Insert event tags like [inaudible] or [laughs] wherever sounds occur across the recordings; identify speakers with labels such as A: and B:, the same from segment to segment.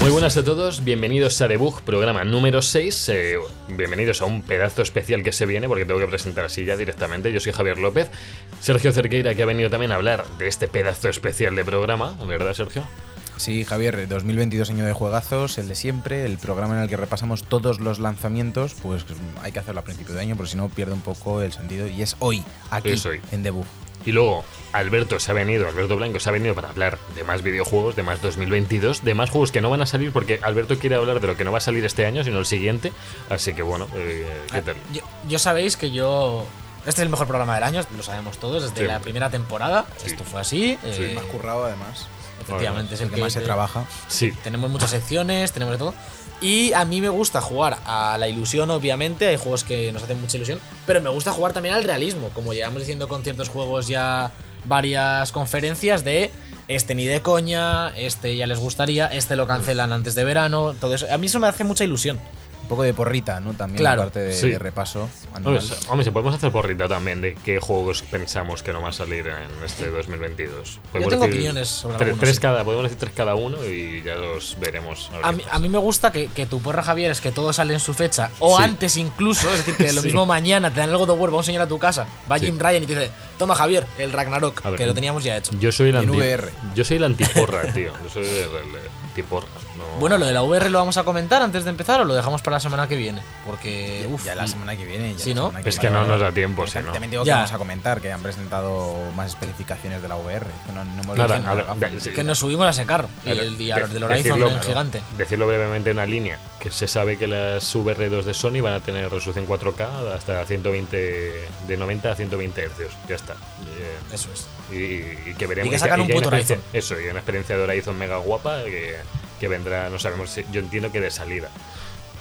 A: Muy buenas a todos, bienvenidos a Debug, programa número 6. eh, bienvenidos a un pedazo especial que se viene, porque tengo que presentar así ya directamente. Yo soy Javier López, Sergio Cerqueira, que ha venido también a hablar de este pedazo especial de programa, ¿verdad, Sergio?
B: Sí, Javier, 2022 año de juegazos, el de siempre, el programa en el que repasamos todos los lanzamientos, pues hay que hacerlo a principio de año, porque si no pierde un poco el sentido. Y es hoy, aquí,
A: Es hoy.
B: en debut.
A: Y luego, Alberto se ha venido, Alberto Blanco se ha venido para hablar de más videojuegos, de más 2022, de más juegos que no van a salir, porque Alberto quiere hablar de lo que no va a salir este año, sino el siguiente. Así que bueno, eh, ¿qué tal?
C: Ah, Yo, yo sabéis que yo. Este es el mejor programa del año, lo sabemos todos, desde
A: Sí.
C: la primera temporada. Esto fue así. eh,
B: Más currado, además.
C: efectivamente, es
B: El
C: el,
B: que más se
C: eh,
B: trabaja.
A: Sí,
C: Tenemos muchas secciones, tenemos de todo. Y a mí me gusta jugar a la ilusión, obviamente. Hay juegos que nos hacen mucha ilusión. Pero me gusta jugar también al realismo. Como llevamos diciendo con ciertos juegos ya varias conferencias de este ni de coña, este ya les gustaría, este lo cancelan antes de verano. Todo eso. A mí eso me hace mucha ilusión.
B: Un poco de porrita, ¿no? También,
C: Claro.
B: aparte de,
A: Sí. Pues,
B: de repaso. anual.
A: Hombre, se- hombre, si podemos hacer porrita también de qué juegos pensamos que no va a salir en este 2022. Podemos
C: tengo opiniones sobre
A: tres,
C: algunos,
A: tres
C: sí.
A: cada, podemos decir tres cada uno y ya los veremos. ver
C: A
A: qué
C: mí,
A: pasa.
C: a mí me gusta que, que tu porra, Javier, es que todo sale en su fecha. O
A: Sí.
C: antes incluso. Es decir, que
A: [laughs]
C: lo
A: Sí.
C: mismo mañana te dan algo de War, va un señor a tu casa. Va
A: Sí.
C: Jim Ryan y te dice, toma Javier, el Ragnarok,
A: A ver, mm.
C: que lo teníamos ya hecho.
A: Yo soy el
B: en
A: anti,
B: VR.
A: Yo soy el antiporra, tío. Yo soy el, el antiporra. no-
C: Bueno, lo de la VR lo vamos a comentar antes de empezar o lo dejamos para la semana que viene. Porque. uf,
B: Eh, ya la semana que viene. Ya
C: Sí,
B: la
C: ¿no?
B: semana
A: Es que
B: viene.
A: no nos da tiempo, si no.
B: También digo que
C: Ya.
B: vamos a comentar que han presentado más especificaciones de la VR. que no, no hemos
A: Nada,
B: visto
A: nada,
B: nada.
A: da- sí.
C: Que nos subimos a ese carro. Y
A: Claro,
C: el día
A: de-
C: del Horizon
A: decirlo-
C: en gigante.
A: Decirlo brevemente en una línea, que se sabe que las VR2 de Sony van a tener resolución 4K hasta 120, de 90 a 120 Hz. Ya está. Eh,
C: Eso es.
A: y, y que veremos.
C: Y que sacan un
A: hay
C: puto
A: una experiencia-
C: Horizon.
A: Eso, y hay una experiencia de Horizon mega guapa que, que vendrá, no sabemos, si- yo entiendo que de salida.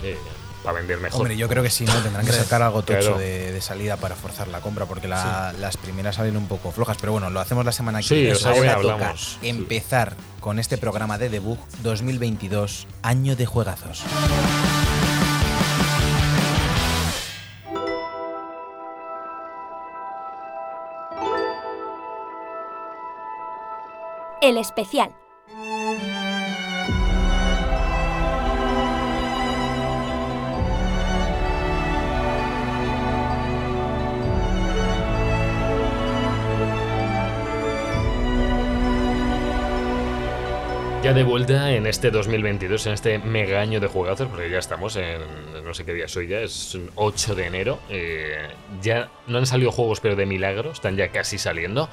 A: eh, para vender mejor.
B: Hombre, yo creo que sí, ¿no? Tendrán que sacar algo tocho
A: Claro.
B: de, de salida para forzar la compra, porque la- las primeras salen un poco flojas. Pero bueno, lo hacemos la semana que
A: Sí,
B: viene.
A: o sea,
B: Ahora
A: ya
B: toca
A: hablamos.
B: empezar con este programa de debug 2022, año de juegazos.
D: El especial.
A: Ya de vuelta en este 2022, en este mega año de juegazos, porque ya estamos en no sé qué día soy ya, es 8 de enero. eh, ya no han salido juegos, pero de milagro, están ya casi saliendo.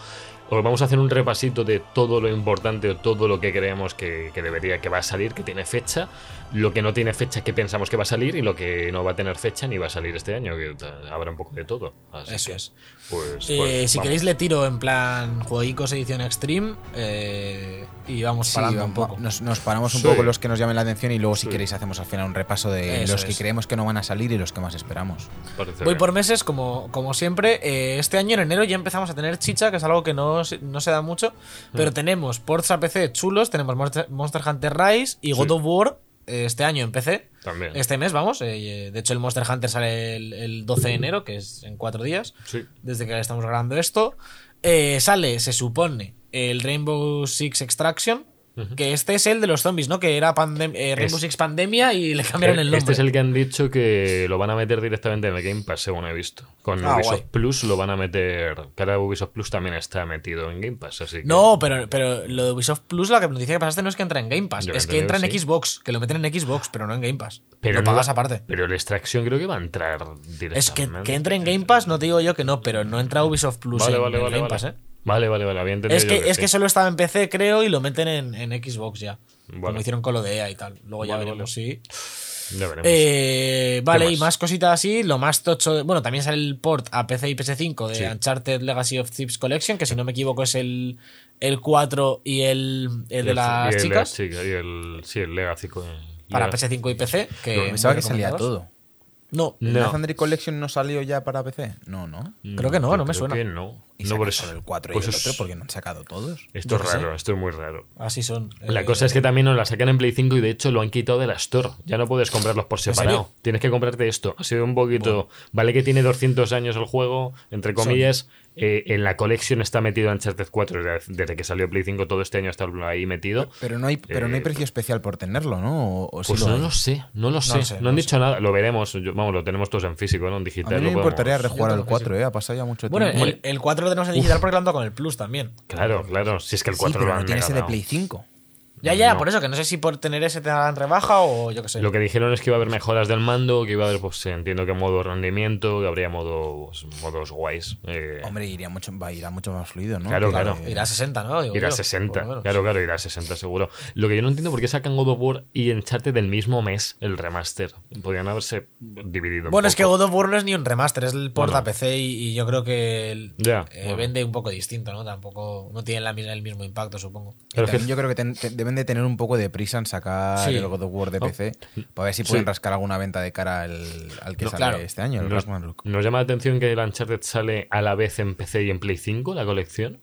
A: Os vamos a hacer un repasito de todo lo importante o todo lo que creemos que, que debería, que va a salir, que tiene fecha, lo que no tiene fecha, que pensamos que va a salir y lo que no va a tener fecha ni va a salir este año, que ta- habrá un poco de todo. Así
C: Eso
A: que,
C: es.
A: Pues,
C: Eh,
A: pues,
C: si
A: vamos.
C: queréis, le tiro en plan Jueguicos Edición Extreme. eh, y vamos
B: Sí,
C: parando un
B: vamos-
C: poco.
B: Nos, nos paramos un
A: Sí.
B: poco los que nos llamen la atención y luego, si
A: Sí.
B: queréis, hacemos al final un repaso de
C: Eso
B: los que
C: es.
B: creemos que no van a salir y los que más esperamos.
A: Parece
C: Voy
A: bien.
C: por meses, como, como siempre. Eh, este año, en enero, ya empezamos a tener chicha, que es algo que no, se- no se da mucho. Pero
A: Mm.
C: tenemos ports a PC chulos, tenemos Monster, Monster Hunter Rise y God
A: Sí.
C: of War eh, este año en PC.
A: También.
C: Este mes, vamos. eh, de hecho, el Monster Hunter sale el, el 12 de enero, que es en cuatro días,
A: Sí.
C: desde que estamos grabando esto. Eh, sale, se supone, el Rainbow Six Extraction. Que este es el de los zombies, ¿no? Que era pandem- eh, Rainbow
A: Es-
C: Six Pandemia y le cambiaron el nombre.
A: Este es el que han dicho que lo van a meter directamente en el Game Pass, según he visto. Con
C: Ah,
A: Ubisoft
C: guay.
A: Plus lo van a meter. Cara Ubisoft Plus también está metido en Game Pass, así que.
C: No, pero, pero lo de Ubisoft Plus, la noticia que pasaste no es que entra en Game Pass,
A: Yo
C: es
A: lo
C: que
A: entendí
C: entra en
A: que sí.
C: Xbox, que lo meten en Xbox, pero no en Game Pass.
A: Pero
C: lo pagas
A: va-
C: aparte.
A: Pero la extracción creo que va a entrar directamente.
C: Es que, que entre en Game Pass, no te digo yo que no, pero no entra Ubisoft Plus
A: Vale,
C: en,
A: vale,
C: en
A: vale. Vale,
C: Game Pass, ¿eh?
A: vale, vale, vale, había entendido
C: Es que,
A: yo que
C: es que
A: sí.
C: solo estaba en PC, creo, y lo meten en, en Xbox ya.
A: Vale.
C: Como hicieron con lo de EA E y tal. Luego ya
A: Vale,
C: veremos si.
A: Ya veremos.
C: Eh, vale, y
A: más?
C: más cositas así. Lo más tocho. de- bueno, también sale el port a PC y PS5 de
A: Sí.
C: Uncharted Legacy of Thieves Collection, que si no me equivoco es el, el 4 y el, el
A: Y
C: de
A: el- y
C: las
A: el de
C: chicas.
A: chicas, y el, sí, el Legacy. co-
C: Para
A: Legacy.
C: PS5 y PC. Que
A: No,
C: muy
B: Pensaba que salía
C: recomendados.
B: todo.
C: No,
B: ¿El
A: No.
B: Death Stranding Collection no salió ya para PC? No, no.
C: creo que no,
A: yo
C: no me
A: creo
C: suena.
A: que no.
B: Y
A: No
B: sacan
A: por eso.
B: solo el 4
A: Pues
B: y el
A: es-
B: otro porque no han sacado todos.
A: Esto
C: Yo
A: es
C: qué sé.
A: raro, esto es muy raro.
C: así son.
A: La
C: Eh,
A: cosa es que también nos la sacan en Play 5 y de hecho lo han quitado de la Store. Ya no puedes comprarlos por
C: serio?
A: separado. Tienes que comprarte esto. Ha sido un poquito. Vale que tiene 200 años el juego, entre comillas. eh, en la colección está metido Uncharted 4 desde- desde que salió Play 5 todo este año está ahí metido.
B: Pero no hay, pero no hay precio especial por tenerlo, ¿no? O, o sí
A: Eh, Pues
B: lo
A: no
B: hay.
A: lo sé, no lo sé. No,
C: lo sé,
A: han
C: no
A: dicho nada, lo veremos. Yo- vamos, lo tenemos todos en físico, no en
B: A
A: digital.
B: mí no me
A: lo
B: importaría
A: podemos-
B: rejugar al
C: tampoco,
B: 4, ¿eh? Ha pasado ya mucho
C: Bueno,
B: tiempo.
C: el, el 4 lo tenemos en digital porque lo han dado con el Plus también.
A: Claro, claro. Si es que el
B: Sí,
A: 4
B: pero
A: lo han
B: no tiene ese de
A: regalado.
B: Play 5.
C: Ya, ya,
A: No.
C: por eso, que no sé si por tener ese te dan rebaja o yo qué sé.
A: Lo que dijeron es que iba a haber mejoras del mando, que iba a haber, pues entiendo que modo rendimiento, que habría modos, modos guays. eh,
B: Hombre, iría mucho, va, irá mucho más fluido, ¿no?
A: Claro,
B: Que-
A: claro.
C: Irá a 60, ¿no? Digo
A: irá a
C: yo, por lo
A: 60,
C: menos.
A: claro, claro, irá a 60 seguro. Lo que yo no entiendo por qué sacan God of War y Uncharted del mismo mes, el remaster. Podrían haberse dividido. un
C: Bueno, es que
A: poco.
C: God of War no es ni un remaster, es el port
A: Bueno.
C: a PC y, y yo creo que el-
A: Ya,
C: eh,
A: bueno.
C: vende un poco distinto, ¿no? Tampoco, no tiene la, mi- el mismo impacto, supongo.
B: Y
A: Pero es que-
B: también yo creo que ten- te- deben de tener un poco de prisa en sacar
C: Sí. Oh.
B: el God of War de PC para ver si
A: Sí.
B: pueden rascar alguna venta de cara al, al que
C: No,
B: sale
C: claro.
B: este año, el
A: nos,
B: Ragnarok.
A: nos llama la atención que el Uncharted sale a la vez en PC y en Play 5, la colección.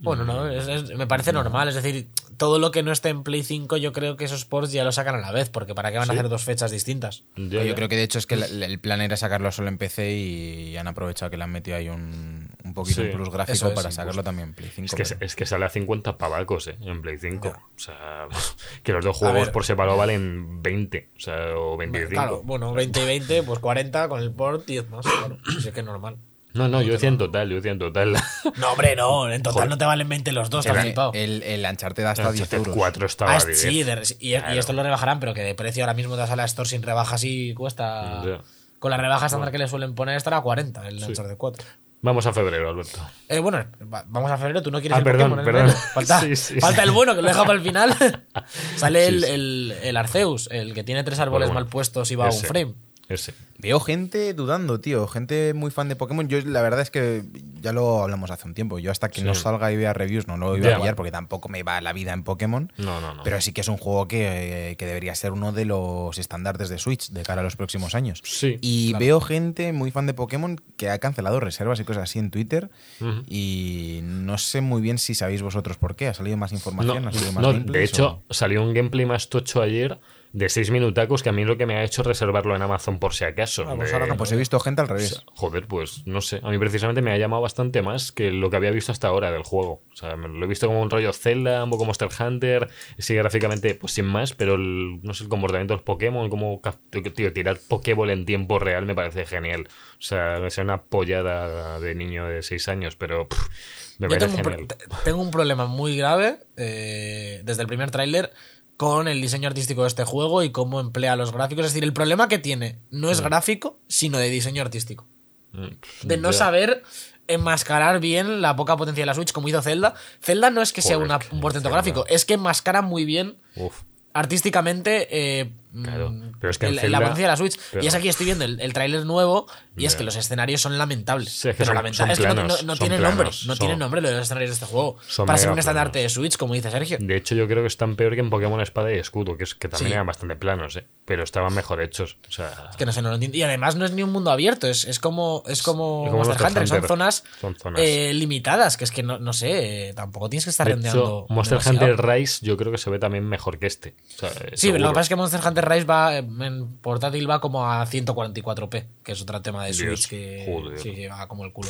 A: Mm.
C: Bueno, no, es- es- me parece normal, es decir, todo lo que no esté en Play 5 yo creo que esos ports ya lo sacan a la vez, porque ¿para qué van a hacer dos fechas distintas?
A: Ya,
B: yo
A: ya. Pues
B: creo que de hecho es que la- la- el plan era sacarlo solo en PC y han aprovechado que le han metido ahí un, un poquito
A: Sí.
B: un plus gráfico
C: Eso es,
B: para
C: sí,
B: sacarlo también en Play 5.
A: Es que,
B: pero-
A: es que sale a 50 pavacos, eh, en Play 5. O sea, [laughs] que los dos juegos
C: ver.
A: por separado valen 20, o sea, o 25.
C: Claro, bueno, 20 y 20, pues 40 con el port, 10 más,
A: [clears throat]
C: claro. Si es que es normal.
A: No, no, yo decía en total, yo decía en total.
C: No, hombre, no, en total
A: Joder.
C: no te valen 20 los dos, te
B: Porque
C: has flipado.
B: el, el Uncharted hasta
A: [laughs]
B: 10
A: Uncharted
B: euros.
A: 4 estaba
C: Ah,
A: a
C: es-
A: 10.
C: sí, de- y, y esto lo rebajarán, pero que de precio ahora mismo te vas a la Store sin rebajas y cuesta.
A: Ya.
C: Con la rebaja estándar que le suelen poner estará a 40 el Uncharted 4.
A: Vamos a febrero, Alberto.
C: Eh, bueno, va- vamos a febrero, tú no quieres
A: Ah,
C: el
A: perdón,
C: Pokémon en
A: perdón.
C: enero.
A: [laughs]
C: Falta,
A: Sí, sí.
C: falta el bueno, que lo deja para
A: [laughs]
C: el final.
A: Sí,
C: Sale el,
A: sí.
C: el- el Arceus, el que tiene tres árboles
A: Bueno,
C: mal puestos y va a un
A: ese,
C: frame.
A: Ese.
B: Veo gente dudando, tío. Gente muy fan de Pokémon. Yo, la verdad es que ya lo hablamos hace un tiempo. Yo, hasta que
A: Sí.
B: no salga y vea reviews, no lo iba
A: Ya. Mm.
B: a pillar porque tampoco me va la vida en Pokémon.
A: No, no, no.
B: Pero sí que es un juego que, eh, que debería ser uno de los estandartes de Switch de cara a los próximos años.
A: Sí,
B: Y veo gente muy fan de Pokémon que ha cancelado reservas y cosas así en Twitter. Y no sé muy bien si sabéis vosotros por qué. ¿Ha salido más
A: No,
B: información? ¿Ha salido más
A: no, de
B: gameplays o-
A: hecho, salió un gameplay más tocho ayer de 6 minutacos que a mí es lo que me ha hecho reservarlo en Amazon por si acaso.
C: Ah, pues
A: De-
C: ahora no,
B: Pues he visto gente al revés.
A: Joder, pues no sé. A mí precisamente me ha llamado bastante más que lo que había visto hasta ahora del juego. O sea, me- lo he visto como un rollo Zelda, un poco Monster Hunter. Sí, gráficamente, pues sin más, pero el- no sé, el comportamiento de los Pokémon, como cap- tío, tirar Pokéball en tiempo real me parece genial. O sea, es una pollada de niño de 6 años, pero pff, me
C: Yo
A: parece
C: tengo un, pro-
A: genial.
C: te- tengo un problema muy grave eh, desde el primer tráiler con el diseño artístico de este juego y cómo emplea los gráficos. Es decir, el problema que tiene no es gráfico, sino de diseño artístico.
A: Mm,
C: De no
A: ya.
C: saber enmascarar bien la poca potencia de la Switch como hizo Zelda. Zelda no es que sea
A: Joder,
C: una-
A: es que
C: un portento
A: Zelda.
C: gráfico, es que enmascara muy bien
A: Uf.
C: artísticamente eh,
A: Claro,
C: mm,
A: pero es que en
C: el-
A: Zelda-
C: la potencia de la Switch.
A: pero-
C: Y es aquí estoy viendo el, el tráiler nuevo y es
A: Ya.
C: que los escenarios son lamentables.
A: Sí, es que
C: Pero
A: son-
C: lamenta-
A: son
C: es que no-
A: planos,
C: no, no
A: son
C: tiene
A: planos,
C: nombre, no
A: son-
C: tiene nombre los escenarios de este juego.
A: son
C: Para ser
A: mega
C: un estandarte de
A: planos.
C: Switch, como dice Sergio.
A: De hecho, yo creo que están peor que en Pokémon Espada y Escudo, que, es, que también
C: Sí.
A: eran bastante planos, ¿eh? pero estaban mejor hechos. O sea,
C: Es que no sé, no lo entiendo. Y además no es ni un mundo abierto, es, es como, es como,
A: Es como
C: Monster
A: Monster
C: Hunter, son
A: Hunter.
C: zonas,
A: Son zonas.
C: eh, limitadas, que es que no, no sé, eh, tampoco tienes que estar
A: De
C: rendeando.
A: hecho, Monster
C: demasiado.
A: Hunter Rise yo creo que se ve también mejor que este. O sea, eh,
C: Sí, pero lo
A: seguro.
C: que pasa es que Monster Hunter Rise va eh, en portátil va como a 144p, que es otro tema de
A: Dios,
C: Switch que
A: joder.
C: sí, sí, va como el culo.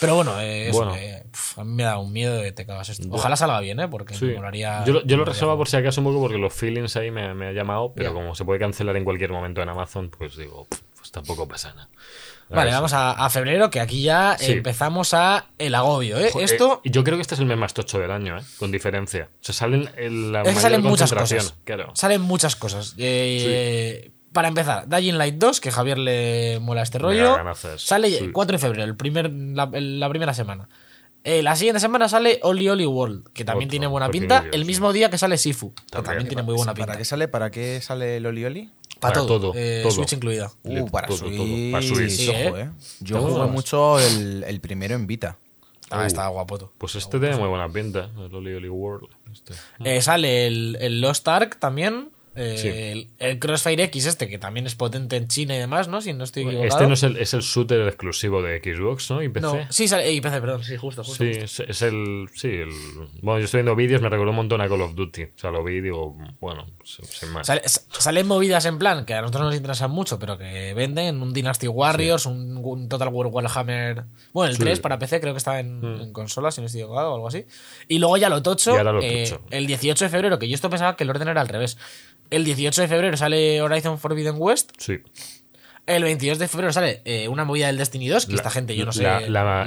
C: Pero bueno, eh, eso,
A: Bueno.
C: eh, pf, a mí me da un miedo de que te cagas esto. Ojalá salga bien, ¿eh? Porque
A: Sí.
C: me molaría-
A: Yo, lo- yo
C: me
A: lo
C: molaría
A: reservaba por si acaso un poco porque los feelings ahí me, me ha llamado, pero
C: Ya.
A: como se puede cancelar en cualquier momento en Amazon, pues digo, pff, pues tampoco pasa nada.
C: Vale, vamos a, a febrero, que aquí ya
A: Sí.
C: empezamos a el agobio, ¿eh? Esto.
A: yo creo que este es el mes más tocho del año, ¿eh? con diferencia. O sea, salen el- la
C: es que
A: mayor
C: salen muchas
A: concentración,
C: cosas.
A: Claro.
C: Salen muchas cosas. Eh, Para empezar, Dying Light 2, que a Javier le mola este
A: Me da
C: rollo.
A: ganazas.
C: Sale
A: Sí.
C: el 4 de febrero, el primer, la, el- la primera semana. Eh, la siguiente semana sale Oli Oli World, que también
A: Otro,
C: tiene buena
A: otro
C: pinta.
A: nivel,
C: El
A: sí.
C: mismo día que sale Sifu, que
A: También.
C: también tiene muy buena
B: ¿Para
C: pinta.
B: qué sale? ¿Para qué sale el Oli Oli?
C: Para,
A: Para
C: todo.
A: todo,
C: eh,
A: todo.
C: Switch incluida.
B: Uh, para
A: Todo, todo,
B: Switch.
A: para Switch.
C: Sí,
B: ojo,
C: ¿eh?
B: eh. Yo
A: Todos.
B: jugué mucho el, el primero en Vita.
A: Uh.
C: Ah, está guapoto.
A: Pues este tiene muy buena pinta, el Oli Oli World. este.
C: Eh, sale el, el Lost Ark también. eh,
A: Sí.
C: el, el Crossfire X este, que también es potente en China y demás, ¿no? Si no estoy equivocado.
A: Este no es el, es el shooter exclusivo de Xbox, ¿no? Y PC.
C: No, sí, sale, eh, y PC, perdón, sí, justo, justo.
A: Sí, es, es el, sí, el. Bueno, yo estoy viendo vídeos, me recordó un montón a Call of Duty. O sea, lo vi y digo, bueno, sin sin más.
C: Sale- s- salen movidas en plan que a nosotros no nos interesan mucho, pero que venden un Dynasty Warriors, un, un Total War Warhammer. Bueno, el
A: Sí. Mm.
C: 3 para PC creo que está en, en consola, si no estoy equivocado o algo así. Y luego ya lo tocho,
A: Y ahora lo
C: eh,
A: tocho.
C: el 18 de febrero, que yo esto pensaba que el orden era al revés. El 18 de febrero sale Horizon Forbidden West.
A: Sí.
C: El 22 de febrero sale eh, una movida del Destiny 2, que esta gente, yo no sé, la,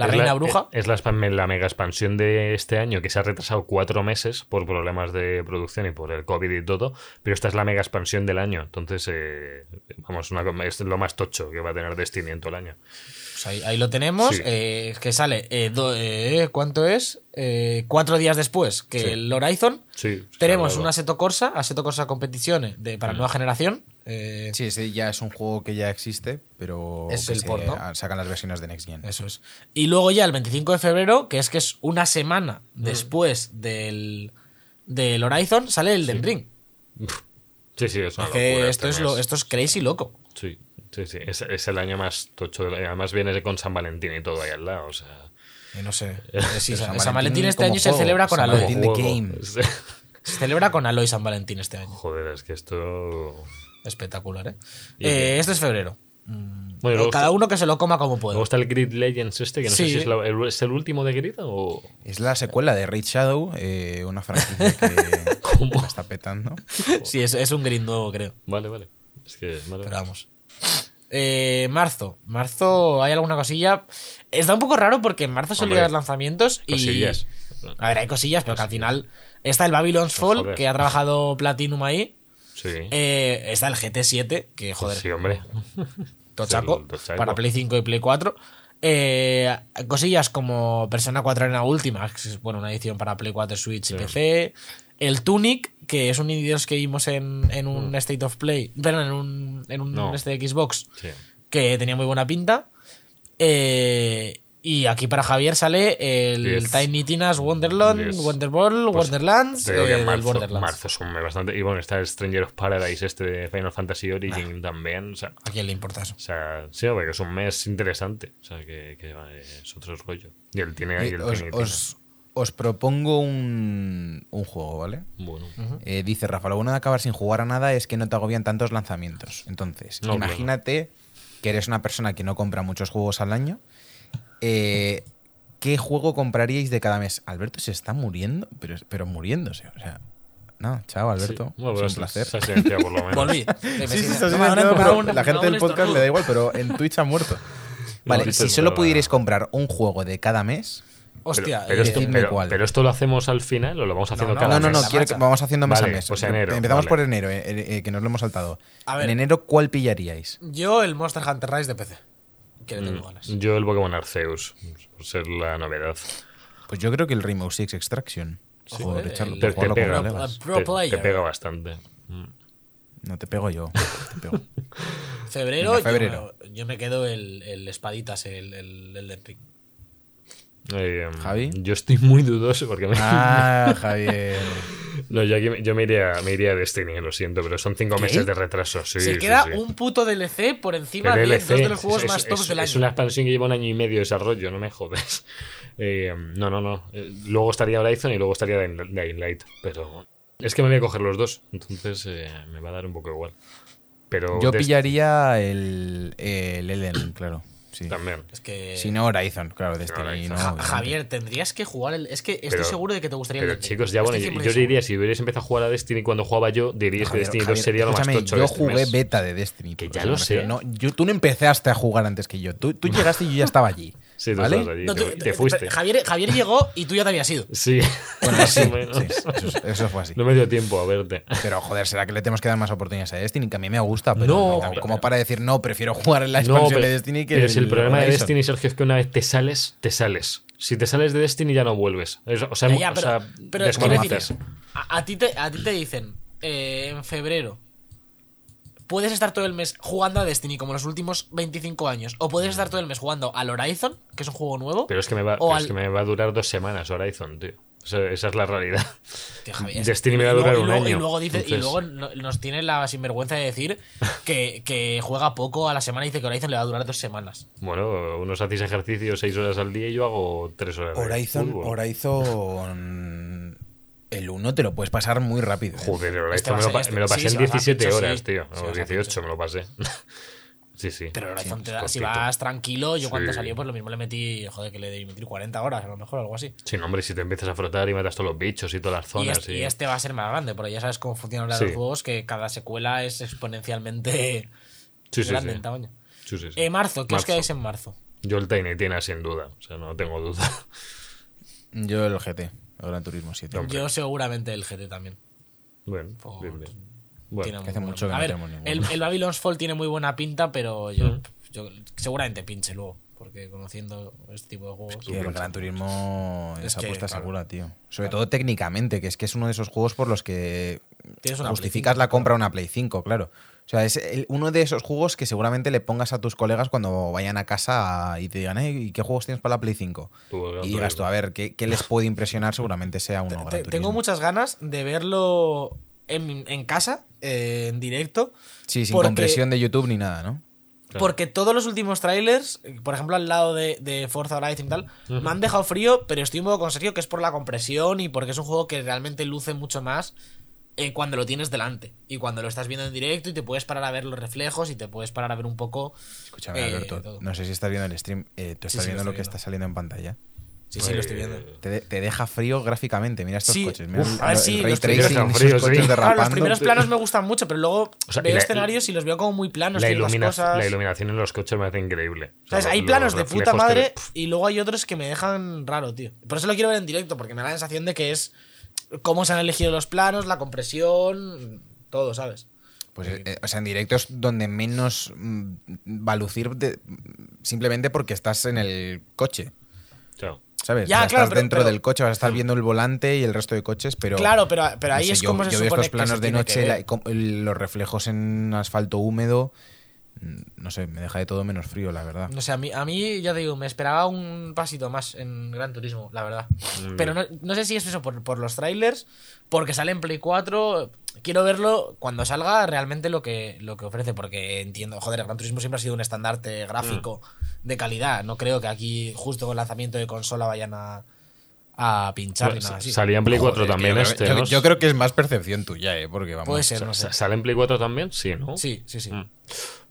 A: es
C: reina bruja.
A: Es, la, expan- la mega expansión de este año que se ha retrasado cuatro meses por problemas de producción y por el COVID y todo, pero esta es la mega expansión del año. Entonces, eh, vamos, una, com- es lo más tocho que va a tener Destiny en todo el año.
C: Pues ahí, ahí lo tenemos,
A: Sí.
C: eh, que sale, eh, do- eh, ¿cuánto es? Eh, cuatro días después que
A: Sí.
C: el Horizon.
A: Sí,
C: Tenemos
A: claro. Mm.
C: un Aseto Corsa, Aseto Corsa Competizione de, para nueva generación. eh,
B: Sí, ese ya es un juego que ya existe, pero
C: Es
B: que
C: el
B: se- ah,
C: port, ¿no?
B: sacan las versiones de Next Gen.
C: Eso es. Y luego ya el 25 de febrero, que es que es una semana
A: Mm.
C: después del, del Horizon, sale el Den Ring.
A: Sí, sí, es una
C: Es que
A: locura
C: esto
A: este
C: es, lo,
A: mes.
C: esto es crazy loco.
A: Sí, sí, sí. Es, es el año más tocho. del año. Además, viene con San Valentín y todo ahí al lado. O sea,
C: Eh, no sé. Eh, sí, San,
B: San
C: San Valentín
B: Valentín
C: este
B: como
C: año se
B: juego,
C: celebra con
B: San
C: Aloy.
B: Valentín. In the game.
A: Sí.
C: Se celebra con Aloy San Valentín este año.
A: [laughs] Joder, es que esto.
C: Espectacular, ¿eh?
A: Y-
C: Eh, este es febrero.
A: Bueno, luego
C: Cada
A: está-
C: uno que se lo coma como
A: luego
C: pueda.
A: está el Grid Legends este, que no sé
C: Sí.
A: si es, la- el, es el último de Grid o.
B: Es la secuela de Raid Shadow, eh, una franquicia que la está petando.
C: Sí, es, es un green nuevo, creo.
A: Vale, vale. Es que. vale.
C: Pero vamos. Eh, marzo. Marzo hay alguna cosilla. Está un poco raro porque en marzo solía
A: Hombre,
C: haber lanzamientos
A: Pues
C: y.
A: cosillas. Pues
C: A ver, hay cosillas, pero que al final. Está el Babylon's Fall,
A: joder.
C: que ha trabajado Platinum ahí.
A: Sí. Pues
C: Eh, está el GT7, que joder,
A: Sí, hombre.
C: tochaco,
A: el tochaco.
C: Para Play 5 y Play 4. Eh, cosillas como Persona 4 Arena Última, que es bueno, una edición para Play 4, Switch y PC. El Tunic, que es un indie que vimos en, en un State of Play. Perdón, en un, en un
A: Mm. No.
C: este de Xbox
A: Sí.
C: que tenía muy buena pinta. Eh, y aquí para Javier sale el
A: Yes.
C: Tiny Tina's Wonderland,
A: Yes.
C: Wonderball,
A: Pues,
C: Wonderlands,
A: Te digo
C: eh,
A: que en
C: del
A: marzo,
C: Borderlands.
A: marzo son bastante. Y bueno, está el Stranger of Paradise, este de Final Fantasy
C: Ah.
A: Origin también. O sea,
C: ¿A quién le importa eso?
A: O sea, sí, hombre, que es un mes interesante. O sea, que, que, eh, es otro rollo. Y él tiene ahí
B: Eh,
A: el
B: os,
A: tiene-
B: os- os propongo un, un juego, ¿vale?
A: tiene. Bueno,
B: Eh, dice Rafa, lo bueno de acabar sin jugar a nada es que no te agobian tantos lanzamientos. Entonces,
A: No, claro.
B: imagínate que eres una persona que no compra muchos juegos al año. eh, ¿Qué juego compraríais de cada mes? Alberto se está muriendo, pero, pero muriéndose. O sea, no, chao,
A: sí.
B: Alberto.
A: Bueno,
B: es
A: pero
B: un
A: se-
B: placer.
A: se ha silenciado
C: [laughs]
A: por lo menos.
C: Volví.
B: Sí, sí,
C: No,
B: está
C: no, no,
B: silenciado,
C: no,
B: pero la
C: no, no,
B: gente
C: no,
B: del
C: no,
B: podcast
C: no.
B: le da igual, pero en Twitch ha muerto.
A: No,
B: Vale,
A: esto
B: si
A: es
B: solo
A: verdad.
B: pudierais comprar un juego de cada mes.
A: Pero,
C: Hostia,
A: pero
C: eh,
A: esto,
B: decidme
A: pero,
B: cuál.
A: pero esto lo hacemos al final o lo vamos haciendo
C: no,
A: cada
B: No, no,
A: mes?
B: no,
C: La
B: quiero
C: marcha.
B: que vamos haciendo mes
A: Vale,
B: a mes.
A: pues enero,
B: Empezamos
A: vale.
B: por enero, eh, eh, eh, que nos lo hemos saltado.
C: A ver.
B: En enero, ¿cuál pillaríais?
C: yo el Monster Hunter Rise de PC. Que le tengo
A: Mm.
C: ganas.
A: Yo el Pokémon Arceus, por ser la novedad.
B: Pues yo creo que el Rainbow Six Extraction. Joder,
C: Joder,
B: Charlo,
C: el-
A: Te,
B: por
A: te
B: jugarlo con
A: pega,
B: colegas.
C: Pro
A: te- te,
C: player.
A: pega bastante. Mm.
B: No te pego yo. te
A: [laughs]
B: pego.
C: Febrero,
B: Venga, febrero.
C: Yo, me, yo me quedo el, el Espaditas, el, el, el del Ring.
A: Eh,
B: ¿Javi?
A: Yo estoy muy dudoso porque me-
B: Ah, Javier.
A: [laughs] no, yo, aquí me- yo me, iría, me iría a Destiny, lo siento, pero son cinco meses de retraso. Sí,
C: Se
A: sí,
C: queda
A: sí.
C: un puto DLC por encima
A: Pero
C: de
A: DLC,
C: dos de los juegos
A: es-
C: más
A: es-
C: tops del año.
A: Es una expansión que lleva un año y medio de desarrollo, no me jodes. [laughs] Eh, no, no, no. Eh, luego estaría Horizon y luego estaría Dying Dying Light, pero es que me voy a coger los dos, entonces eh, me va a dar un poco igual. Pero
B: Yo
A: de-
B: pillaría el, el Elden, claro. Sí. Eh,
A: también.
C: Es que...
B: Si no, Horizon, claro, Destiny.
A: Horizon.
B: No,
A: Ja-
C: Ja-
B: obviamente.
C: Javier, tendrías que jugar el. Es que estoy
A: Pero-
C: seguro de que te gustaría el
A: Pero
C: Elden Ring.
A: chicos, ya
C: Estoy
A: bueno, yo
C: 100%
A: diría, si hubierais empezado a jugar a Destiny cuando jugaba yo, diríais que
B: Javier,
A: Destiny 2
B: Javier,
A: sería lo más
B: escúchame,
A: tocho de
B: Yo
A: este
B: jugué
A: mes.
B: beta de Destiny.
A: Que
B: por
A: ya
B: eso
A: lo
B: me refiero.
A: sé.
B: No, yo- tú no empezaste a jugar antes que yo.
A: [laughs]
B: Tú, tú llegaste y yo ya estaba allí.
A: Sí, tú
B: ¿vale?
A: estabas allí,
C: No,
A: te,
C: tú-
A: te
C: te-
A: fuiste.
C: Javier, Javier llegó y tú ya te habías ido.
A: Sí,
B: Bueno,
A: [laughs]
B: sí,
A: Más o menos.
B: sí, eso, eso fue así.
A: no me dio tiempo a verte.
B: Pero joder, será que le tenemos que dar más oportunidades a Destiny, que a mí me gusta, pero
A: No,
B: tam-
A: pero-
B: como para decir, no, prefiero jugar en la
A: No,
B: expansión
A: pero-
B: de Destiny que
A: pero si el
B: el
A: problema de
B: Horizon.
A: Destiny, Sergio, es que una vez te sales, te sales. Si te sales de Destiny ya no vuelves. Es- o sea,
C: Ya, ya,
A: o
C: pero,
A: sea,
C: pero es que
A: desconoces.
C: decir, a, a ti te, a ti te dicen eh, en febrero puedes estar todo el mes jugando a Destiny como los últimos 25 años, o puedes estar todo el mes jugando al Horizon, que es un juego nuevo.
A: Pero es que me va,
C: O
A: pero
C: al-
A: es que me va a durar dos semanas Horizon, tío. O sea, esa es la realidad. [laughs]
C: Tío, Javier.
A: Destiny me va a
C: Y luego-
A: durar
C: y
A: un
C: luego-
A: año.
C: Y luego, dice- y
A: Entonces-
C: luego no- nos tiene la sinvergüenza de decir que, que juega poco a la semana y dice que Horizon le va a durar dos semanas.
A: Bueno, unos hacéis ejercicio seis horas al día y yo hago tres horas. de
B: Horizon,
A: fútbol.
B: Horizon. El 1 te lo puedes pasar muy rápido. ¿eh?
A: Joder, el
C: Este
A: Horizon me,
C: va a
A: lo, pa-
C: ser este.
A: me lo
C: Sí,
A: pasé
C: se
A: en
C: va rápido,
A: 17
C: sí,
A: horas,
C: sí.
A: tío.
C: Se
A: o
C: va
A: 18
C: rápido.
A: me lo pasé. [laughs] sí, sí.
C: Pero el Horizon,
A: Sí,
C: te da- si
A: cortito.
C: vas tranquilo, yo cuando
A: Sí.
C: salió, pues lo mismo le metí, joder, que le debí meter 40 horas, a lo mejor, algo así.
A: Sí, no, hombre, si te empiezas a frotar y matas todos los bichos y todas las
C: Y
A: zonas.
C: este,
A: y-
C: y este va a ser más grande, porque ya sabes cómo funcionan los
A: Sí.
C: juegos, que cada secuela es exponencialmente
A: [laughs] Sí, sí,
C: grande
A: sí.
C: en tamaño.
A: Sí, sí, sí.
C: Eh, marzo, ¿qué os
A: Marzo.
C: quedáis en marzo?
A: Yo el Tiny Tina sin duda, o sea, no tengo duda. [laughs]
B: Yo el GT, el Gran Turismo 7.
A: Hombre.
C: Yo seguramente el GT también.
A: Bueno,
C: Por-
A: bien, bien.
C: Oh, Tiene
A: Bueno,
C: muy
B: que hace
C: buena-
B: mucho que
C: A
B: no
C: ver,
B: tenemos ninguno.
C: el, el Babylon's Fall tiene muy buena pinta, pero yo,
A: Mm.
C: yo seguramente pinche luego, porque conociendo este tipo de juegos...
B: Que el Gran Turismo es,
C: Es que,
B: apuesta
C: claro.
B: segura, tío. Sobre todo técnicamente, que es que es uno de esos juegos por los que
C: Tienes una Play
B: justificas
C: 5,
B: la compra de una Play 5, claro. O sea, es el- uno de esos juegos que seguramente le pongas a tus colegas cuando vayan a casa y te digan, "Eh, ¿y qué juegos tienes para la Play 5?
A: Tú, el Gran
B: y digas tú,
A: Turismo.
B: a ver, ¿qué, qué les puede impresionar? Seguramente sea uno Gran
C: Te-
B: Turismo.
C: tengo muchas ganas de verlo en, en casa, eh, en directo.
B: Sí, sin
C: porque-
B: compresión de YouTube ni nada, ¿no?
A: Claro.
C: Porque todos los últimos trailers, eh, por ejemplo, al lado de, de Forza Horizon y tal, me han dejado frío, pero estoy un poco con Sergio que es por la compresión y porque es un juego que realmente luce mucho más eh, cuando lo tienes delante y cuando lo estás viendo en directo y te puedes parar a ver los reflejos y te puedes parar a ver un poco.
B: Escúchame,
C: eh,
B: Alberto,
C: todo.
B: no sé si estás viendo el stream. eh, ¿Tú
C: Sí,
B: estás
C: sí, lo
B: viendo lo
C: estoy
B: que
C: viendo.
B: está saliendo en pantalla?
C: Sí, sí, lo estoy viendo.
A: Eh,
B: Te, de- te deja frío gráficamente. Mira estos
C: Sí,
B: coches. Mira
C: uf,
B: el-
C: a ver
B: el
C: si
B: ray
C: los
B: tracing,
A: primeros-
B: esos
A: fríos, sí.
B: coches
A: Claro,
C: Claro, los
B: derrapando.
C: primeros planos me gustan mucho, pero luego
A: O sea, y
C: veo
A: la-
C: escenarios y los veo como muy planos.
A: la,
C: ciertas
A: ilumina-
C: cosas.
A: la iluminación en los coches me hace increíble. O sea,
C: ¿Sabes? Hay
A: los-
C: planos
A: los
C: de puta
A: reflejos que
C: madre
A: ves, pf,
C: y luego hay otros que me dejan raro, tío. Por eso lo quiero ver en directo, porque me da la sensación de que es cómo se han elegido los planos, la compresión, todo, ¿sabes?
B: Pues, eh, o sea, en directo es donde menos mm, va a lucir de- simplemente porque estás en el coche.
A: chao.
B: ¿Sabes?
C: Ya,
B: O sea,
C: claro,
B: estás
C: pero-
B: dentro
C: pero-
B: del coche, vas a estar viendo el volante y el resto de coches, pero.
C: claro, pero, pero
B: no
C: ahí
B: sé,
C: es
B: yo-
C: como se
B: Yo veo
C: supone
B: estos
C: que se
B: planos de
C: tiene que
B: noche, la-
C: ver.
B: com- los reflejos en asfalto húmedo. mm, No sé, me deja de todo menos frío, la verdad.
C: No sé, a mí, a mí, ya te digo, me esperaba un pasito más en Gran Turismo, la verdad. Pero no, no sé si es eso por, por los trailers, porque sale en Play 4. Quiero verlo cuando salga realmente lo que, lo que ofrece, porque entiendo, joder, Gran Turismo siempre ha sido un estandarte gráfico
A: Mm.
C: de calidad. No creo que aquí, justo con el lanzamiento de consola, vayan a, a pinchar ni
A: Bueno,
C: nada así.
A: salía en Play 4
B: Joder,
A: también
B: que yo,
A: este,
B: creo-
A: ¿no?
B: yo, yo creo que es más percepción tuya, ¿eh? Porque vamos.
C: Puede ser, no sé.
A: Sa- Mm. ¿Sale en Play 4 también? Sí, ¿no?
C: Sí, sí, sí.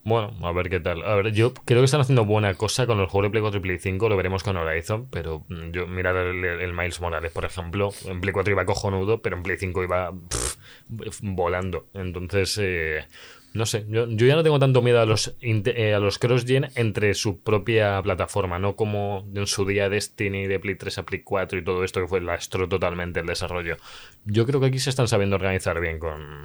A: Bueno, a ver qué tal. A ver, yo creo que están haciendo buena cosa con los juegos de Play 4 y Play 5, lo veremos con Horizon, pero mm, yo mirar el, el Miles Morales, por ejemplo, en Play 4 iba cojonudo, pero en Play 5 iba pff, volando. Entonces, eh, no sé, yo, yo ya no tengo tanto miedo a los, inte- eh, a los cross-gen entre su propia plataforma, no como en su día Destiny de Play 3 a Play 4 y todo esto que fue lastró totalmente el desarrollo. Yo creo que aquí se están sabiendo organizar bien con...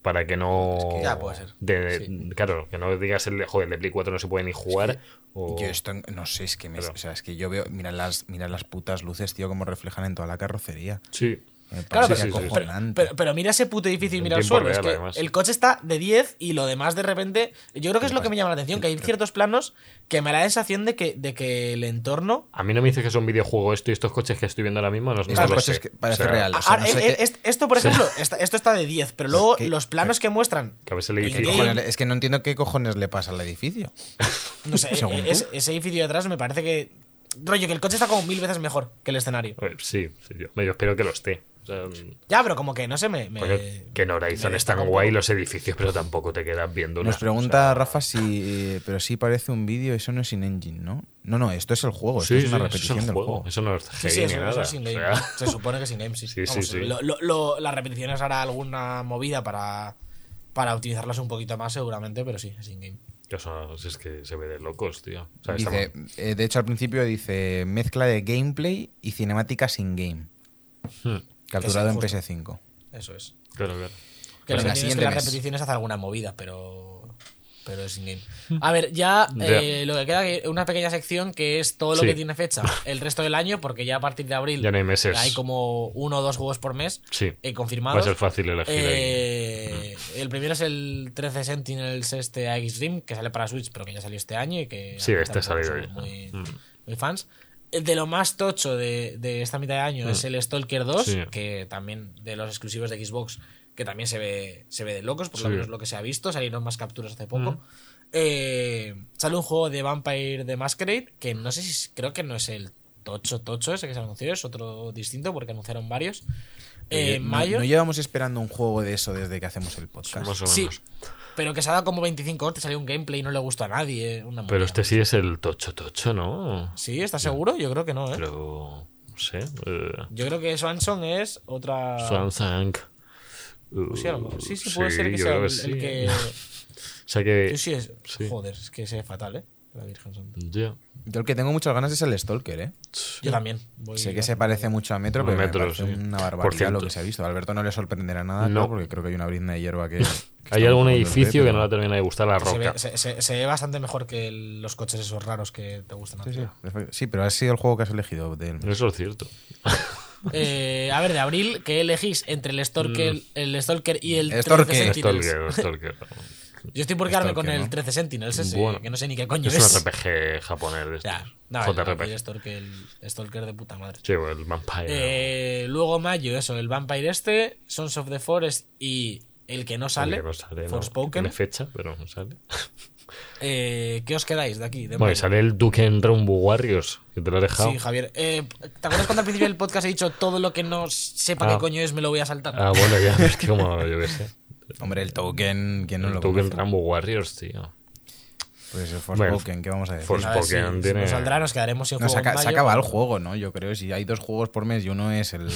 A: Para que no.
C: que ya puede ser.
A: de- Claro, que no digas el de, joder, el de Play 4 no se puede ni jugar. o-
B: Yo esto en- no sé, es que me,
A: Pero-
B: o sea, es que yo veo, mira las, mira las putas luces, tío, como reflejan en toda la carrocería.
A: Sí.
B: Me
C: Claro,
B: parece
A: sí, sí, sí.
C: pero, pero,
B: acojonante.
C: pero- pero mira ese puto edificio y
A: En
C: mira el
A: tiempo
C: suelo. es
A: real,
C: que
A: además.
C: el coche está de 10 y lo demás de repente. Yo creo que es lo que me llama la atención, que hay ciertos planos que me da la sensación de que, de que el entorno.
A: A mí no me dices que son videojuegos esto y estos coches que estoy viendo ahora mismo. No, no
B: Estos
A: lo
B: coches
A: sé.
B: que parece
A: O sea,
B: real. o
C: Ah,
B: sea, no
C: ah,
B: sé
C: eh,
B: qué-
C: est- esto, por ejemplo, está- esto está de 10, pero luego
B: que-
C: los planos que muestran.
A: Que a veces le
C: en
A: dices,
C: game,
A: "Cojones,
B: cojones, es que no entiendo qué cojones le pasa al edificio.
A: [laughs]
C: no sé,
B: según
C: eh,
B: tú.
C: es- ese edificio de atrás me parece que. Rollo, que el coche está como mil veces mejor que el escenario.
A: Eh, Sí, sí, yo, yo espero que lo esté. O sea, mm,
C: Ya, pero como que no sé, me. me-
A: porque que en Horizon
C: me
A: están
C: destaca un
A: guay
C: poco.
A: los edificios, pero tampoco te quedas viendo
B: Nos
A: nada.
B: pregunta
A: O sea,
B: Rafa si. Pero sí parece un vídeo, eso no es sin engine, ¿no? No, no, esto es el juego, "Oh, esto
A: Sí,
B: es
A: sí,
B: una
A: eso es
B: repetición
A: el
B: del
A: juego,
B: juego.
A: Eso no es
C: Sí,
A: CGI
C: sí,
A: ni
C: eso, eso
A: nada.
C: es sin
A: o
C: game.
A: sea,
C: Se supone que sin game, sí.
A: Sí, sí, sí.
C: lo- lo- lo- las repeticiones hará alguna movida para, para optimizarlas un poquito más, seguramente, pero sí, es sin game.
A: [laughs] que son- es que se ve de locos, tío. O sea,
B: Dice,
A: estamos-
B: eh, de hecho, al principio dice mezcla de gameplay y cinemática sin game.
A: Hmm,
B: Capturado en
C: justo.
B: PS5.
C: Eso es.
A: [laughs] claro, claro.
C: Que lo
A: Pues
B: Venga,
C: que tiene es que
B: siguiente
C: las
B: mes.
C: repeticiones hace alguna movida, pero. pero es in-game. A ver, ya
A: Ya.
C: eh, lo que queda es una pequeña sección que es todo lo
A: Sí.
C: que tiene fecha el resto del año, porque ya a partir de abril
A: Ya no hay meses.
C: hay como uno o dos juegos por mes
A: Sí.
C: eh,
A: Va a
C: confirmados.
A: ser fácil elegir ahí.
C: Eh, el primero es el 13 Sentinels este Extreme, que sale para Switch, pero que ya salió este año y que
A: Sí, este ha
C: tampoco
A: salido
C: somos
A: ya.
C: muy,
A: Mm.
C: muy fans. El De lo más tocho de, de esta mitad de año es el Stalker 2,
A: Mm. Sí.
C: que también de los exclusivos de Xbox, que también se ve, se ve de locos, por lo
A: Sí. Mm.
C: menos lo que se ha visto, salieron más capturas hace poco. Eh, sale un juego de Vampire the Masquerade, que no sé si es- creo que no es el tocho tocho ese que se anunció, es otro distinto porque anunciaron varios. Eh,
B: Oye, no-
C: mayo.
B: No, llevamos esperando un juego de eso desde que hacemos el podcast.
A: Más o menos.
C: Sí, pero que se ha dado como 25 horas, te salió un gameplay y no le gusta a nadie. eh, Una movida.
A: Pero este sí es el tocho tocho, ¿no?
C: Sí, ¿estás seguro? Yo creo que no, ¿eh?
A: Pero. No sé. eh,
C: Yo creo que Swanson es otra...
A: Swansang. Uh,
C: Ah. Pues Sí, a lo mejor. sí, sí, puede ser que
A: yo
C: sea
A: creo
C: el,
A: sí.
B: [laughs]
C: el que...
A: [laughs] O sea que.
C: Yo sí es...
A: sí.
C: Joder, es que sé fatal, ¿eh? La Virgen Santa.
A: Ya.
B: Yo el que tengo muchas ganas es el Stalker, ¿eh?
C: Yo también. voy-
B: Sé que se parece mucho a Metro,
A: A
B: pero
A: Metro,
B: me parece
A: sí.
B: una
A: Por
B: barbaridad
A: cierto.
B: lo que se ha visto. A Alberto no le sorprenderá nada,
A: No.
B: claro, porque creo que hay una brizna de hierba
A: [laughs]
B: que... que
A: Hay
B: está
A: algún
B: un poco
A: edificio que
B: verde,
A: no la
B: pero-
A: termina de gustar la
C: Se
A: roca.
C: ve, se- se- se ve bastante mejor que el- los coches esos raros que te gustan. a ti.
B: Sí, sí, perfecto. Sí, pero ha sido el juego que has elegido del...
A: Eso es cierto.
C: Eh, a ver, de abril, ¿qué elegís entre el Stalker, el Stalker y el 13
B: Mm. Stalker.
C: Sentinels?
A: Stalker,
C: [laughs]
A: Stalker.
C: Yo estoy por quedarme con
B: Stalker,
C: el
B: ¿no?
C: 13 Sentinels ese,
A: Bueno.
C: que no sé ni qué coño es.
A: Es un RPG japonés. de estos.
C: Ya, no, el-
A: JRPG.
C: el Stalker, el Stalker de puta madre.
A: Sí, o el Vampire.
C: Eh, luego mayo, eso, el Vampire este, Sons of the Forest y el que no sale,
A: que no sale, no.
C: Forspoken.
A: Tiene fecha, pero no sale.
C: Eh, ¿Qué os quedáis de aquí? De
A: Bueno,
C: mayo?
A: y sale el Duke en Rumble Warriors, que te lo he dejado.
C: Sí, Javier. Eh, ¿Te acuerdas cuando al principio del podcast he dicho todo lo que no sepa
A: Ah.
C: qué coño es, me lo voy a saltar?
A: ah, bueno, ya, es que como yo qué
C: [laughs]
A: sé.
B: Hombre, el Token, ¿quién no
A: el
B: lo
A: Duke en
B: conoce?
A: Rumble Warriors, tío.
B: Pues el
A: Bueno,
B: Forspoken, ¿qué vamos a decir?
A: Fors-
C: Pues A ver si-
A: Forspoken
C: si
A: pues tiene-
C: nos saldrá, nos quedaremos sin
B: No,
C: juego
B: se,
C: en
B: aca- se
C: mayo.
B: acaba el juego, ¿no? Yo creo, si hay dos juegos por mes y uno es el...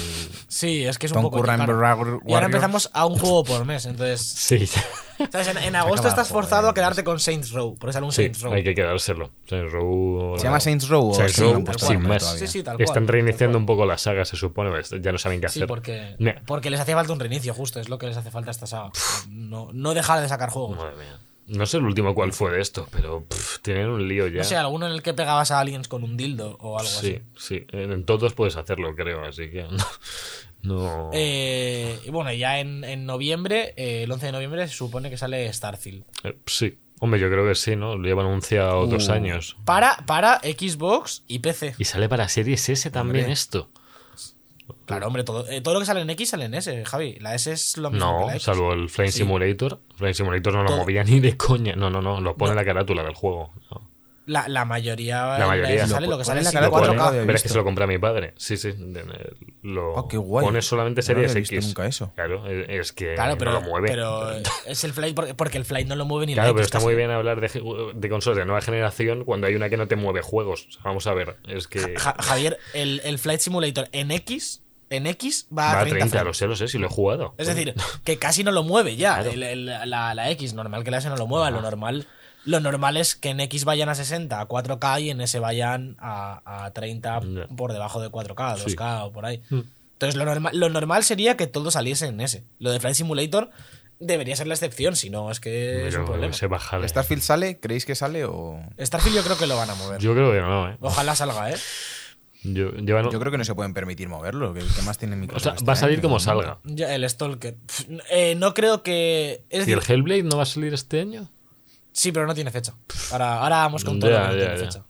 C: Sí, es que es un
B: Tom
C: poco...
B: Curran
C: claro.
B: Warrior-
C: Y ahora empezamos a un juego por mes, entonces...
A: Sí,
C: ¿sabes? En, en agosto
B: acaba el
C: estás
B: juego,
C: forzado
B: eh.
C: a quedarte con Saints Row, porque sale un
A: sí
C: [laughs] Saints Row.
A: hay que quedárselo. Saints Row-
B: ¿Se llama Saints Row o
A: Saints
B: es que no lo
A: Row,
B: han puesto
A: sin
B: nombre
A: más.
B: todavía?
C: Sí, sí, tal cual.
A: Están
C: tal
A: reiniciando
C: cual.
A: un poco la saga, se supone. pero Ya no saben qué hacer.
C: Sí, porque,
A: Ne-
C: porque les hacía falta un reinicio, justo, es lo que les hace falta a esta saga. No, no dejar de sacar juegos.
A: Madre mía. No sé el último cuál fue de estos, pero pff, tienen un lío ya.
C: No sé, alguno en el que pegabas a aliens con un dildo o algo
A: sí,
C: así.
A: sí. En en todos puedes hacerlo, creo, así que no. [laughs] no-
C: Eh, y bueno, ya en, en noviembre, eh, el 11 de noviembre, se supone que sale Starfield.
A: eh, sí. Hombre, yo creo que sí, ¿no? Lo llevan anunciado dos
B: Uh.
A: años.
C: Para, para Xbox y PC.
A: Y sale para Series S también esto.
C: Claro, hombre, todo, eh, todo lo que sale en X sale en S, Javi. La S es lo mismo que
A: No,
C: la X.
A: salvo el Flame
C: Sí.
A: Simulator. Flame Simulator no lo
C: Todo.
A: movía ni de coña. No, no, no. Lo pone en la carátula del juego. No.
C: La, la mayoría,
A: La mayoría.
C: en S sale
B: Lo
C: lo que
B: pone
C: sale
B: en
C: en
B: la cara,
C: la
A: Pone-
C: 4K.
B: lo había
A: verás que
B: visto.
A: se lo compré a mi padre. Sí, sí. de- de- Lo
C: Ah,
B: Oh, qué guay.
A: Pone solamente
B: No lo había
A: Series
B: visto
A: X.
B: nunca eso.
A: Claro, es es que
C: Claro, pero,
A: eh, no lo mueve.
C: pero es el Flight porque, porque el Flight no lo mueve ni la
A: Claro,
C: X,
A: pero está
C: casi.
A: muy bien hablar de, ge- de consolas de nueva generación cuando hay una que no te mueve juegos. O sea, vamos a ver, es que
C: Ja- Javier, el, el Flight Simulator en X, en X va a
A: va a
C: 30,
A: 30,
C: frames.
A: lo sé, lo sé, si lo he jugado.
C: Es decir, que casi no lo mueve ya.
A: Claro. Ah.
C: el- el- la, la X, normal que la S no lo mueva. Lo normal lo normal es que en X vayan a 60, a 4K y en S vayan a, a 30
A: Ya.
C: por debajo de 4K,
A: Sí.
C: 2K o por ahí. Entonces, lo, norma- lo normal sería que todo saliese en S. Lo de Flight Simulator debería ser la excepción, si no, es que es un
A: Pero
C: problema.
A: se baja de-
B: ¿Starfield sale? ¿Creéis que sale o...?
C: Starfield yo creo que lo van a mover.
A: Yo creo que no, ¿eh?
C: Ojalá salga, ¿eh?
A: Yo, llevan-
B: Yo creo que no se pueden permitir moverlo, que el que más tiene
A: o
B: Microsoft
A: sea,
B: este
A: va a salir
B: año,
A: como
B: ¿no?
A: salga.
C: Ya, el Stalker. Pf, eh, no creo que. Es
A: ¿Y el
C: decir,
A: Hellblade no va a salir este año?
C: sí, pero no tiene fecha. Ahora, ahora vamos con todo
A: Ya,
C: lo que no
A: ya,
C: tiene
A: ya.
C: fecha.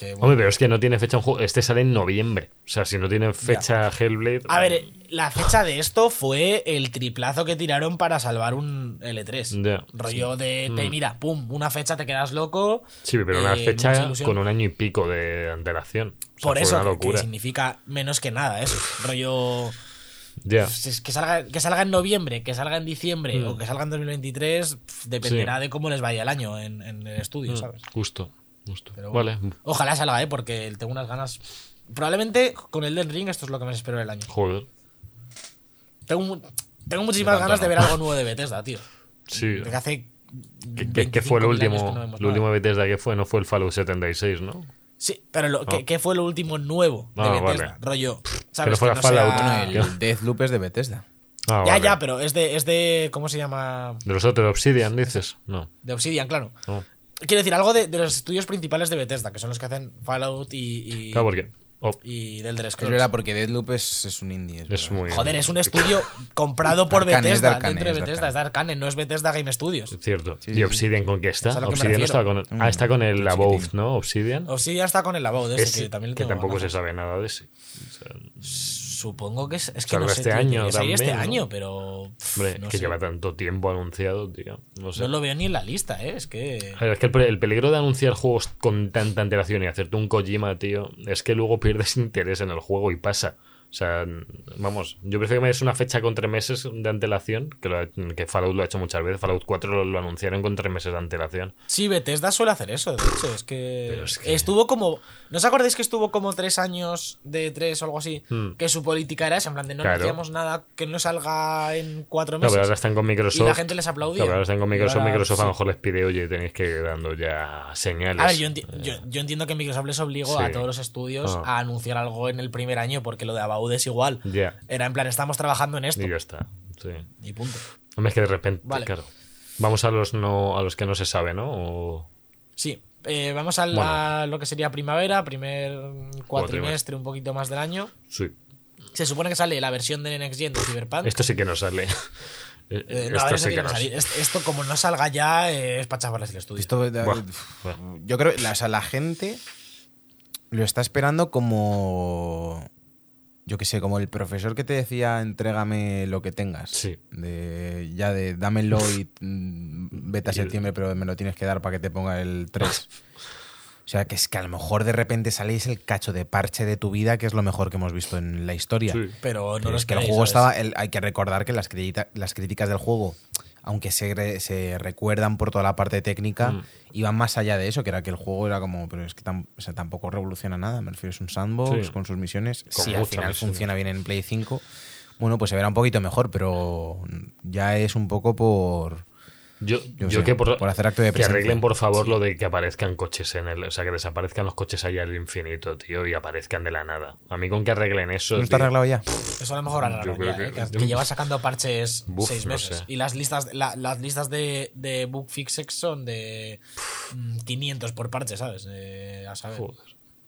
C: Que, bueno.
A: Hombre, pero es que no tiene fecha un juego. Este sale en noviembre. O sea, si no tiene fecha Hellblade.
C: A ver, eh, la fecha de esto fue el triplazo que tiraron para salvar un L3.
A: Ya. Mm.
C: Rollo de, te mira, pum, una fecha te quedas loco.
A: Sí, pero una
C: eh, mucha
A: fecha
C: ilusión.
A: con un año y pico de antelación. O sea,
C: Por
A: fue
C: eso,
A: Una
C: que- que
A: locura.
C: significa menos que nada eso. Rollo.
A: Ya. Mm.
C: si es Que salga, que salga en noviembre, que salga en diciembre o que salga en 2023, pf, dependerá
A: Sí.
C: de cómo les vaya el año en, en el estudio, ¿sabes?
A: Justo. Justo.
C: Pero
A: vale.
C: bueno, Ojalá salga, ¿eh? Porque tengo unas ganas. Probablemente con el del Ring esto es lo que más espero del año.
A: Joder.
C: Tengo, mu- tengo muchísimas ganas de ver algo nuevo de Bethesda, tío.
A: Sí.
C: Porque hace.
A: Que, que- que fue lo
C: 25.000
A: último,
C: años que no vemos
A: lo último
C: nada.
A: de Bethesda que fue, no fue el Fallout 76, ¿no?
C: Sí, pero lo, ¿qué, qué fue lo último nuevo de
A: Ah,
C: Bethesda?
A: vale.
C: Rollo. ¿sabes?
A: fuera
C: que no
A: Fallout,
C: sea-
B: Bueno, el Deathloop es de Bethesda.
A: Ah,
C: ya,
A: vale.
C: ya, pero es de, es de. ¿Cómo se llama?
A: De los otros Obsidian, dices. No.
C: De Obsidian, claro.
A: no.
C: Quiero decir, algo de, de los estudios principales de Bethesda, que son los que hacen Fallout y. y
A: Claro, porque. oh,
C: Y del Elder
B: Es
C: Scrolls.
B: verdad, porque Deadloop es, es un indie. Es
A: es
B: verdad.
A: muy.
C: Joder, es un estudio comprado por
B: Arcane, es de
C: Bethesda.
B: Arcane,
C: dentro de
B: es de
C: Bethesda, es de Arcane, no es Bethesda Game Studios.
A: Cierto.
B: Sí, Mm. sí,
A: ¿Y Obsidian con qué está?
C: Es a lo que me
A: Obsidian no
C: refiero.
A: estaba con. Ah, está con el Above,
B: chiquitín.
A: ¿no? Obsidian.
C: Obsidian está con el lavado de Oh, ese,
A: Ese,
C: que también le
A: que
C: tengo
A: tampoco se
C: ganas.
A: sabe nada de ese.
C: Supongo que es, es que
A: Salga
C: no sé,
A: este
C: tío,
A: año
C: tiene que salir este
A: también, ¿no?
C: año, pero. pff,
A: Hombre,
C: no
A: que
C: sé.
A: lleva tanto tiempo anunciado, tío. No sé.
C: No lo veo ni en la lista, ¿eh? Es que.
A: A ver, es que el, pe- el peligro de anunciar juegos con tanta antelación y hacerte un Kojima, tío, es que luego pierdes [laughs] interés en el juego y pasa. O sea, n- vamos, yo prefiero que me des una fecha con tres meses de antelación, que, lo ha- que Fallout lo ha hecho muchas veces. Fallout 4 lo, lo anunciaron con tres meses de antelación.
C: Sí, Bethesda suele hacer eso, de hecho. Es que,
A: Pero es que-
C: estuvo como. ¿No os acordáis que estuvo como tres años de tres o algo así?
A: Hmm.
C: Que su política era esa, en plan de no
A: Claro.
C: anunciamos nada que no salga en cuatro
A: No,
C: meses.
A: pero ahora están con Microsoft.
C: Y la gente les aplaudía.
A: Claro, ahora están con Microsoft.
C: Ahora,
A: Microsoft a
C: sí.
A: lo mejor les pide, oye, tenéis que ir dando ya señales.
C: A ver, yo, enti- yo, yo entiendo que Microsoft les obligó
A: Eh. Sí.
C: a todos los estudios
A: Ah.
C: a anunciar algo en el primer año, porque lo de Abaud es igual.
A: Ya.
C: Era en plan, estamos trabajando en esto.
A: Y ya está. Sí.
C: Y punto.
A: Hombre, es que de repente,
C: Vale.
A: claro. Vamos a los no, a los que no se sabe, ¿no? O-
C: Sí, eh, vamos a la- lo que sería primavera, primer cuatrimestre, un poquito más del año.
A: Sí.
C: Se supone que sale la versión de Next Gen de Cyberpunk.
A: Esto sí que no sale. Eh,
C: Eh, no, a
A: [laughs] Esto
C: ver, eso
A: sí que
C: tiene
A: no
C: que salir.
A: sale.
C: Est- Esto, como no salga ya, eh, es para chafarles el estudio.
B: Esto, da-
A: Buah,
B: uf,
A: buah.
B: yo creo que o sea, la gente lo está esperando como. Yo qué sé, como el profesor que te decía, entrégame lo que tengas.
A: Sí.
B: De, ya de dámelo
A: [laughs]
B: y mm, vete a septiembre, pero me lo tienes que dar para que te ponga el 3. O sea, que es que a lo mejor de repente salís el cacho de parche de tu vida, que es lo mejor que hemos visto en la historia.
A: Sí.
C: Pero no
B: Pero
C: lo
B: es que el
C: esperéis,
B: juego
C: ¿sabes?
B: estaba. el- hay que recordar que las, crítica- las críticas del juego, aunque se, re- se recuerdan por toda la parte técnica,
A: Mm.
B: iban más allá de eso, que era que el juego era como. Pero es que tam- o sea, tampoco revoluciona nada. Me refiero, es un sandbox
A: Sí.
B: con sus misiones.
A: Con
B: si al
A: muchas
B: final
A: misiones.
B: funciona bien en Play 5, bueno, pues se verá un poquito mejor, pero ya es un poco por.
A: Yo,
B: Yo
A: yo
B: sé,
A: que por,
B: por hacer acto de
A: que
B: presencia.
A: arreglen por favor lo de que aparezcan coches en el, o sea que desaparezcan los coches allá al infinito, tío, y aparezcan de la nada. A mí con que arreglen eso,
B: ¿No está
A: tío,
B: arreglado ya?
C: Eso a lo mejor ahora
A: Yo
C: no,
A: creo
C: ya, ¿eh?
A: que-
C: que, que lleva sacando parches
A: Buf,
C: seis
A: no
C: meses.
A: sé.
C: Y las listas, la- las listas de, de bug fixes son de mm, 500 por parche, ¿sabes? Eh, a saber.
A: joder.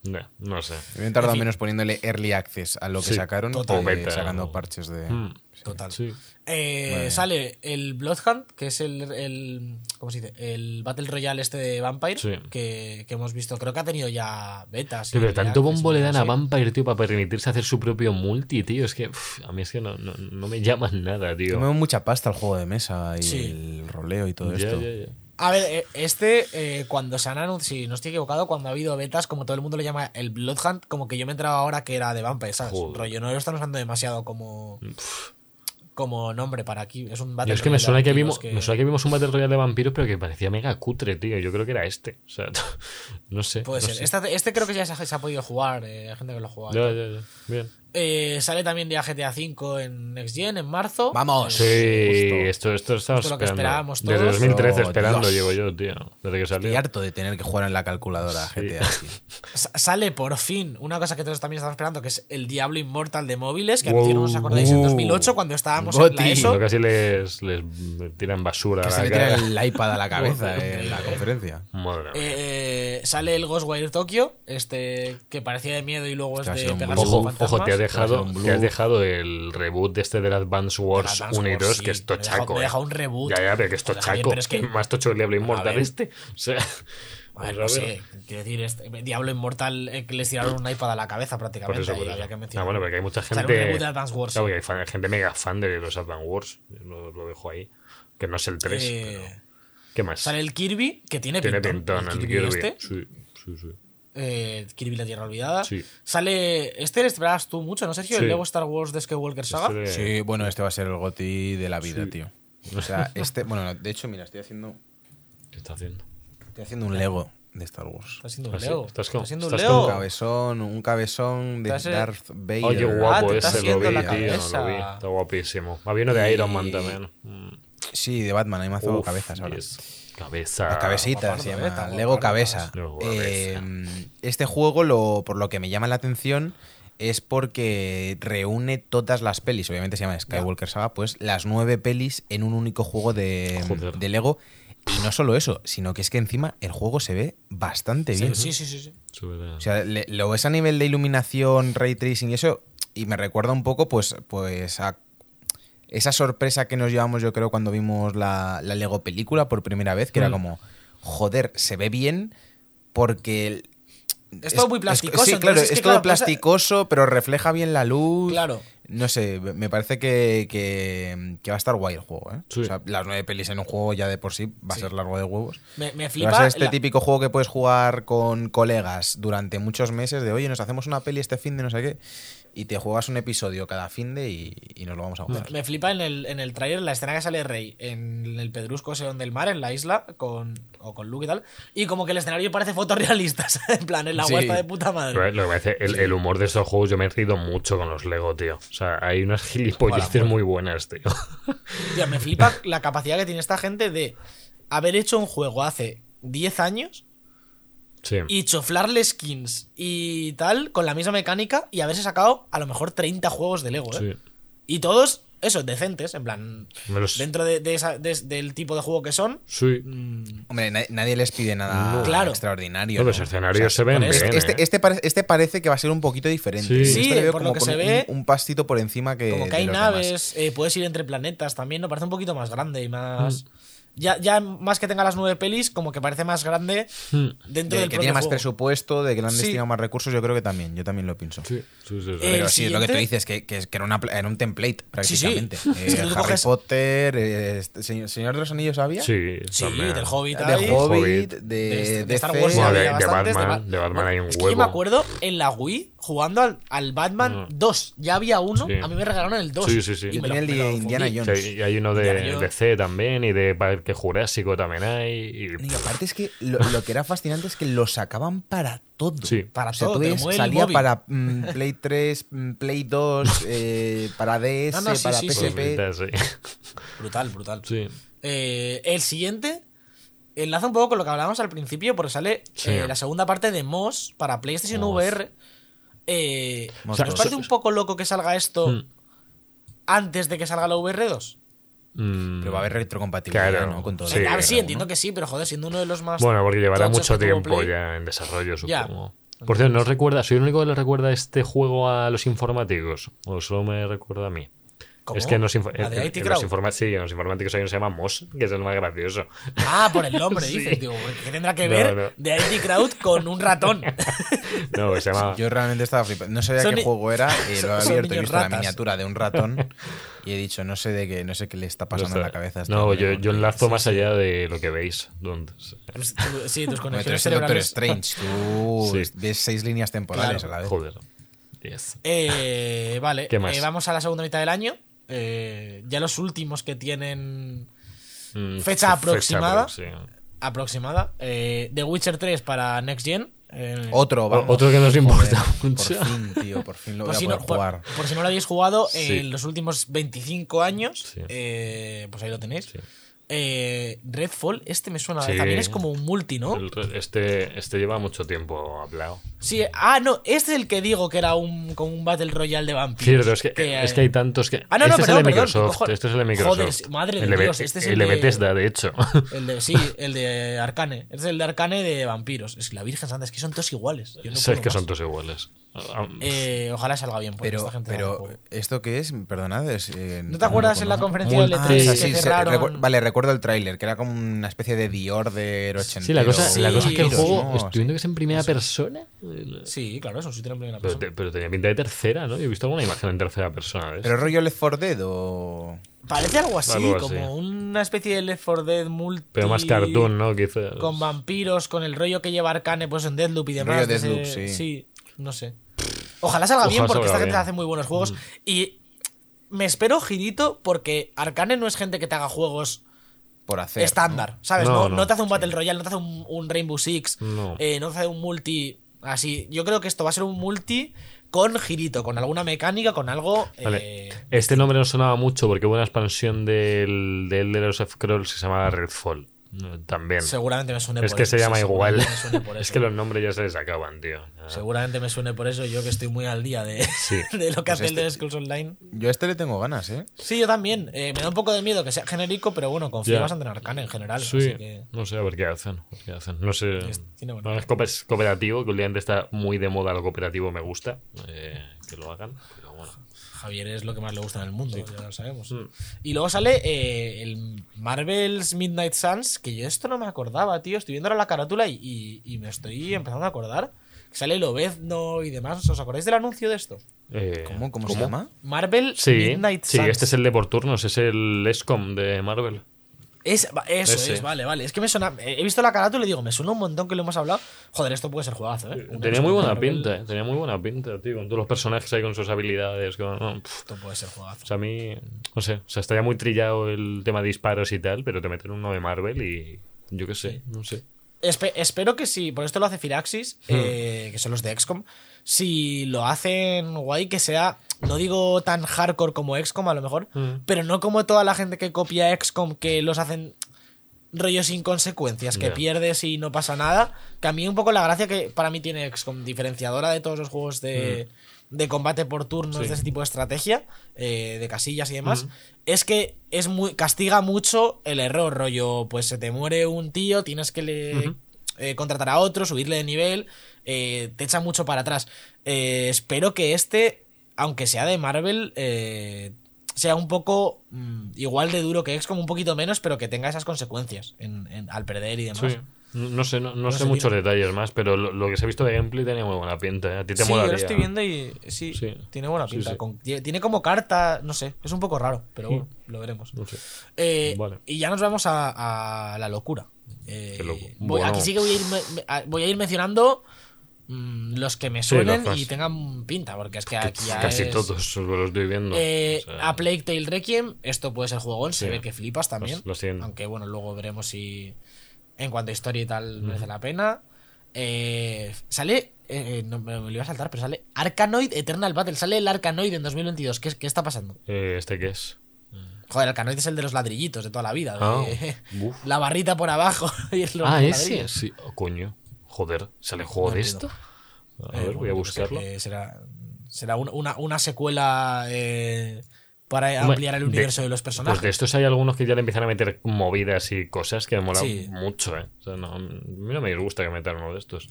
A: No, no sé.
B: Habían tardado
C: En fin.
B: menos poniéndole early access a lo que
A: Sí,
B: sacaron
C: total.
B: que
A: O beta,
B: sacando
A: o-
B: parches de.
A: Mm,
C: Total.
A: sí.
C: Eh, sale el Bloodhunt, que es el, el- ¿Cómo se dice? El Battle Royale este de Vampire.
A: Sí.
C: Que, que hemos visto. Creo que ha tenido ya betas.
A: Sí,
C: y
A: pero tanto
C: access y
A: bombo le dan a
C: cosas así.
A: Vampire, tío, para permitirse hacer su propio multi, tío. Es que uf, a mí es que no, no, no me llaman nada, tío.
B: Tomemos mucha pasta al juego de mesa y
C: Sí.
B: el roleo y todo
A: Ya,
B: esto.
A: ya, ya.
C: A ver, eh, este, eh, cuando se han anunciado, si no estoy equivocado, cuando ha habido betas, como todo el mundo lo llama el Bloodhunt, como que yo me entraba ahora que era de Vampire, ¿sabes?
A: Joder.
C: Rollo, no lo están usando demasiado como, como nombre para aquí. Es un
A: Yo
C: battle
A: es que me
C: royale
A: suena que,
C: de
A: vimos,
C: vampiros
A: me suena que vimos un Battle Royale de vampiros, pero que parecía mega cutre, tío. Yo creo que era este. O sea, [laughs] no sé.
C: Puede
A: no
C: ser.
A: sé.
C: Esta- este creo que ya se ha, se ha podido jugar, eh, hay gente que lo ha jugado.
A: Ya, ya, ya. Bien.
C: Eh, sale también de GTA V en Next Gen en marzo. Eh,
B: ¡Vamos!
A: Sí, esto, esto estaba
C: Justo lo que
A: esperando.
C: esperábamos
A: Desde
C: todos.
A: 2013
B: Oh,
A: esperando
B: Dios.
A: llevo yo, tío. Desde que
B: Estoy
A: salió.
B: harto de tener que jugar en la calculadora
A: Sí.
B: GTA. sí.
A: [laughs]
C: S- sale por fin una cosa que todos también estamos esperando, que es el Diablo Inmortal de móviles, que
A: Wow.
C: anunciaron, ¿os acordáis? En
B: Uh.
C: 2008, cuando estábamos en la E
B: Goti.
C: ESO.
A: Cuando casi les, les tiran basura
B: Que
A: a
B: se
A: la
B: le
A: cara.
B: tira el iPad a la
A: [laughs]
B: cabeza eh,
A: Joder,
B: en la conferencia.
A: Madre mía.
C: Eh, sale el Ghostwire Tokyo, este que parecía de miedo y luego
B: Este ha
C: es de
B: sido un
C: pegarse
B: blue.
C: con
A: Ojo,
C: fantasmas.
A: ojo, te ha dejado,
B: Blue.
A: te has dejado el reboot de este del Advance Wars
C: Advance
A: 1 y
C: Wars,
A: 2,
C: Ah, sí,
A: que es
C: me he dejado-
A: tochaco.
C: me he
A: eh.
C: dejado un reboot.
A: Ya, ya, pero que es
C: Joder,
A: tochaco.
C: Javier, pero
A: [laughs]
C: es que-
A: Más tocho el Diablo Inmortal
C: ver.
A: este. O sea,
C: A ver,
A: pues
C: no
A: [laughs] a ver.
C: sé, quiero decir, este- Diablo Inmortal eh, que les tiraron un iPad a la cabeza
A: Por
C: prácticamente.
A: eso,
C: ahí
A: por
C: había
A: eso.
C: que mencionar.
A: Ah, bueno, porque hay mucha
C: Sale un
A: gente.
C: reboot de Advance Wars,
A: Claro,
C: sí.
A: que hay fan- gente mega fan de los Advance Wars. Yo Lo, lo dejo ahí. Que no es el 3.
C: Eh,
A: pero- ¿Qué más?
C: Sale el Kirby, que tiene,
A: Tiene
C: pintón,
A: pintón
C: el
A: el
C: Kirby
A: Kirby.
C: este.
A: Sí, sí, sí.
C: Eh, Kirby la Tierra Olvidada.
A: Sí.
C: Sale. Este le esperabas tú mucho, ¿no, Sergio?
A: Sí.
C: El Lego Star Wars de Skywalker Saga.
A: Este de-
B: Sí, bueno, este va a ser el goti de la vida,
A: Sí.
B: tío. O sea, este. Bueno, de hecho, mira, estoy haciendo.
A: ¿Qué está haciendo?
B: Estoy haciendo un Lego de Star Wars.
C: Está siendo un
A: Ah, sí,
C: Leo.
A: estás con-
C: Está siendo un
A: estás
B: Un
A: con
C: Leo.
B: cabezón, un cabezón de
C: Te hace-
B: Darth Vader.
A: eh,
B: Ah,
A: Oye, guapo
C: te está
A: ese, lo
C: haciendo
A: vi,
C: la
A: tío,
C: cabeza.
A: lo vi. Está guapísimo. Había uno de
B: Y-
A: Iron Man también. Mm.
B: Sí, de Batman, ahí me hace
A: Uf,
B: cabezas ahora.
A: yes. Cabeza.
B: Las cabecitas,
C: guapardo,
B: se
C: ¿eh?
B: llama
C: Está
B: Lego
C: guapardo,
B: Cabeza.
A: Lego
B: Eh, este juego, lo, por lo que me llama la atención, es porque reúne todas las pelis, obviamente se llama Skywalker Saga, pues las nueve pelis en un único juego de,
A: Joder.
B: de Lego. Y no solo eso, sino que es que encima el juego se ve bastante bien.
C: Sí, sí, sí, sí.
A: Sube la-
B: O sea, le- lo ves a nivel de iluminación, ray tracing y eso, y me recuerda un poco, pues, pues a esa sorpresa que nos llevamos, yo creo, cuando vimos la, la Lego película por primera vez, que era
A: Mm.
B: como, joder, se ve bien porque... el-
C: Es todo muy plasticoso,
B: sí,
C: entonces
B: claro, es,
C: es que,
B: todo
C: claro, pues,
B: plasticoso, pero refleja bien la luz.
C: Claro.
B: No sé, me parece que, que- que va a estar guay el juego, ¿eh?
A: Sí.
B: O sea, las nueve pelis en un juego ya de por sí va a ser largo de huevos.
C: Me, me
B: Va a
C: flipa.
B: ser este
C: la-
B: típico juego que puedes jugar con colegas durante muchos meses de oye, nos hacemos una peli este fin de no sé qué. Y te juegas un episodio cada fin de y, y nos lo vamos a jugar.
C: Me flipa en el, en el tráiler la escena que sale Rey en el pedrusco ese del mar, en la isla, con, o con Luke y tal. Y como que el escenario parece fotorrealista, [laughs] ¿sabes? En plan, el agua
B: Sí.
C: está de puta
A: Lo que-
C: madre.
A: eh, lo que me hace- el, el humor de estos juegos, yo me he reído mucho con los Lego, tío. O sea, hay unas gilipolleces muy buenas, tío. [laughs]
C: Tío, me flipa la capacidad que tiene esta gente de haber hecho un juego hace 10 años
A: Sí.
C: y choflarle skins y tal con la misma mecánica y haberse sacado a lo mejor 30 juegos de Lego, ¿eh?
A: Sí. Pues
C: Y todos, esos decentes, en plan,
A: Me los-
C: dentro de, de esa- de- del tipo de juego que son. mm,
A: Sí.
B: Hombre, na- nadie les pide nada
A: No.
C: Claro.
B: extraordinario.
A: No, los
B: ¿no?
A: escenarios
B: O
A: se
B: sea,
A: ven
C: por eso-
A: bien.
B: Este,
A: ¿eh?
B: este pare- este parece que va a ser un poquito diferente.
A: Sí.
B: Este
C: Sí,
B: le veo
C: por
B: como
C: lo que
B: con
C: se
B: un,
C: ve,
B: un pastito por encima que.
C: Como
B: Eh, de
C: que hay
B: los demás.
C: naves, eh, puedes ir entre planetas también, ¿no? Parece un poquito más grande y
B: Mm.
C: más. Ya, ya más que tenga las nueve pelis, como que parece más grande
A: Mm.
C: dentro
B: De
C: del
B: Eh, que
C: propio
B: tiene más
C: juego.
B: presupuesto, de que le han
C: Sí.
B: destinado más recursos, yo creo que también. Yo también lo pienso.
A: Sí, sí, sí, sí.
C: Eh,
B: Pero sí, es lo que tú
C: siguiente-
B: dices, que, que, es- que era, una pla- era un template
C: Sí, sí.
B: prácticamente. Eh,
C: [laughs] Es que tú
B: Harry
C: coges-
B: Potter, eh, este- Señor, Señor de los Anillos había.
A: Sí,
C: Sí,
A: también.
C: del Hobbit.
B: De
C: tal, y-
B: Hobbit,
A: Hobbit,
B: de, este
C: de, este, de
B: DC.
C: Star Wars.
A: Bueno,
C: había
A: de- de
C: bastantes,
A: Batman,
C: Ba-
A: de Batman hay un
C: es que yo me
A: huevo.
C: acuerdo en la Wii jugando al, al Batman 2. Ya había uno,
A: Sí.
C: a mí me regalaron el 2.
A: Sí, sí, sí.
C: Y
A: Yo
C: me
B: Mm. tenía el
C: me
B: de
C: fundí.
B: Indiana Jones.
A: Sí, y hay uno
C: Indiana
A: de,
C: Jones.
A: de C también y de Parque Jurásico también hay. y-
B: Y aparte es que lo, lo que era fascinante es que lo sacaban para todo.
A: Sí.
C: Para
B: O sea,
C: [laughs] todo,
B: tú
C: te lo
B: ves,
C: mueve el
B: salía
C: móvil.
B: para mm, Play 3, mm, Play
C: [laughs]
B: 2, eh, para DS,
C: Ah, No, no, sí,
B: para
C: sí, sí.
A: Pues
B: PSP.
A: mira, sí.
C: Brutal, brutal.
A: [laughs] Sí.
C: Eh, el siguiente enlaza un poco con lo que hablábamos al principio, porque sale
A: Sí.
C: eh, la segunda parte de Moss para PlayStation
A: Moss.
C: VR. Eh,
B: Moss
C: ¿Nos
B: dos.
C: parece un poco loco que salga esto
A: Mm.
C: antes de que salga la VR2?
A: Mm.
B: Pero va a haber retrocompatibilidad,
A: Claro.
B: ¿no? Con todo.
A: Sí.
C: Venga, a ver, sí,
B: ¿no?
C: entiendo que sí, pero joder, siendo uno de los más.
A: Bueno, porque llevará
C: tochos
A: mucho
C: que tuvo
A: tiempo
C: Play.
A: ya en desarrollo,
C: Ya.
A: supongo. Por cierto, ¿no os recuerda? ¿Soy el único que le recuerda este juego a los informáticos? ¿O solo me recuerda a mí?
C: ¿Cómo?
A: Es que eh, en los, inf-
C: ¿La de
A: en-
C: IT
A: en
C: Crowd?
A: los informa- sí, en los informáticos hay uno que se llama Moss, que es el más gracioso.
C: [laughs] Ah, por el
A: [laughs]
C: nombre,
A: Sí.
C: dices, digo, ¿qué tendrá que
A: No,
C: ver
A: no.
C: de IT Crowd con
A: [laughs]
C: un ratón?
A: No, que se llama.
B: Yo realmente estaba flipando. No sabía
C: Son
B: qué
C: ni-
B: juego era.
C: [laughs]
B: Y lo he
C: son
B: abierto y he
C: niños
B: visto la
C: ratas.
B: miniatura de un
C: [laughs]
B: ratón. Y he dicho, no sé de qué, no sé qué le está
A: no,
B: pasando en la cabeza. a este
A: no,
B: hombre
A: yo,
B: con-
A: yo enlazo más allá de lo que veis. donde-
C: Pues tú- sí, tus
B: Hombre, tú
C: conexiones
B: eres el este Doctor
C: cerebrales.
B: Strange. Tú
A: Sí.
B: ves seis líneas temporales
C: Claro.
B: a la vez.
A: Joder. Yes.
C: Eh, vale,
A: ¿Qué más?
C: eh, vamos a la segunda mitad del año. Eh, ya los últimos que tienen
A: Mm,
C: Fecha aproximada.
A: próxima.
C: aproximada. Eh, The Witcher 3 para Next Gen. Eh,
B: Otro, vamos.
A: Otro que nos importa
B: Joder,
A: mucho.
B: Por fin, tío, por
C: [laughs]
B: fin lo voy a
C: por, Pues si
B: poder
C: no, por-
B: jugar.
C: por si no lo habéis jugado eh,
A: Sí.
C: en los últimos 25 años,
A: Sí.
C: eh, pues ahí lo tenéis.
A: Sí.
C: Eh, Redfall, este me suena.
A: Sí.
C: También es como un multi, ¿no?
A: El re- Este, este lleva mucho tiempo hablado.
C: Sí, ah, no, este es el que digo que era un, como un Battle Royale de vampiros.
A: Cierto, es que,
C: Que,
A: es que hay tantos que.
C: Ah, no, no,
A: este es el
C: perdón,
A: de
C: perdón,
A: Microsoft.
C: cojo-
A: Este es el de
C: Joder,
A: Microsoft.
C: madre de
A: el de, Be-
C: Dios, este es el
A: de
C: de-
A: Bethesda, de
C: [laughs]
A: hecho.
C: El
A: [laughs]
C: de, sí, el de Arcane. Este es el de Arcane de vampiros. Es que la Virgen Santa, es que son todos iguales. Yo no
A: Sabes
C: puedo
A: que
C: más.
A: son todos iguales. Ah,
C: Eh, ojalá salga bien, porque
B: Pero,
C: esta gente eh. da
B: pero
C: poco.
B: ¿esto qué es? Perdonad. es, eh,
C: ¿No te acuerdas
B: lo
C: en la
B: conozco.
C: conferencia del
A: Multi-
B: Ah,
C: E3
B: sí,
C: que
B: sí, se-
C: cerraron?
B: recu- vale, recuerdo el tráiler, que era como una especie de The Order 80.
A: sí, la cosa, la
C: sí,
A: cosa es que el
C: sí,
A: juego.
B: no,
A: estoy viendo que es en primera persona. eh,
C: Sí, claro, eso sí tiene en primera
A: Pero,
C: persona.
A: te- pero tenía pinta de tercera, ¿no? Yo he visto alguna imagen en tercera persona. ¿ves?
B: ¿Pero rollo Left 4 Dead o...?
C: Parece algo así,
A: Algo así.
C: como una especie de Left 4 Dead multi.
A: Pero más cartoon, ¿no? Quizás.
C: Con vampiros, con el rollo que lleva Arcane pues en Deadloop y demás.
B: Rollo
C: de ese-
B: Deathloop, sí.
C: no sé. Ojalá salga
A: Ojalá
C: bien porque
A: salga
C: esta gente
A: bien. Mm.
C: hace muy buenos juegos. Y me espero girito porque Arcane no es gente que te haga juegos
B: Por hacer.
C: estándar, ¿sabes? No,
A: No,
C: no
A: no,
C: te hace un Battle Royale, no te hace un, un Rainbow Six,
A: No.
C: eh, no te hace un multi así. Yo creo que esto va a ser un multi con girito, con alguna mecánica, con algo...
A: Vale.
C: eh,
A: Este nombre no sonaba mucho porque hubo una expansión del, del de los F-Crawls que se llamaba Redfall. No, También.
C: Seguramente me suene
A: Es
C: por
A: que
C: eso.
A: se llama
C: sí,
A: igual.
C: seguramente me suene por
A: [laughs] Es
C: eso.
A: que los nombres ya se les acaban, tío. Ah,
C: Seguramente me suene por eso, yo que estoy muy al día de, [laughs]
A: Sí.
C: de lo que
B: Pues
C: hace el
B: este-
C: de Skulls Online.
B: Yo a este le tengo ganas, ¿eh?
C: Sí, yo también. Eh, me da un poco de miedo que sea genérico, pero bueno, confío
A: Ya.
C: bastante en Arcane en general.
A: Sí,
C: Así que
A: no sé a ver qué hacen. a ver qué hacen. No sé.
C: Es- tiene buena
A: No, es cooper- es cooperativo, que últimamente está muy de moda lo cooperativo, me gusta eh, que lo hagan. Pero bueno.
C: Javier es lo que más le gusta en el mundo, ya lo sabemos.
A: Mm.
C: Y luego sale eh, el Marvel's Midnight Suns, que yo esto no me acordaba, tío. Estoy viendo ahora la carátula y, y- y me estoy empezando a acordar. Sale Lobezno y demás. ¿Os acordáis del anuncio de esto?
A: Eh,
B: ¿Cómo, cómo, se llama?
C: Marvel
A: Sí,
C: Midnight
A: sí,
C: Suns.
A: este es el de por turnos, es el SCOM de Marvel.
C: Es- va- eso
A: Ese.
C: es, vale, vale. Es que me suena. He he visto la carátula y digo, me suena un montón que lo hemos hablado. Joder, esto puede ser juegazo, ¿eh? Una
A: tenía muy
C: cosa
A: buena
C: de Marvel,
A: pinta, eh, tenía muy buena pinta, tío, con todos los personajes ahí con sus habilidades. con- no, pf,
C: Esto puede ser juegazo.
A: o sea, a mí, no sé, o sea, está ya muy trillado el tema de disparos y tal, pero te meten uno de Marvel y yo qué sé, no sé.
C: Espe- espero que si, por esto lo hace Firaxis,
A: Hmm.
C: eh, que son los de XCOM, si lo hacen guay, que sea, no digo tan hardcore como XCOM a lo mejor,
A: Mm.
C: pero no como toda la gente que copia XCOM, que los hacen rollos sin consecuencias, que
A: Ya.
C: pierdes y no pasa nada. Que a mí un poco la gracia que para mí tiene XCOM, diferenciadora de todos los juegos de, de combate por turnos,
A: Hmm. Sí. Hmm.
C: de ese tipo de estrategia, eh, de casillas y demás, es que es muy, castiga mucho el error, rollo, pues se te muere un tío, tienes que le, eh, contratar a otro, subirle de nivel, eh, te echa mucho para atrás. Eh, espero que este, aunque sea de Marvel, eh, sea un poco mm, igual de duro que XCOM, un poquito menos, pero que tenga esas consecuencias en- en- al perder y demás.
A: Sí. No, no sé, no, no
C: No
A: sé
C: sé,
A: muchos
C: tío.
A: detalles más, pero lo, lo que se ha visto de gameplay tenía muy buena pinta. ¿eh? A ti te
C: sí, yo
A: molaría.
C: lo estoy viendo y sí,
A: Sí.
C: tiene buena
A: Sí,
C: pinta.
A: sí.
C: Con- tie- tiene como carta, no sé, es un poco raro, pero bueno, lo veremos.
A: No sé.
C: Eh,
A: Vale.
C: Y ya nos vamos a, a la locura. Eh,
A: Qué loco.
C: voy-
A: Bueno.
C: Aquí sí que voy a ir, me- me- a- voy a ir mencionando mm, los que me suenen
A: los más.
C: y tengan pinta, porque es que aquí ya
A: Casi
C: es-
A: todos lo estoy viendo.
C: Eh,
A: O sea,
C: a Plague Tale Requiem, esto puede ser jugón,
A: Sí.
C: se ve que flipas también.
A: Lo siento.
C: Aunque bueno, luego veremos si en cuanto a historia y tal merece la pena. Eh, sale, eh, no me, me lo iba a saltar, pero sale Arkanoid Eternal Battle. Sale el Arkanoid en 2022. ¿Qué, qué está pasando?
A: eh, ¿Este qué es?
C: Joder, Arkanoid es el de los ladrillitos de toda la vida.
A: Ah,
C: de- [laughs]
A: uf.
C: la barrita por abajo. [laughs] y los
A: ah,
C: ladrillos.
A: ese. Sí. Oh, coño. Joder, ¿sale juego
C: No
A: de esto?
C: entiendo.
A: A
C: Eh,
A: ver, voy a
C: bueno, yo qué sé,
A: buscarlo.
C: eh, será será un- una, una secuela eh, para
A: Hombre,
C: ampliar el
A: de-
C: universo de, los personajes.
A: Pues de estos hay algunos que ya le empiezan a meter movidas y cosas que me molan
C: Sí.
A: mucho, ¿eh? O sea, no, a mí no me disgusta que metan uno de estos.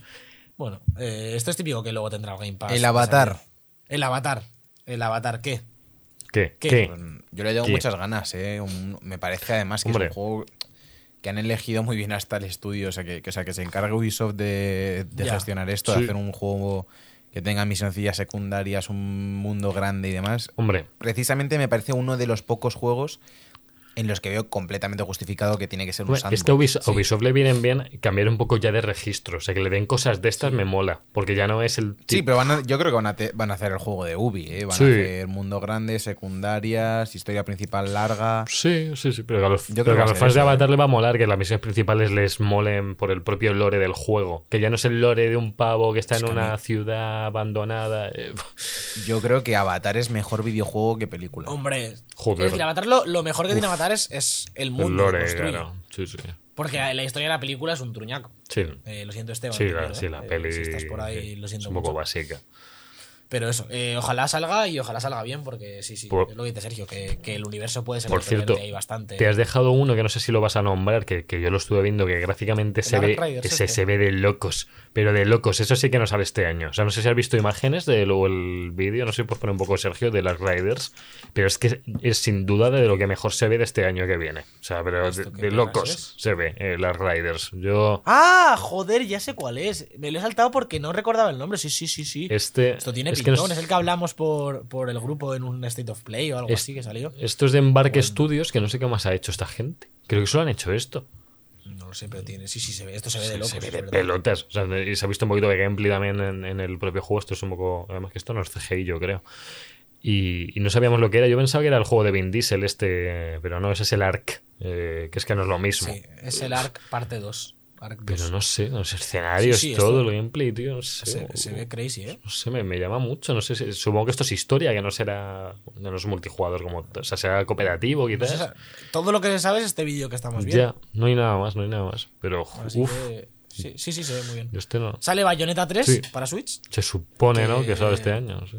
C: Bueno, eh, esto es típico que luego tendrá el Game Pass.
B: El avatar.
C: El avatar. El avatar, ¿qué?
A: ¿Qué? ¿Qué?
C: ¿Qué?
B: Pues, Yo le tengo
A: Sí.
B: muchas ganas, ¿eh? Un- me parece además que
A: Hombre.
B: es un juego que han elegido muy bien hasta el estudio. O sea, que, que- o sea, que se encargue Ubisoft de, de
C: Ya.
B: gestionar esto,
A: Sí.
B: de hacer un juego que tenga misioncillas secundarias, un mundo grande y demás.
A: Hombre,
B: Precisamente me parece uno de los pocos juegos en los que veo completamente justificado que tiene que ser un
A: Hombre,
B: sandbox.
A: Es que a Ubis- a Ubisoft, le vienen bien cambiar un poco ya de registro. O sea, que le den cosas de estas me mola. Porque ya no es el.
B: Sí,
A: tip-
B: pero van a- yo creo que van a, te- van a hacer el juego de Ubi, ¿eh? Van
A: Sí.
B: a hacer mundo grande, secundarias, historia principal larga.
A: Sí, sí, sí. Pero que a los, pero
B: Yo creo
A: que a
B: que va a
A: los
B: ser
A: fans de
B: eso,
A: Avatar le va a molar que las misiones principales les molen por el propio lore del juego. Que ya no es el lore de un pavo que está en
B: que a
A: una ciudad abandonada. eh, [laughs]
B: Yo creo que Avatar es mejor videojuego que película.
C: Hombre,
A: Joder.
C: es decir, Avatar lo, lo mejor que tiene Avatar es, es el
A: el
C: mundo que
A: lore,
C: construye.
A: claro. Sí, sí.
C: Porque la historia de la película es un truñaco.
A: Sí,
C: Eh, lo siento, Esteban.
A: sí,
C: te
A: claro,
C: quiero,
A: sí,
C: eh.
A: la
C: Eh,
A: peli.
C: Si estás por ahí,
A: sí,
C: lo
A: es
C: siento
A: un poco
C: mucho.
A: básica.
C: Pero eso, eh, ojalá salga y ojalá salga bien, porque sí, sí.
A: Por-
C: es lo que dice Sergio, que, que el universo puede ser
A: Por
C: sorprendente,
A: cierto,
C: hay bastante.
A: te has dejado uno que no sé si lo vas a nombrar, que, que yo lo estuve viendo, que gráficamente se
C: Dark
A: ve,
C: Riders
A: ese
C: este.
A: se ve de locos, pero de locos, eso sí que no sale este año. O sea, no sé si has visto imágenes de luego el vídeo, no sé, pues poner un poco Sergio de las Riders, pero es que es sin duda de lo que mejor se ve de este año que viene. O sea, pero de,
C: ¿Esto qué
A: de
C: vergas
A: locos se ve eh, las Riders. Yo,
C: Ah, joder, ya sé cuál es. Me lo he saltado porque no recordaba el nombre. Sí, sí, sí, sí.
A: este.
C: Esto tiene
A: es que
C: pintón,
A: no-
C: es el que hablamos por, por el grupo en un State of Play o algo
A: Es-
C: así que salió.
A: Esto es de Embarque Studios, que no sé qué más ha hecho esta gente. Creo que solo han hecho esto.
C: No lo sé, pero tiene. Sí, sí, se ve. Esto se ve de
A: Se-
C: locos.
A: se ve
C: es
A: de
C: verdad.
A: pelotas. O sea, y se ha visto un poquito de gameplay también en, en el propio juego. Esto es un poco. Además, que esto no es CGI, yo creo. Y, y no sabíamos lo que era. Yo pensaba que era el juego de Vin Diesel este, pero no, ese es el Ark. eh, que es que no es lo mismo.
C: Sí, es el Arc parte 2. Ark 2.
A: Pero no sé, los escenarios,
C: Sí, sí,
A: todo
C: esto-
A: el gameplay, tío. No sé,
C: se,
A: o-
C: se ve crazy, ¿eh?
A: no sé, me, me llama mucho. No sé, si- supongo que esto es historia, que no será de los multijugadores como. O sea, será cooperativo,
C: No
A: quizás.
C: se sa- Pues todo lo que se sabe es este vídeo que estamos viendo.
A: ya, no hay nada más, no hay nada más. Pero,
C: Así
A: uff,
C: que- sí, sí, sí, se ve muy bien.
A: yo este no.
C: Sale Bayonetta 3
A: Sí.
C: para Switch.
A: Se supone, ¿no?
C: Que-
A: Que sale este año. sí.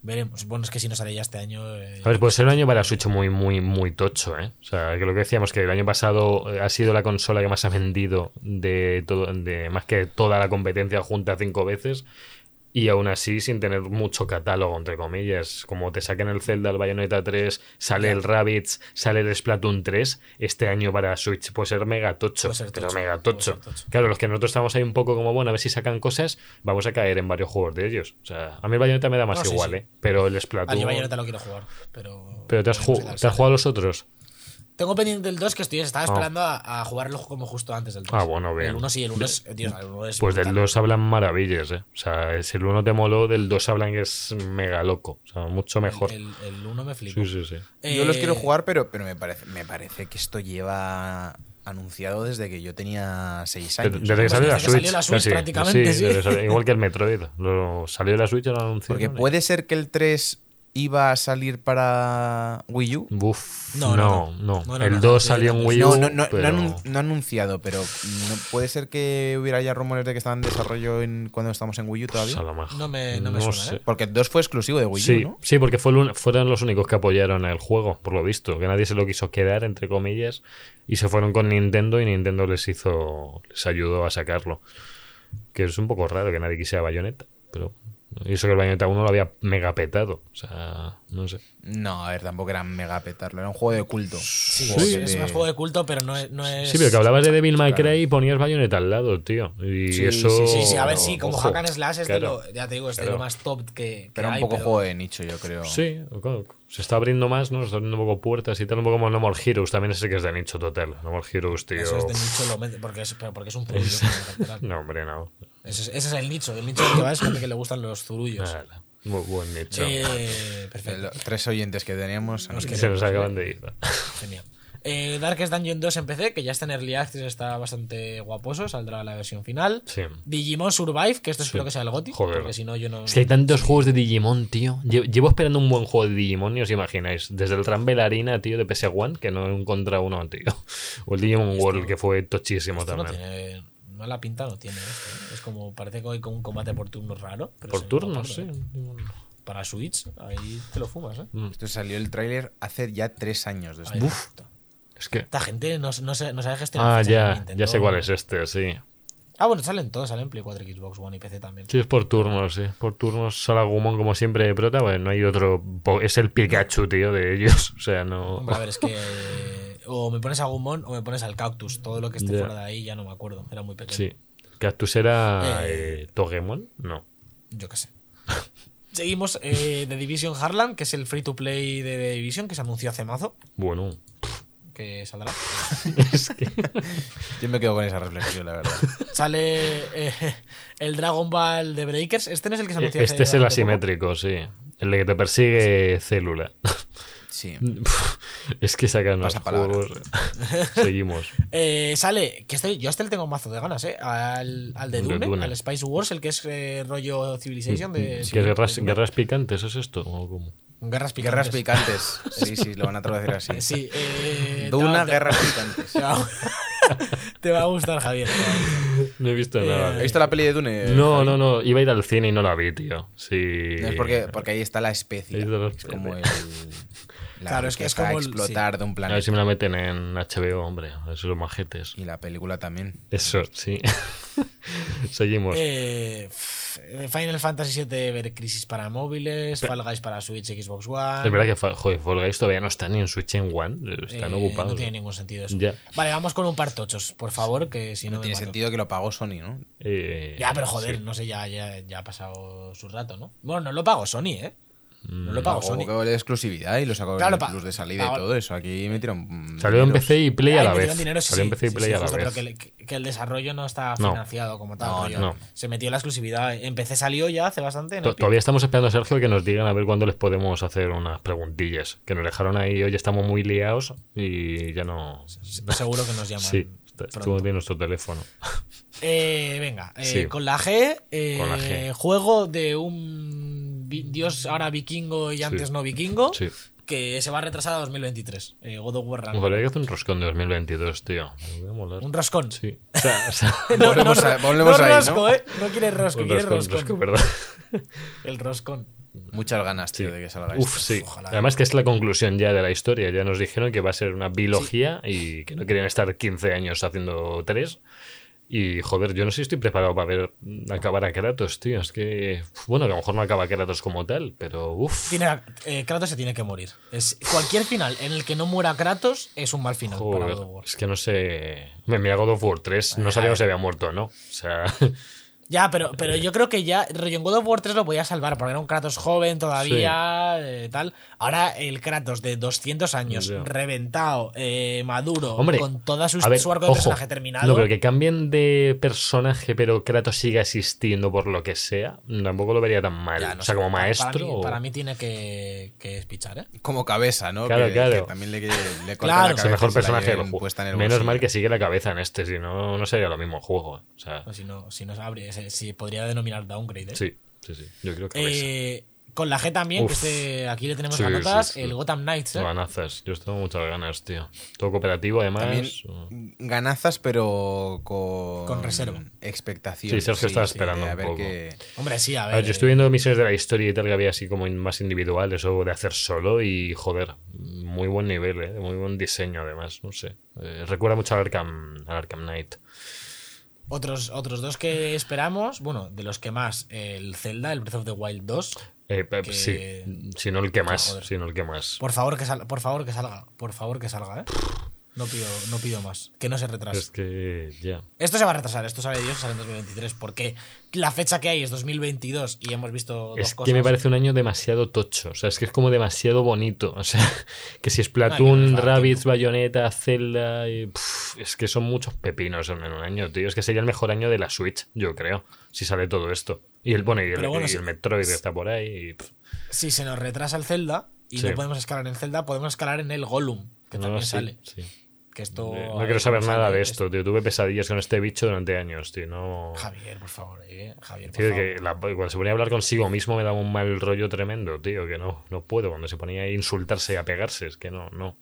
C: Veremos. Bueno, es que si no sale ya este año. eh,
A: A ver, puede ser un año para Switch muy, muy, muy tocho, ¿eh? O sea, que lo que decíamos, que el año pasado eh, ha sido la consola que más ha vendido de todo, de más que toda la competencia junta cinco veces. Y aún así, sin tener mucho catálogo, entre comillas, como te saquen el Zelda, el Bayonetta 3, sale el Rabbids, sale el Splatoon 3, este año para Switch puede ser mega tocho,
C: Puede ser
A: pero
C: tocho,
A: mega
C: puede
A: tocho.
C: ser tocho.
A: Claro, los que nosotros estamos ahí un poco como, bueno, a ver si sacan cosas, vamos a caer en varios juegos de ellos. O sea, a mí el Bayonetta me da más
C: No, sí,
A: igual,
C: sí.
A: ¿eh? Pero el
C: ah,
A: Splatoon...
C: yo Bayonetta lo quiero jugar. Pero,
A: Pero te has, ju-
C: veremos qué tal
A: te has
C: sale.
A: jugado a los otros.
C: Tengo pendiente el 2 que estoy, estaba esperando a, a jugarlo como justo antes del 2.
A: Ah, bueno, bien.
C: El 1 sí, el 1 es. Dios, el 1 es
A: Pues del
C: brutal.
A: 2 hablan maravillas, ¿eh? O sea, si el 1 te moló, del 2 hablan que es mega loco. O sea, mucho mejor.
C: El, el 1 me flipó.
A: Sí, sí, sí.
B: Yo los
C: Eh,
B: quiero jugar, pero, pero me, parece, me parece que esto lleva anunciado desde que yo tenía seis años.
A: Desde que
C: Pues
A: salió
C: desde
A: la
C: que salió
A: Switch.
C: la Switch
A: casi.
C: prácticamente, sí.
A: desde que
C: [laughs]
A: salió- igual que el Metroid. Lo, salió de la Switch y lo anunciaron.
B: Porque
A: ¿eh?
B: puede ser que el 3 iba a salir para Wii U.
A: Buf, no,
C: No, no,
A: no,
C: no. No, no, no,
A: El 2
C: no,
A: salió
C: no,
A: en
C: no,
A: Wii U.
B: No, no, no, no
A: pero-
B: anun- no anunciado, pero no- puede ser que hubiera ya rumores de que estaban en desarrollo en, cuando estamos en Wii U
A: Pues a
B: todavía.
A: lo mejor.
C: No me- no me suena, ¿eh?
B: Porque el 2 fue exclusivo de Wii
A: sí,
B: U, ¿no?
A: sí, porque fue el un- fueron los únicos que apoyaron el juego, por lo visto, que nadie se lo quiso quedar, entre comillas, y se fueron con Nintendo y Nintendo les hizo, les ayudó a sacarlo. Que es un poco raro que nadie quisiera Bayonetta, pero y eso que el Bayonetta 1 lo había mega petado, o sea, no sé.
B: No, a ver, tampoco era mega petarlo, era un juego de culto.
C: Sí,
B: Juego
C: es-
B: de-
C: es un juego de culto, pero no es. No es
A: Sí, pero que hablabas de Devil May Cry y ponías Bayonetta al lado, tío, y
B: Sí,
A: eso
B: sí,
C: Sí, sí, a ver, sí, como
A: ojo,
C: Hakan Slash es
A: claro.
C: de lo. Ya te digo, es de
A: claro.
C: lo más top que. que
B: Pero un
C: hay,
B: poco
C: pero-
B: juego de nicho, yo creo.
A: Sí, co- se está abriendo más, ¿no? Se está abriendo un poco puertas y tal, un poco como No More Heroes, también ese que es de nicho total. No More Heroes, tío.
C: Eso es de nicho, lo mete- porque es, pero porque es un zurullo. literal.
A: No, hombre, no.
C: Ese, es- ese es el nicho. El nicho del que va es gente que le gustan los
A: [laughs]
C: zurullos.
A: Nada. Bu- buen nicho.
C: Eh, perfecto.
B: Los tres oyentes que teníamos.
C: Nos
A: [laughs] Que
C: queremos,
A: se nos acaban de ir. [laughs]
C: Genial. Eh, Darkest Dungeon 2 en PC, que ya está en Early Access, está bastante guaposo, saldrá la versión final.
A: Sí.
C: Digimon Survive, que esto espero que sea el GOTY,
A: Joder.
C: porque si no yo no...
A: Es que hay tantos juegos de Digimon, tío. Lle- Llevo esperando un buen juego de Digimon, y os imagináis. Desde el Tran Belarina, tío, de PS1, que no he encontrado uno, tío. O el Digimon World, que fue tochísimo
C: Esto no
A: también.
C: tiene... No la pinta no tiene esto, ¿eh? Es como, parece que hay como un combate por turnos raro. pero
A: Por
C: se-
A: turnos, sí.
C: no, Para Switch, ahí te lo fumas, ¿eh?
B: Esto salió el tráiler hace ya tres años. de
C: Ahí
B: esto.
C: Uf.
A: Es que.
C: Esta gente no, no, se- no sabe gestionar.
A: Ah,
C: fechas de
A: ya.
C: Nintendo.
A: Ya sé cuál es este, sí.
C: Ah, bueno, salen todos, salen Play 4, Xbox One y PC también.
A: Sí, es por turnos, sí. Por turnos, Salagumon, como siempre, de prota. Bueno, no hay otro. po- Es el Pikachu, tío, de ellos. [laughs] O sea, no.
C: Hombre, a ver, es que eh, o me pones a Gumon o me pones al Cactus. Todo lo que esté
A: Ya.
C: fuera de ahí ya no me acuerdo. Era muy pequeño.
A: Sí. ¿Cactus era
C: Eh.
A: eh, Togemon? No.
C: Yo qué sé. [laughs] Seguimos eh, The Division Harlan, que es el free to play de The Division que se anunció hace mazo,
A: Bueno.
C: que
A: [laughs]
C: saldrá.
A: Es que.
B: Yo me quedo con esa reflexión, la
C: [laughs]
B: verdad.
C: Sale eh, el Dragon Ball de Breakers. Este no es el que se anunció hace-
A: Este es el
C: hace poco.
A: asimétrico, sí. El de que te persigue célula. [laughs]
B: Sí.
C: Mm,
A: es que sacan los
B: Pasa palabra.
A: juegos.
C: [laughs]
A: Seguimos.
C: Eh, sale, que este, yo a este le tengo mazo de ganas, ¿eh? Al, al de
A: De
C: Dune,
A: Dune. Mm,
C: al Spice Wars, el que es eh, rollo Civilization de.
A: ¿Que guerras,
C: de Dune.
A: guerras picantes es esto? ¿O cómo?
C: Guerras
B: Guerras
C: picantes. [laughs]
B: picantes. Sí, sí, lo van a traducir así.
C: Sí, eh,
B: Duna,
C: te va-
B: guerras
C: [laughs]
B: picantes.
C: Te va, te va a
B: [laughs]
C: gustar, Javier. te va a gustar.
A: No he visto
C: Eh,
A: nada.
B: ¿Has visto la peli de Dune?
A: No, no, no. Iba a ir al cine y no la vi, tío. Sí.
B: No, es porque, porque ahí está la especie.
A: Ahí está la
B: Es
A: especie.
B: como el. La
C: Claro, es que es
B: riqueza a
C: como el-
B: explotar de un
A: A ver si
B: planeta.
A: me la meten en HBO, hombre. Esos majetes.
B: Y la película también.
A: Eso, sí. [laughs] Seguimos.
C: Eh, pff, Final Fantasy VII Ver Crisis para móviles, Fall Guys para Switch, Xbox One.
A: es verdad que Fa- joder, Fall Guys todavía no está ni en Switch ni en One. eh, Están
C: ah. Eh,
A: ocupados.
C: No tiene ningún sentido eso.
A: Ya.
C: Vale, vamos con un par tochos, por favor, que si no.
B: No
C: me
B: tiene
C: mato.
B: sentido que lo pagó Sony, ¿no?
A: Eh,
C: Ya, pero joder,
A: sí.
C: no sé, ya, ya, ya ha pasado su rato, ¿no? Bueno, no lo pago Sony, ¿eh?
A: Mm,
C: No lo pago
B: Pagó
C: Sony.
B: de exclusividad y lo sacó
C: Claro,
B: en
C: pa-
B: plus de salida y
C: ahora-
B: todo eso. Aquí metieron. mm,
A: Salió en
B: dineros.
A: PC y Play
C: Ah,
A: a la
C: y metieron
A: vez.
C: dinero, sí,
A: Salió en
C: sí,
A: PC y
C: sí,
A: Play a la
C: justo, Pero que,
A: vez.
C: le- que- que el desarrollo no está
A: No.
C: financiado como tal.
B: No,
C: rollo.
A: no.
C: Se metió la exclusividad. Empecé salió ya hace bastante. en
A: To-
C: el pie.
A: Todavía estamos esperando a Sergio que nos digan a ver cuándo les podemos hacer unas preguntillas. Que nos dejaron ahí, hoy estamos muy liados y ya no.
C: Seguro que nos llaman.
A: [laughs] Sí, Estuvo de nuestro teléfono.
C: Eh, venga, eh,
A: Sí.
C: con la G, eh,
A: Con la G.
C: juego de un vi- dios ahora vikingo y antes no vikingo,
A: Sí.
C: que se va a retrasar a 2023. Eh, God of War Ragnarok.
A: Ojalá que hacer un roscón de 2022, tío. Me voy a molar.
C: Un roscón.
A: Sí. O sea, o sea,
C: [laughs] No, no,
B: Volvemos
C: no,
B: a- volvemos
C: no
B: ahí, ¿no?
C: rosco, ¿eh? No quieres rosco,
A: un
C: quieres
A: roscón,
C: roscón.
A: roscón, ¿verdad?
C: El roscón.
B: Muchas ganas, tío, de que salga
A: Uf,
B: esto.
A: sí.
C: Ojalá.
A: Además que es la conclusión ya de la historia. Ya nos dijeron que va a ser una biología y que no querían estar 15 años haciendo tres. Y joder, yo no sé si estoy preparado para ver acabar a Kratos, tío. Es que, bueno, que a lo mejor no acaba Kratos como tal, pero uff.
C: Tiene- eh, Kratos se tiene que morir. Es, cualquier final en el que no muera Kratos es un mal final para God of War.
A: es que no sé. Me mira God of War 3, no sabíamos si había muerto o no. O
C: [laughs]
A: sea,
C: Ya, pero, pero
A: Eh,
C: yo creo que ya rollo, en God of War 3 lo podía salvar, porque era un Kratos joven todavía, eh, tal. Ahora el Kratos de 200 años,
A: Ya.
C: reventado, eh, maduro,
A: hombre.
C: con toda su,
A: a ver,
C: su arco de
A: ojo,
C: personaje terminado.
A: No, pero que cambien de personaje, pero Kratos siga existiendo por lo que sea, tampoco lo vería tan mal.
C: Ya, no
A: o sea,
C: sé,
A: como
C: para-
A: maestro.
C: Para mí,
A: o-
C: para mí tiene que, que pichar, ¿eh?
B: Como cabeza, ¿no?
A: Claro,
B: que,
A: claro.
B: que también le, le cortan
C: Claro.
B: la
C: Es
A: Es
B: cabeza
A: el mejor
B: y se la
A: personaje del
B: lleven
A: juego.
B: puesta en el
A: Menos
B: bolsillo.
A: mal que sigue la cabeza en este, si no, no sería lo mismo el juego. eh. O sea,
C: O si no, si no se abre, se, si podría denominar downgrade, ¿eh?
A: sí, sí, sí. Yo creo que cabeza.
C: Eh, con la G también,
A: Uf.
C: que este- aquí le tenemos
A: Sí,
C: las
A: sí,
C: notas,
A: sí.
C: el Gotham Knights, ¿eh?
A: Ganazas. Yo tengo muchas ganas, tío. Todo cooperativo, además.
B: También
A: o-
B: ganazas, pero con,
C: Con reserva.
B: Expectación.
A: Sí, Sergio estaba esperando
B: de a
A: un
B: ver
A: poco.
B: qué-
C: Hombre, sí, a ver.
A: A ver, yo
C: eh,
A: estuve viendo misiones de la historia y tal que había así como in- más individuales o de hacer solo y joder, muy buen nivel, ¿eh? muy buen diseño además, no sé. Eh, recuerda mucho al Arkham, al Arkham Knight.
C: Otros, otros dos que esperamos, bueno, de los que más, el Zelda, el Breath of the Wild 2.
A: Eh, pe-
C: Que-
A: Sí, si no el que más,
C: joder.
A: si no el que más.
C: Por favor que salga, por favor que salga, por favor que salga, ¿eh? No pido, no pido más, que no se retrase.
A: Es que ya.
C: Esto se va a retrasar, esto sabe Dios, sale en 2023, porque la fecha que hay es 2022 y hemos visto dos
A: Es
C: cosas.
A: que me parece un año demasiado tocho. O sea, es que es como demasiado bonito. O sea, [laughs] que si
C: Ah, que
A: Splatoon,
C: nos da
A: Rabbids, Bayonetta, Zelda. y, pff, es que son muchos pepinos en en un año, tío. Es que sería el mejor año de la Switch, yo creo. Si sale todo esto. Y el, bueno, y el,
C: Pero bueno,
A: y
C: sí.
A: el Metroid que está por ahí. y, pff,
C: Si se nos retrasa el Zelda y
A: Sí.
C: no podemos escalar en Zelda, podemos escalar en el Gollum, que
A: no,
C: también
A: sí,
C: sale.
A: sí.
C: Que esto,
A: Eh,
C: a
A: No
C: ver
A: quiero saber
C: cómo
A: nada
C: sale.
A: de esto, tío. Tuve pesadillas con este bicho durante años, tío. No.
C: Javier, por favor, eh, Javier, por
A: Tío,
C: favor.
A: que la- cuando se ponía a hablar consigo mismo me daba un mal rollo tremendo, tío, que no, no puedo. Cuando se ponía a insultarse y a pegarse, es que no, [laughs] no.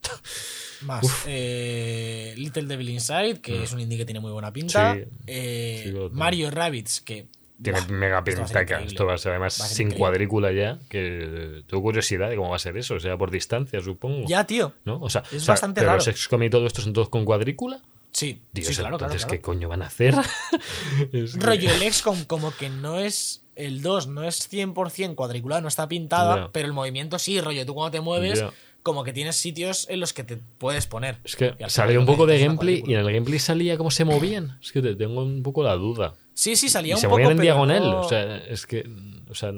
C: Más. eh, Little Devil Inside, que es un indie que tiene muy buena pinta.
A: Mm. Sí.
C: Eh,
A: Sí, lo tengo.
C: Mario Rabbits, que.
A: Tiene
C: buah,
A: mega
C: esto va a ser
A: pintaca.
C: increíble.
A: Esto va a ser además
C: Va a ser
A: sin
C: increíble.
A: cuadrícula ya. Que eh, tengo curiosidad de cómo va a ser eso. O sea, por distancia, supongo.
C: Ya, tío.
A: ¿No? O sea,
C: Es
A: o sea,
C: bastante
A: pero
C: raro.
A: los XCOM y todo esto son todos con cuadrícula.
C: Sí,
A: Dios,
C: sí, claro, claro,
A: entonces,
C: claro.
A: ¿qué coño van a
C: [laughs]
A: hacer? [laughs] Es que-
C: Rollo, el XCOM como que no es. El 2 no es 100% cuadriculado, no está pintada,
A: Ya.
C: pero el movimiento sí, rollo. Tú cuando te mueves,
A: Ya.
C: como que tienes sitios en los que te puedes poner.
A: Es
C: Y
A: que
C: al final
A: salió un
C: lo que
A: poco de
C: necesitas es una
A: gameplay y en
C: cuadrícula.
A: el gameplay salía cómo se movían. Es que te- tengo un poco la duda.
C: Sí, sí, salía
A: Y
C: un
A: se
C: poco.
A: movían en
C: pero
A: diagonal.
C: no-
A: O sea, es que. O sea,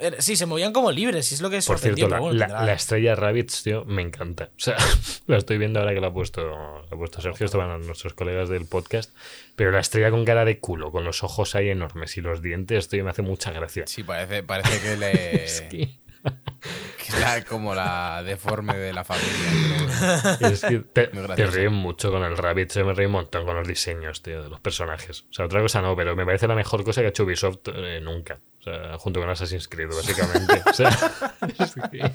C: Eh, Sí, se movían como libres, y es lo que es
A: Por cierto, la, la- la
C: las
A: estrella Rabbits, tío, me encanta. O sea, [laughs] la estoy viendo ahora que la ha puesto, la ha puesto Sergio, estaban a nuestros colegas del podcast. Pero la estrella con cara de culo, con los ojos ahí enormes y los dientes, tío, me hace mucha gracia.
B: Sí, eh, parece, parece que le.
A: [laughs] Es que,
B: que la- como la deforme de la familia. pero
A: [laughs]
B: bueno.
A: es que te,
B: [laughs]
A: te
B: Muy gracioso.
A: ríen mucho con el Rabbit, yo me río un montón con los diseños, tío, de los personajes. O sea, otra cosa no, pero me parece la mejor cosa que ha hecho Ubisoft eh, nunca. O sea, junto con Assassin's Creed, básicamente. O sea, [laughs] es que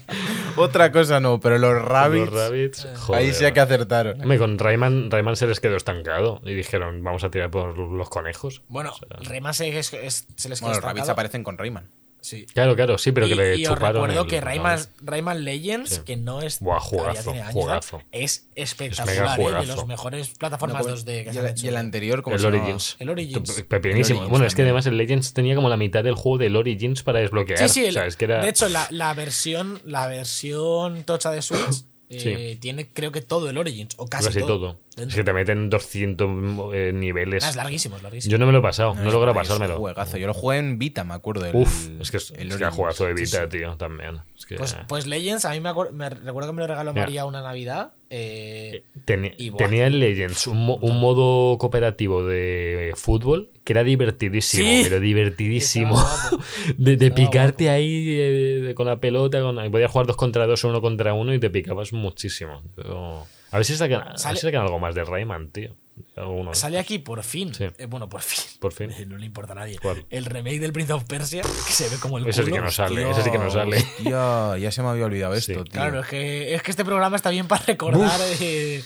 B: Otra cosa no, pero los rabbits.
A: los Rabbids,
B: Eh. ahí
A: joder.
B: sí que acertaron.
A: Hombre, con Rayman, Rayman se les quedó estancado y dijeron, vamos a tirar por los conejos.
C: Bueno, Rayman se, es- es- se les quedó
B: Bueno, los rabbits
C: estancado.
B: aparecen con Rayman.
C: Sí.
A: Claro, claro, sí, pero
C: y,
A: que le
C: y os
A: chuparon.
C: recuerdo
A: el-
C: que Rayman,
A: vamos.
C: Rayman Legends,
A: Sí.
C: que no es.
A: Buah,
C: ya
A: jugazo,
C: tiene años,
A: jugazo.
C: Es espectacular,
A: mega
C: ¿eh? de
A: jugazo.
C: los mejores
B: No,
C: plataformas
B: pues,
C: 2D que
B: y,
C: se
B: el,
C: han hecho.
B: y el anterior, como
A: El Origins.
C: El Origins.
A: Pe- Pepinísimo.
B: El Origins
A: bueno, es que
B: también.
A: además el Legends tenía como la mitad del juego del Origins para desbloquear.
C: Sí, sí, el-
A: o sea, es que era-
C: de hecho, la, la versión, la versión tocha de Switch eh, tiene, creo que todo el Origins, o casi,
A: casi, todo. Es que te meten 200 eh, niveles.
C: Ah, es larguísimo, es larguísimo.
A: Yo no me lo he pasado, no, he logrado
B: Es un
A: pasármelo.
B: Juegazo. Yo lo jugué en Vita, me acuerdo. el-
A: Uf, es que es,
B: el
A: es que
B: Origins.
A: juegazo de
B: Sí,
A: Vita,
B: sí.
A: tío, también. Es que,
C: Pues, pues Legends, a mí me, acuer- me recuerdo que me lo regaló
A: Mira.
C: María una Navidad. eh,
A: Teni-
C: Y buah.
A: tenía en Legends un, mo- un modo cooperativo de fútbol que era divertidísimo,
C: Sí.
A: pero divertidísimo.
C: Estaba guapo.
A: [laughs] De, de
C: Estaba
A: picarte ahí eh, de- con la pelota, con, y podías jugar dos contra dos, uno contra uno y te picabas muchísimo. Yo- a ver si sacan, a ver
C: Sale-
A: si sacan algo más de Rayman, tío. Alguno, ¿eh?
C: Sale aquí por fin.
A: Sí.
C: Eh, bueno, por fin. [laughs]
A: Por fin.
C: No le importa a nadie.
A: ¿Cuál?
C: El remake del Prince of Persia, que se ve como el
A: Ese sí
C: culo.
A: que no sale,
C: Hostia.
A: ese sí que no sale.
B: Hostia, [laughs] ya se me había olvidado
A: Sí.
B: esto, tío.
C: Claro, es que, es que este programa está bien para recordar eh,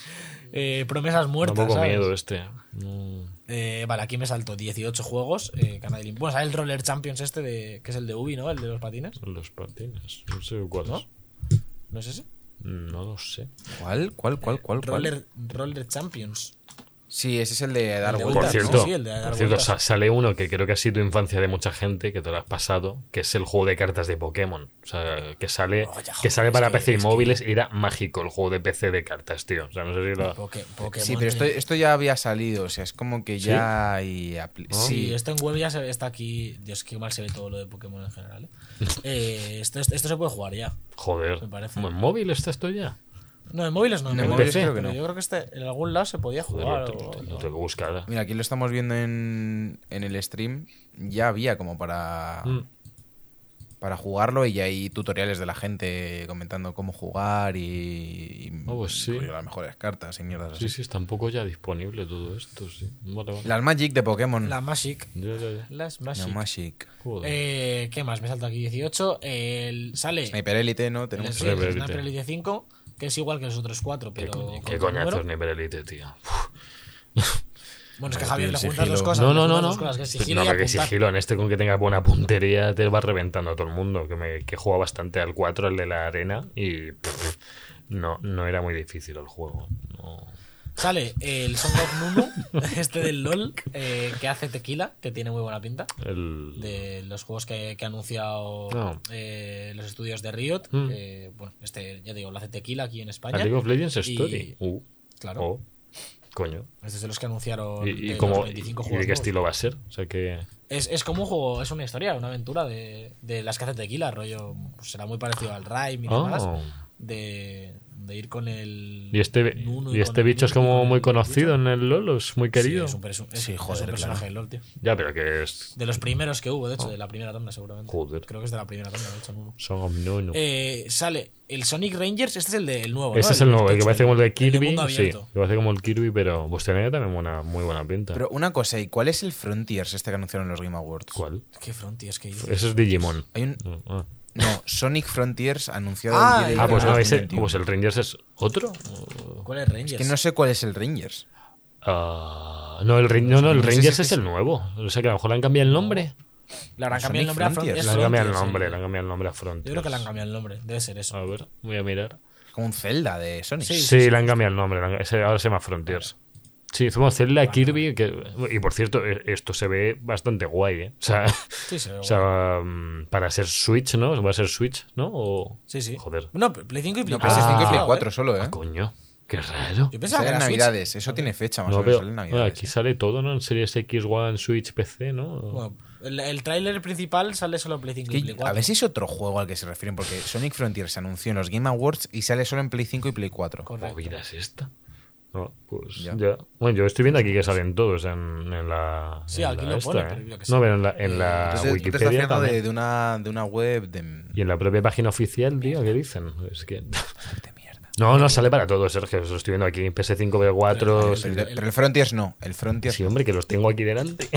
C: eh, promesas
A: Un
C: muertas.
A: poco
C: ¿sabes?
B: eh.
A: miedo este. Mm.
C: Eh, vale, aquí me salto 18 juegos. Eh, que a nadie le imp- Bueno, sale el Roller Champions este, de, que es el de Ubi, ¿no? El de los patines.
A: Los patines. No sé cuál
C: ¿No?
A: es.
C: ¿No es ese?
A: No lo sé.
B: ¿Cuál? ¿Cuál? ¿Cuál? ¿Cuál? cuál?
C: Roller, Roller Champions.
B: Sí, ese es el de dar
C: El de
A: Por
B: vueltas. ¿no?
C: vueltas,
A: cierto,
C: Sí, el de dar
A: por cierto,
C: vueltas.
A: sa- sale uno que creo que ha sido infancia de mucha gente, que te lo has pasado, que es el juego de cartas de Pokémon. O sea, que sale,
C: Oh, ya,
A: que
C: joder,
A: sale
C: es
A: para
C: que-
A: PC y
C: es que-
A: móviles y era mágico el juego de PC de cartas, tío. O sea, no sé si lo...
C: Poké- Pokémon
B: Eh, Sí, pero esto,
C: tiene-
B: esto ya había salido, o sea, es como que ya hay apli-
A: Oh.
C: Sí,
B: Sí,
C: esto en web ya se- está aquí. Dios, qué mal se ve todo lo de Pokémon en general. ¿eh?
B: [laughs]
C: Eh, esto, esto, esto se puede jugar ya.
A: Joder.
C: Me parece.
A: ¿En móvil está esto ya?
C: No, en móviles no.
B: En
A: móviles
C: pero
B: creo que no.
C: Yo creo que este, en algún lado se podía
A: Joder,
C: jugar.
A: lo te-
C: o-
A: lo te- lo tengo que buscar. ¿eh?
B: Mira, aquí lo estamos viendo en, en el stream. Ya había como
C: Ah,
B: para,
A: Mm.
B: para jugarlo y ya hay tutoriales de la gente comentando cómo jugar y, y
A: Ah, pues sí.
B: rollo, las mejores cartas y mierdas
A: Sí,
B: así.
A: sí, está un poco ya disponible todo esto, sí. Vale, vale.
B: Las Magic de Pokémon.
C: La Magic.
A: Ya, ya, ya.
C: Las
B: La
C: Magic.
B: Magic.
A: Joder.
C: Eh, ¿Qué más? Me salta aquí 18. El, sale
B: Sniper Elite, ¿no?
C: el,
B: Tenemos
C: sí, el
A: Sniper Elite.
C: Sniper Elite 5, que es igual que los otros cuatro,
A: qué
C: pero.
A: coño,
C: con
A: qué
C: otro
A: coñazo es
C: número.
A: nivel elite, tío.
C: Bueno, es que Javier
B: el
C: le juntas dos
B: sigilo.
C: cosas.
A: No,
C: le
A: no, no,
C: juntas
A: no.
C: dos cosas, que es sigilo
A: no,
C: y
A: pero que
C: apuntar.
A: sigilo en este con que tenga buena puntería te va reventando a todo el mundo. Que, me, que juega bastante al 4, el de la arena, y pff, no, no era muy difícil el juego. No.
C: Sale el Song of
A: [laughs]
C: Nunu, este del LOL, eh, que hace tequila, que tiene muy buena pinta.
A: El-
C: de los juegos que, que ha anunciado
A: No.
C: eh, los estudios de Riot.
A: Mm.
C: eh, bueno, este, ya digo, lo hace Tequila aquí en
A: A
C: España.
A: League of Legends
C: Y-
A: Story. Uh,
C: Claro.
A: oh, coño.
C: Este es de los que anunciaron
A: ¿Y, y
C: de
A: cómo-
C: los
A: y
C: 25
A: de
C: juegos
A: qué
C: nuevos.
A: estilo va a ser? O sea que.
C: Es, es como un juego, es una historia, una aventura de, de las que hace Tequila, rollo. pues será muy parecido al Rime y demás.
A: Oh.
C: De, de ir con el.
A: Y este,
C: Nuno
A: y
C: con
A: este
C: el
A: bicho es
C: Nuno y
A: como
C: con
A: muy
C: el bicho.
A: conocido en el LOL, es muy
C: Sí,
A: querido.
C: es un, perso- es-
B: Sí,
C: es un
B: joder,
C: personaje
B: claro.
C: del LOL, tío.
A: Ya, pero que es.
C: De los primeros que hubo, de hecho, de la primera ronda, seguramente.
A: Oh. Joder.
C: Creo que es de la primera ronda, de hecho, Nuno.
A: Son omnuno.
C: Eh, sale el Sonic Rangers, este es el, de, el nuevo. ¿no?
A: Ese es el nuevo, el que
C: Touch,
A: parece como el de
C: el
A: Kirby.
C: mundo
A: sí,
C: abierto.
A: que parece como el Kirby, pero pues tenía también buena, muy buena pinta.
B: Pero una cosa, ¿y cuál es el Frontiers este que anunciaron en los Game Awards?
A: ¿Cuál?
C: Qué fronti, es que dice.
A: Eso es Digimon.
B: Hay un,
A: No, ah.
B: no, Sonic Frontiers anunciado el
C: Ah,
B: día de
A: Ah, pues no, ese,
B: 2021.
A: pues el Rangers es otro.
C: ¿Cuál es Rangers?
B: Es que no sé cuál es el Rangers.
A: Ah, no, el, Ran- no, no, el
B: Pues ese
A: Rangers
B: sí
A: es
B: que
A: el nuevo. O sea que a lo mejor le han cambiado el nombre.
C: Le habrán
B: Sonic
C: cambiado el nombre a Fron-
B: Frontiers.
C: es
A: Le han cambiado el
C: Frontiers,
A: nombre,
C: sí.
A: le han cambiado el nombre a Frontier.
C: Yo creo que le han cambiado el nombre, debe ser eso.
A: A ver, voy a mirar.
B: Es como un Zelda de Sonic.
A: Sí,
C: Sí,
A: le han cambiado el nombre. le han- ese ahora se llama Frontiers. Sí, hicimos Zelda, Kirby. que- y por cierto, e- esto se ve bastante guay, ¿eh? O sea, [laughs]
C: Sí, se ve
A: o
C: guay.
A: sea, mm, para ser Switch, ¿no? Va a ser Switch, ¿no? O-
C: Sí, sí.
A: Joder.
C: No, pero Play 5 y Play
B: No, PlayStation
A: Ah,
B: y Play
C: claro,
B: 4
C: eh.
B: solo, ¿eh?
A: Ah, coño, qué raro.
B: Pensaba
C: Yo pensaba que era Switch.
B: Navidades, eso tiene fecha más
A: No
B: o menos,
A: veo.
B: sale en
A: ah,
B: Navidades.
A: aquí sale todo, ¿no? En series X, One, Switch, PC, ¿no?
C: ¿eh? Bueno, el, el tráiler principal sale solo en Play 5
B: Es que
C: y Play 4.
B: a ver si es otro juego al que se refieren, porque Sonic Frontier se anunció en los Game Awards y sale solo en Play 5 y Play 4.
A: ¿Qué
C: Correcto.
A: movida es esta? No, pues ya.
B: Ya.
A: Bueno, yo estoy viendo aquí que salen todos en, en la.
C: Sí,
A: en
C: aquí
A: la
C: lo pone,
A: ¿eh?
C: pero yo que sé.
A: No, pero en la, en la
B: Entonces, tú te estás
A: Ah, Wikipedia.
B: haciendo de,
A: también.
B: de una, de una web de, de
A: Y en la propia página oficial, tío, ¿qué dicen? Es que. [laughs]
B: mierda.
A: No, no sale para todos, Sergio. Eso estoy viendo aquí. PS5, B4.
B: Pero
A: sí.
B: el, pero el Frontiers no, el Frontiers
A: Sí, hombre, que los tengo aquí delante.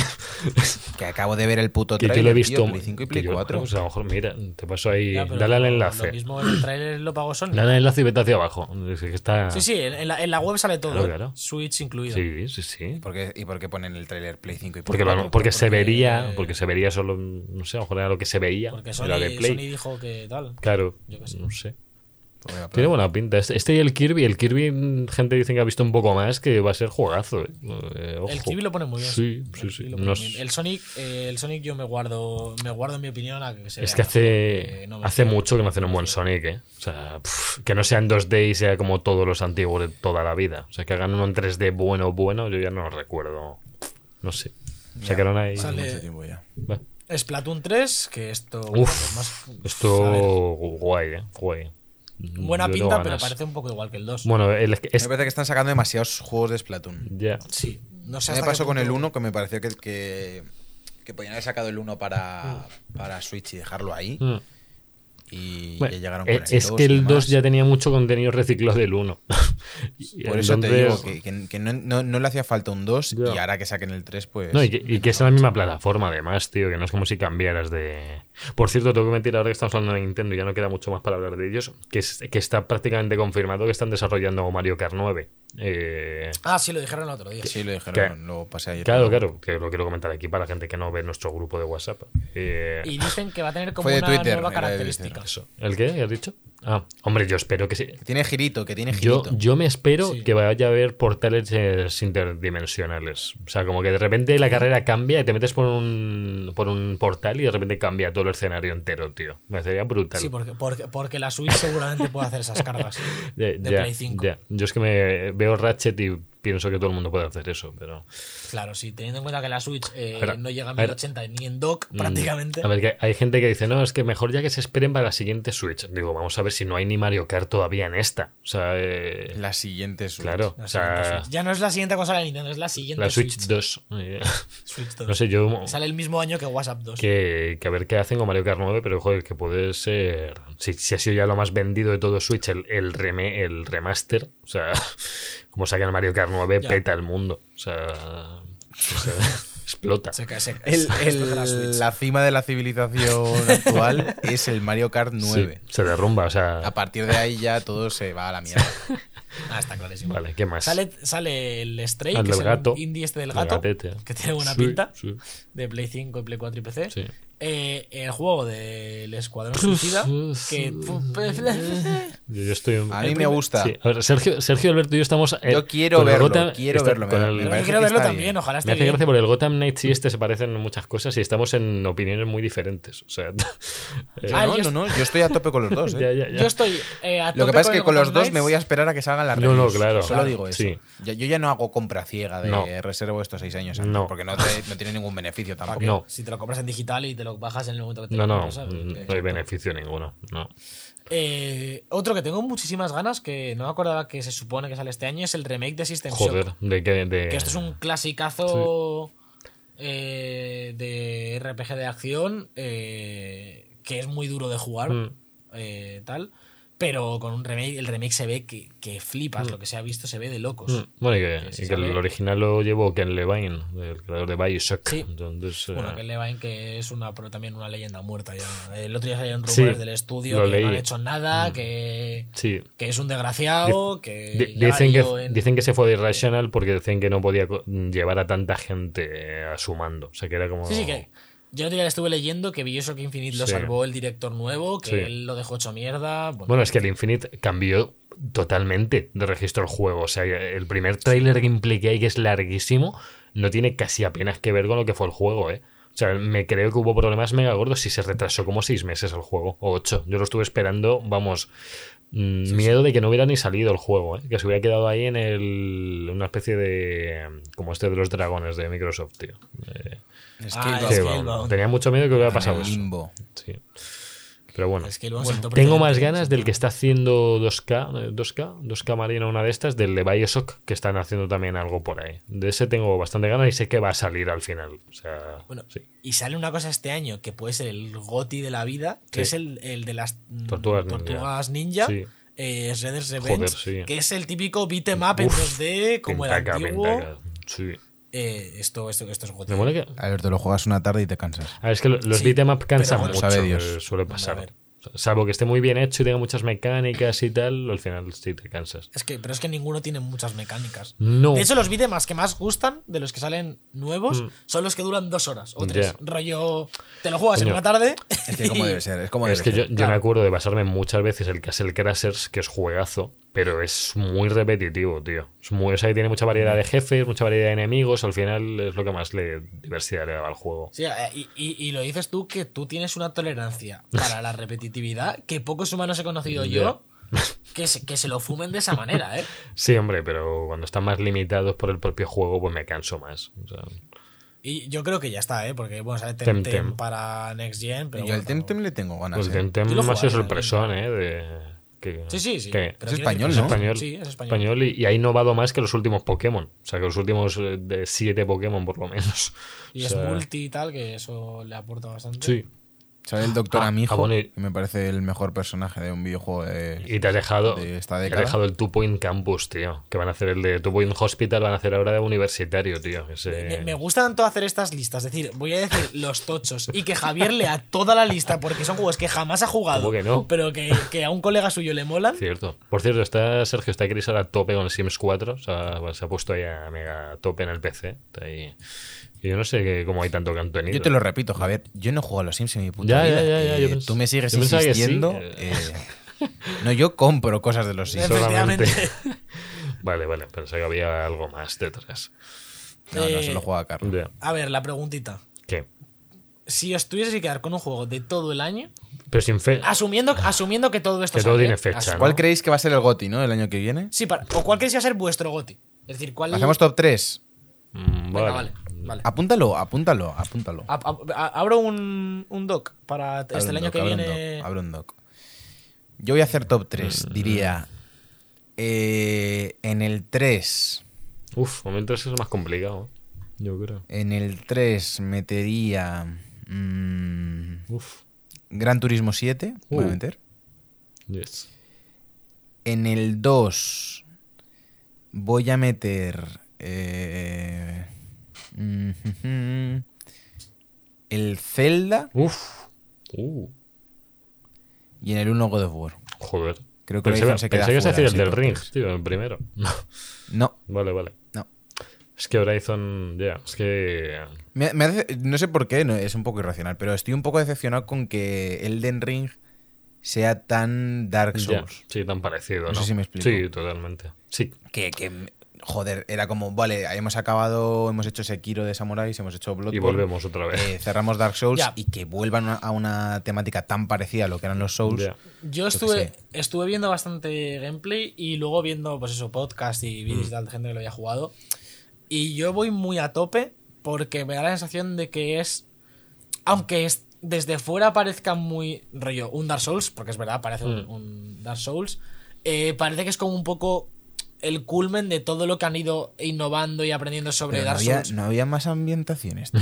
B: que acabo de ver el
A: [laughs]
B: puto
A: Que
B: trailer,
A: yo lo he visto.
B: Play 5 y
A: que
B: Play
A: yo-
B: 4.
A: pues a lo mejor, mira, te paso ahí.
C: Ya, pero
A: Dale al
C: lo-
A: enlace.
C: Lo mismo en el tráiler lo pagó Sony.
A: Dale al enlace y vete hacia abajo. Es que está.
C: Sí, sí, en en la, en la web sale todo.
A: Claro,
C: ¿eh?
A: claro.
C: Switch incluido.
A: Sí, sí, sí.
B: ¿Por qué- ¿Y por qué ponen el trailer Play 5 y Play
A: Porque, lo-
B: 4?
A: porque, se
C: porque-
A: vería, porque se vería solo, no sé, a lo mejor era lo que se veía,
C: Porque Sony,
A: la de Play.
C: Sony dijo que tal.
A: claro,
C: Yo qué sé.
A: no sé.
B: Pues voy a
A: Tiene
B: probar.
A: buena pinta. Este, este y el Kirby, el Kirby, mm, gente dice que ha visto un poco más, que va a ser juegazo. eh. Eh, ojo.
C: El Kirby lo pone muy bien.
A: Sí,
C: El
A: sí,
C: Kirby
A: sí.
C: lo pone
A: Nos-
C: muy bien. El Sonic, eh, el Sonic yo me guardo, me guardo mi opinión a que se
A: es
C: vea
A: que
C: mejor,
A: hace,
C: porque no me
A: hace
C: fío.
A: mucho que no hacen un buen Sonic, ¿eh? O sea, pff, que no sea en 2D y sea como todos los antiguos de toda la vida. O sea, que hagan uno en 3D bueno, bueno, yo ya no lo recuerdo. No sé. Sacaron ahí.
C: Sale-
B: Mucho tiempo ya.
A: Va.
C: Splatoon 3, que esto bueno,
A: Uf,
C: pues más, a ver,
A: esto guay, eh, guay.
C: buena
A: Yo
C: pinta,
A: tengo
C: pero
A: ganas.
C: parece un poco igual que el 2.
A: Bueno, el, es, Mm.
B: Me parece que están sacando demasiados juegos de Splatoon.
A: ya.
C: sí, no sé
B: A mí
C: hasta
B: me
C: qué
B: pasó con el
C: punto-
B: 1 que me pareció que, que, que podían haber sacado el 1 para, para Switch y dejarlo ahí.
A: Mm.
B: y
A: Bueno,
B: ya llegaron
A: eh,
B: 42
A: es que
B: y
A: el
B: demás.
A: 2 ya tenía mucho contenido reciclado del [laughs] 1.
B: Por eso te digo que, que- que no, no- no le hacía falta un 2
A: Ya.
B: y ahora que saquen el 3, pues.
A: No, y que, y que es la misma plataforma, además, tío, que no es como si cambiaras de. Por cierto, tengo que mentir ahora que estamos hablando de Nintendo y ya no queda mucho más para hablar de ellos, que, es- que está prácticamente confirmado que están desarrollando Mario Kart 9. Eh,
C: Ah, sí, lo dijeron el otro día.
B: Sí, lo dijeron,
A: ¿Qué?
B: lo pasé ayer.
A: claro, claro, que lo quiero comentar aquí para la gente que no ve nuestro grupo de WhatsApp. Eh,
C: Y dicen que va a tener como
B: Fue de
C: una
B: Twitter,
C: nueva
B: era de
C: característica.
B: Twitter.
A: ¿El qué? ¿Has dicho? Ah, hombre, yo espero que sí.
B: Que tiene girito, que tiene
A: Yo,
B: girito.
A: yo me espero
C: Sí.
A: que vaya a haber portales eh, interdimensionales. O sea, como que de repente la carrera cambia y te metes por un, por un portal y de repente cambia todo el escenario entero, tío. Me sería brutal.
C: Sí, porque, porque, porque la Switch seguramente puede hacer
A: [laughs]
C: esas cargas.
A: Ya,
C: de
A: ya,
C: Play 5.
A: ya. Yo es que me veo Ratchet y pienso que todo el mundo puede hacer eso, pero...
C: Claro, sí, teniendo en cuenta que la Switch eh,
A: Espera,
C: no llega a
A: a ver.
C: 1080 ni en dock
A: mm,
C: prácticamente.
A: A ver, que hay gente que dice, no, es que mejor ya que se esperen para la siguiente Switch. Digo, vamos a ver si no hay ni Mario Kart todavía en esta. O sea, eh,
B: La siguiente Switch.
A: claro.
C: La
A: o
C: siguiente
A: sea,
C: Switch. Ya no es la siguiente consola de Nintendo, es la siguiente
A: la Switch 2. [laughs] eh,
C: Switch 2.
A: no sé, yo...
C: Sale el mismo año que WhatsApp 2.
A: que, que a ver qué hacen con Mario Kart 9, pero joder, que puede ser. Si, si ha sido ya lo más vendido de todo Switch, el, el, reme- el remaster, o sea, [laughs] como sacan Mario Kart 9,
C: Ya.
A: peta el mundo. O sea, o sea, [laughs] explota.
C: Se cae, se cae, [laughs]
B: El-
C: se
B: el-
C: explota la Switch.
B: la cima de
A: [laughs]
B: la civilización actual es el Mario Kart
A: Sí,
B: 9.
A: se derrumba, o sea.
B: A partir de ahí ya todo se va a la mierda.
C: Ah, está clarísimo.
A: Vale, ¿qué más?
C: Sale, sale el Stray,
A: Al
C: que
A: del
C: es el
A: gato.
C: indie este del
A: El
C: gato,
A: gatete.
C: que tiene buena
A: Sí,
C: pinta,
A: sí.
C: de Play 5, y Play 4 y PC.
A: Sí.
C: Eh, el juego del
A: [laughs]
C: Escuadrón Suicida, que... [laughs] pues,
A: Yo, yo estoy.
B: A mí me gusta.
A: Sí, a ver, Sergio, Sergio Alberto y yo estamos. eh,
B: Yo quiero
A: con el
B: verlo,
A: Gotham-
B: quiero
A: está-
B: verlo, me
A: con
B: da-
A: el-
B: me
C: Pero
B: parece
C: quiero
B: que
C: verlo
B: está
C: también,
B: bien.
C: ojalá esté
A: Me hace
C: bien.
A: gracia porque el Gotham Knights y este se parecen en muchas cosas y estamos en opiniones muy diferentes. O sea, [laughs] eh,
C: Ah,
B: no,
C: yo
B: no,
C: est-
B: no, yo estoy a tope con los
A: [laughs]
B: dos. ¿eh?
A: ya, ya, ya.
C: Yo estoy eh, a
B: Lo que
C: tope
B: pasa es
C: el
B: que con los
C: Gotham
B: dos me
C: Knights.
B: voy a esperar a que salgan las
A: No, no,
B: reviews.
A: claro.
B: Solo digo eso.
A: Sí.
B: Ya- yo ya no hago compra ciega de
A: No.
B: reservo estos seis años antes,
A: No.
B: porque no, te- no tiene ningún beneficio tampoco.
A: No.
C: Si te lo compras en digital y te lo bajas en el momento que te
A: No,
C: lo
A: no, Mm,
C: compras, ¿sabes?
A: no hay beneficio ninguno. No.
C: Eh, otro que tengo muchísimas ganas, que no me acordaba que se supone que sale este año, es el remake de System Shock.
A: Joder, de que. De...
C: Que esto es un clasicazo eh, de RPG de acción, eh, que es muy duro de jugar,
A: Mm.
C: eh, tal. Pero con un remake, el remake se ve que, que flipas, lo que se ha visto se ve de locos.
A: Mm, Bueno, y que,
C: Que se
A: y que el
C: sabe.
A: original lo llevó Ken Levine, el creador de Bioshock.
C: Sí.
A: Entonces, eh,
C: Bueno, que Levine, que es una, pero también una leyenda muerta ya. El otro día salieron rumores
A: Sí,
C: del estudio
A: lo
C: que no han
A: leí.
C: hecho nada, que,
A: sí.
C: que es un desgraciado, que
A: Di-
C: ya
A: Dicen que,
C: yo en-
A: dicen que se fue de Irrational porque decían que no podía co- llevar a tanta gente eh, a su mando. O sea, que era como.
C: Sí, sí, que. Yo el otro día estuve leyendo que Bioshock Infinite lo
A: Oh. Sí.
C: salvó el director nuevo, que
A: Sí.
C: él lo dejó hecho mierda. Bueno,
A: Bueno, es que el Infinite cambió totalmente de registro el juego. O sea, el primer tráiler gameplay que hay, que es larguísimo, no tiene casi apenas que ver con lo que fue el juego, ¿eh? O sea, me creo que hubo problemas mega gordos y se retrasó como seis meses el juego, o ocho. Yo lo estuve esperando, vamos, mm, miedo de que no hubiera ni salido el juego, ¿eh? que se hubiera quedado ahí en el, una especie de... como este de los dragones de Microsoft, tío. Eh,
B: Es que
C: Ah,
B: lo-
A: que,
C: Scalebound.
A: vamos, tenía mucho miedo que hubiera pasado
B: en el
A: eso.
B: limbo.
A: Sí. Pero bueno.
C: es que lo vamos al tope
A: Tengo
C: de-
A: más ganas del que está haciendo 2K, eh, 2K, 2K Marina, una de estas, del de Bioshock, que están haciendo también algo por ahí. De ese tengo bastante ganas y sé que va a salir al final. O sea,
C: Bueno,
A: sí.
C: Y sale una cosa este año que puede ser el goti de la vida, que
A: Sí.
C: es el, el de las mm,
A: Tortugas Ninja.
C: tortugas ninja.
A: Sí.
C: eh, Shredder's Revenge,
A: Joder, sí.
C: que es el típico beat 'em up en
A: Uf,
C: 2D, como
A: Pentaca,
C: el antiguo.
A: pentaca. Sí.
C: Eh, esto, esto, esto es goti.
A: Me mola que.
B: Alberto, lo juegas una tarde y te cansas.
A: Ah, es que lo- los
C: Sí,
A: beat'em up cansan
C: pero bueno,
A: mucho,
B: sabe Dios.
A: eh, suele pasar.
C: A ver.
A: Salvo que esté muy bien hecho y tenga muchas mecánicas y tal, al final sí te cansas.
C: Es que, pero es que ninguno tiene muchas mecánicas.
A: No.
C: De hecho, los más que más gustan, de los que salen nuevos,
A: Mm.
C: son los que duran dos horas o tres.
A: Ya.
C: Rollo, te lo juegas en
A: Coño.
C: una tarde.
B: Es que como
C: [laughs]
B: debe ser, es como
A: Es
B: debe
A: que yo,
B: ser.
A: yo me acuerdo de pasarme muchas veces el Castle Crashers, que es juegazo, pero es muy repetitivo, tío. Es muy, o sea, tiene mucha variedad de jefes, mucha variedad de enemigos. Al final es lo que más le diversidad le daba al juego.
C: Sí, eh, y, y- y lo dices tú que tú tienes una tolerancia para la repetitividad que pocos humanos he conocido yo que se, que se lo fumen de esa manera, ¿eh?
A: Sí, hombre, pero cuando están más limitados por el propio juego, pues me canso más. O sea,
C: Y yo creo que ya está, ¿eh? Porque, bueno, sale
A: Temtem.
C: Temtem para Next Gen, pero...
B: Yo al
C: bueno,
B: Temtem le tengo ganas.
A: pues
B: ¿eh?
A: Temtem
C: Yo lo
A: ha sido
C: jugaré,
A: sorpresón, ¿eh? de- que-
C: Sí, sí, sí.
A: que-
C: pero
B: Es
C: quiero
B: español,
C: decir-
A: es
B: ¿no?
A: español,
C: Sí, es español.
A: español y, y ha innovado más que los últimos Pokémon. O sea, que los últimos eh, de siete Pokémon, por lo menos.
C: Y
A: O
C: es ¿eh?
A: sea,
C: multi y tal, que eso le aporta bastante.
A: Sí.
B: Sale el doctor
A: Ah,
B: Amijo,
A: ah, bueno, y-
B: que me parece el mejor personaje de un videojuego de...
A: Y te has dejado,
B: de esta
A: te has
B: década.
A: dejado el Two Point Campus, tío. Que van a hacer el de Two Point Hospital, van a hacer ahora de universitario, tío. eh, Ese-
C: Me, me gusta tanto hacer estas listas, es decir, voy a decir los tochos y que Javier lea toda la lista porque son juegos que jamás ha jugado,
A: ¿Cómo que no?
C: pero que, que a un colega suyo le molan.
A: Cierto. Por cierto, está Sergio, está Chris ahora a tope con el Sims 4. O sea, pues, se ha puesto ahí a mega tope en el PC. Está ahí. Y yo no sé qué- cómo hay tanto contenido.
B: Yo te lo repito, Javier, yo no juego a los Sims en mi puta
A: Ya, ya,
B: vida.
A: ya, ya,
B: Eh,
A: yo pens-
B: tú me sigues
A: yo pensaba que sí,
B: insistiendo.
A: eh.
B: eh, no, yo compro cosas de los Sims.
C: Efe-
A: Solamente.
C: Efectivamente.
A: [laughs] vale, vale. Pensaba que había algo más detrás.
B: No, no,
C: Eh,
B: se lo juega a Carlos.
A: Ya.
C: A ver, la preguntita.
A: ¿Qué?
C: Si os tuvieses que quedar con un juego de todo el año,
A: Pero sin fe.
C: asumiendo, asumiendo que todo esto
A: Que todo
C: sale,
A: tiene fecha,
C: asu-
A: ¿no?
B: ¿Cuál creéis que va a ser el GOTI, no? El año que viene.
C: Sí, para- o cuál creéis que va a ser vuestro goti. Es decir, cuál.
B: Hacemos top 3.
A: Mm,
C: Venga,
A: vale.
C: vale, vale.
B: Apúntalo, apúntalo, apúntalo.
C: A- a- a- abro un, un doc para
B: Abre
C: Ah, este
B: un
C: el año
B: doc,
C: que
B: abre un
C: viene.
B: doc, abre un doc. Yo voy a hacer top 3, diría. eh, en el 3.
A: Uf, momento eso es más complicado. ¿eh? Yo creo.
B: En el 3 metería. mm,
A: Uf.
B: Gran Turismo 7. Voy a
A: Uh.
B: meter.
A: Yes.
B: En el 2 voy a meter eh, [laughs] mm, jujum, el Zelda
A: Uf. Uh.
B: y en el 1 God of War.
A: Joder.
B: Creo que
A: pensé
B: Horizon se
A: pensé
B: queda
A: que ibas a
B: fuera,
A: decir el
B: sí,
A: del
B: top
A: ring,
B: tres.
A: tío, el primero. [laughs]
B: No,
A: vale, vale.
B: no.
A: Es que Horizon, ya, es que.
B: Me- me hace- no sé por qué, no, es un poco irracional, pero estoy un poco decepcionado con que Elden Ring sea tan Dark
A: ya,
B: Souls.
A: sí, tan parecido. No,
B: No sé si me explico.
A: Sí, totalmente. Sí.
B: Que, que, joder, era como, vale, hemos acabado, hemos hecho Sekiro de Samuráis, hemos hecho Bloodborne.
A: Y volvemos otra vez.
B: eh, cerramos Dark Souls
C: Ya.
B: y que vuelvan a- a una temática tan parecida a lo que eran los Souls.
A: Ya.
C: Yo
B: que
C: estuve,
B: sé.
C: estuve viendo bastante gameplay y luego viendo, pues eso, podcast y
B: Mm.
C: vídeos y tal de gente que lo había jugado. Y yo voy muy a tope porque me da la sensación de que es. Aunque es, desde fuera parezca muy rollo, un Dark Souls, porque es verdad, parece un,
A: Mm.
C: un Dark Souls, eh, parece que es como un poco el culmen de todo lo que han ido innovando y aprendiendo sobre
B: Pero no,
C: Dark
B: había,
C: Souls.
B: no había más ambientaciones. tío.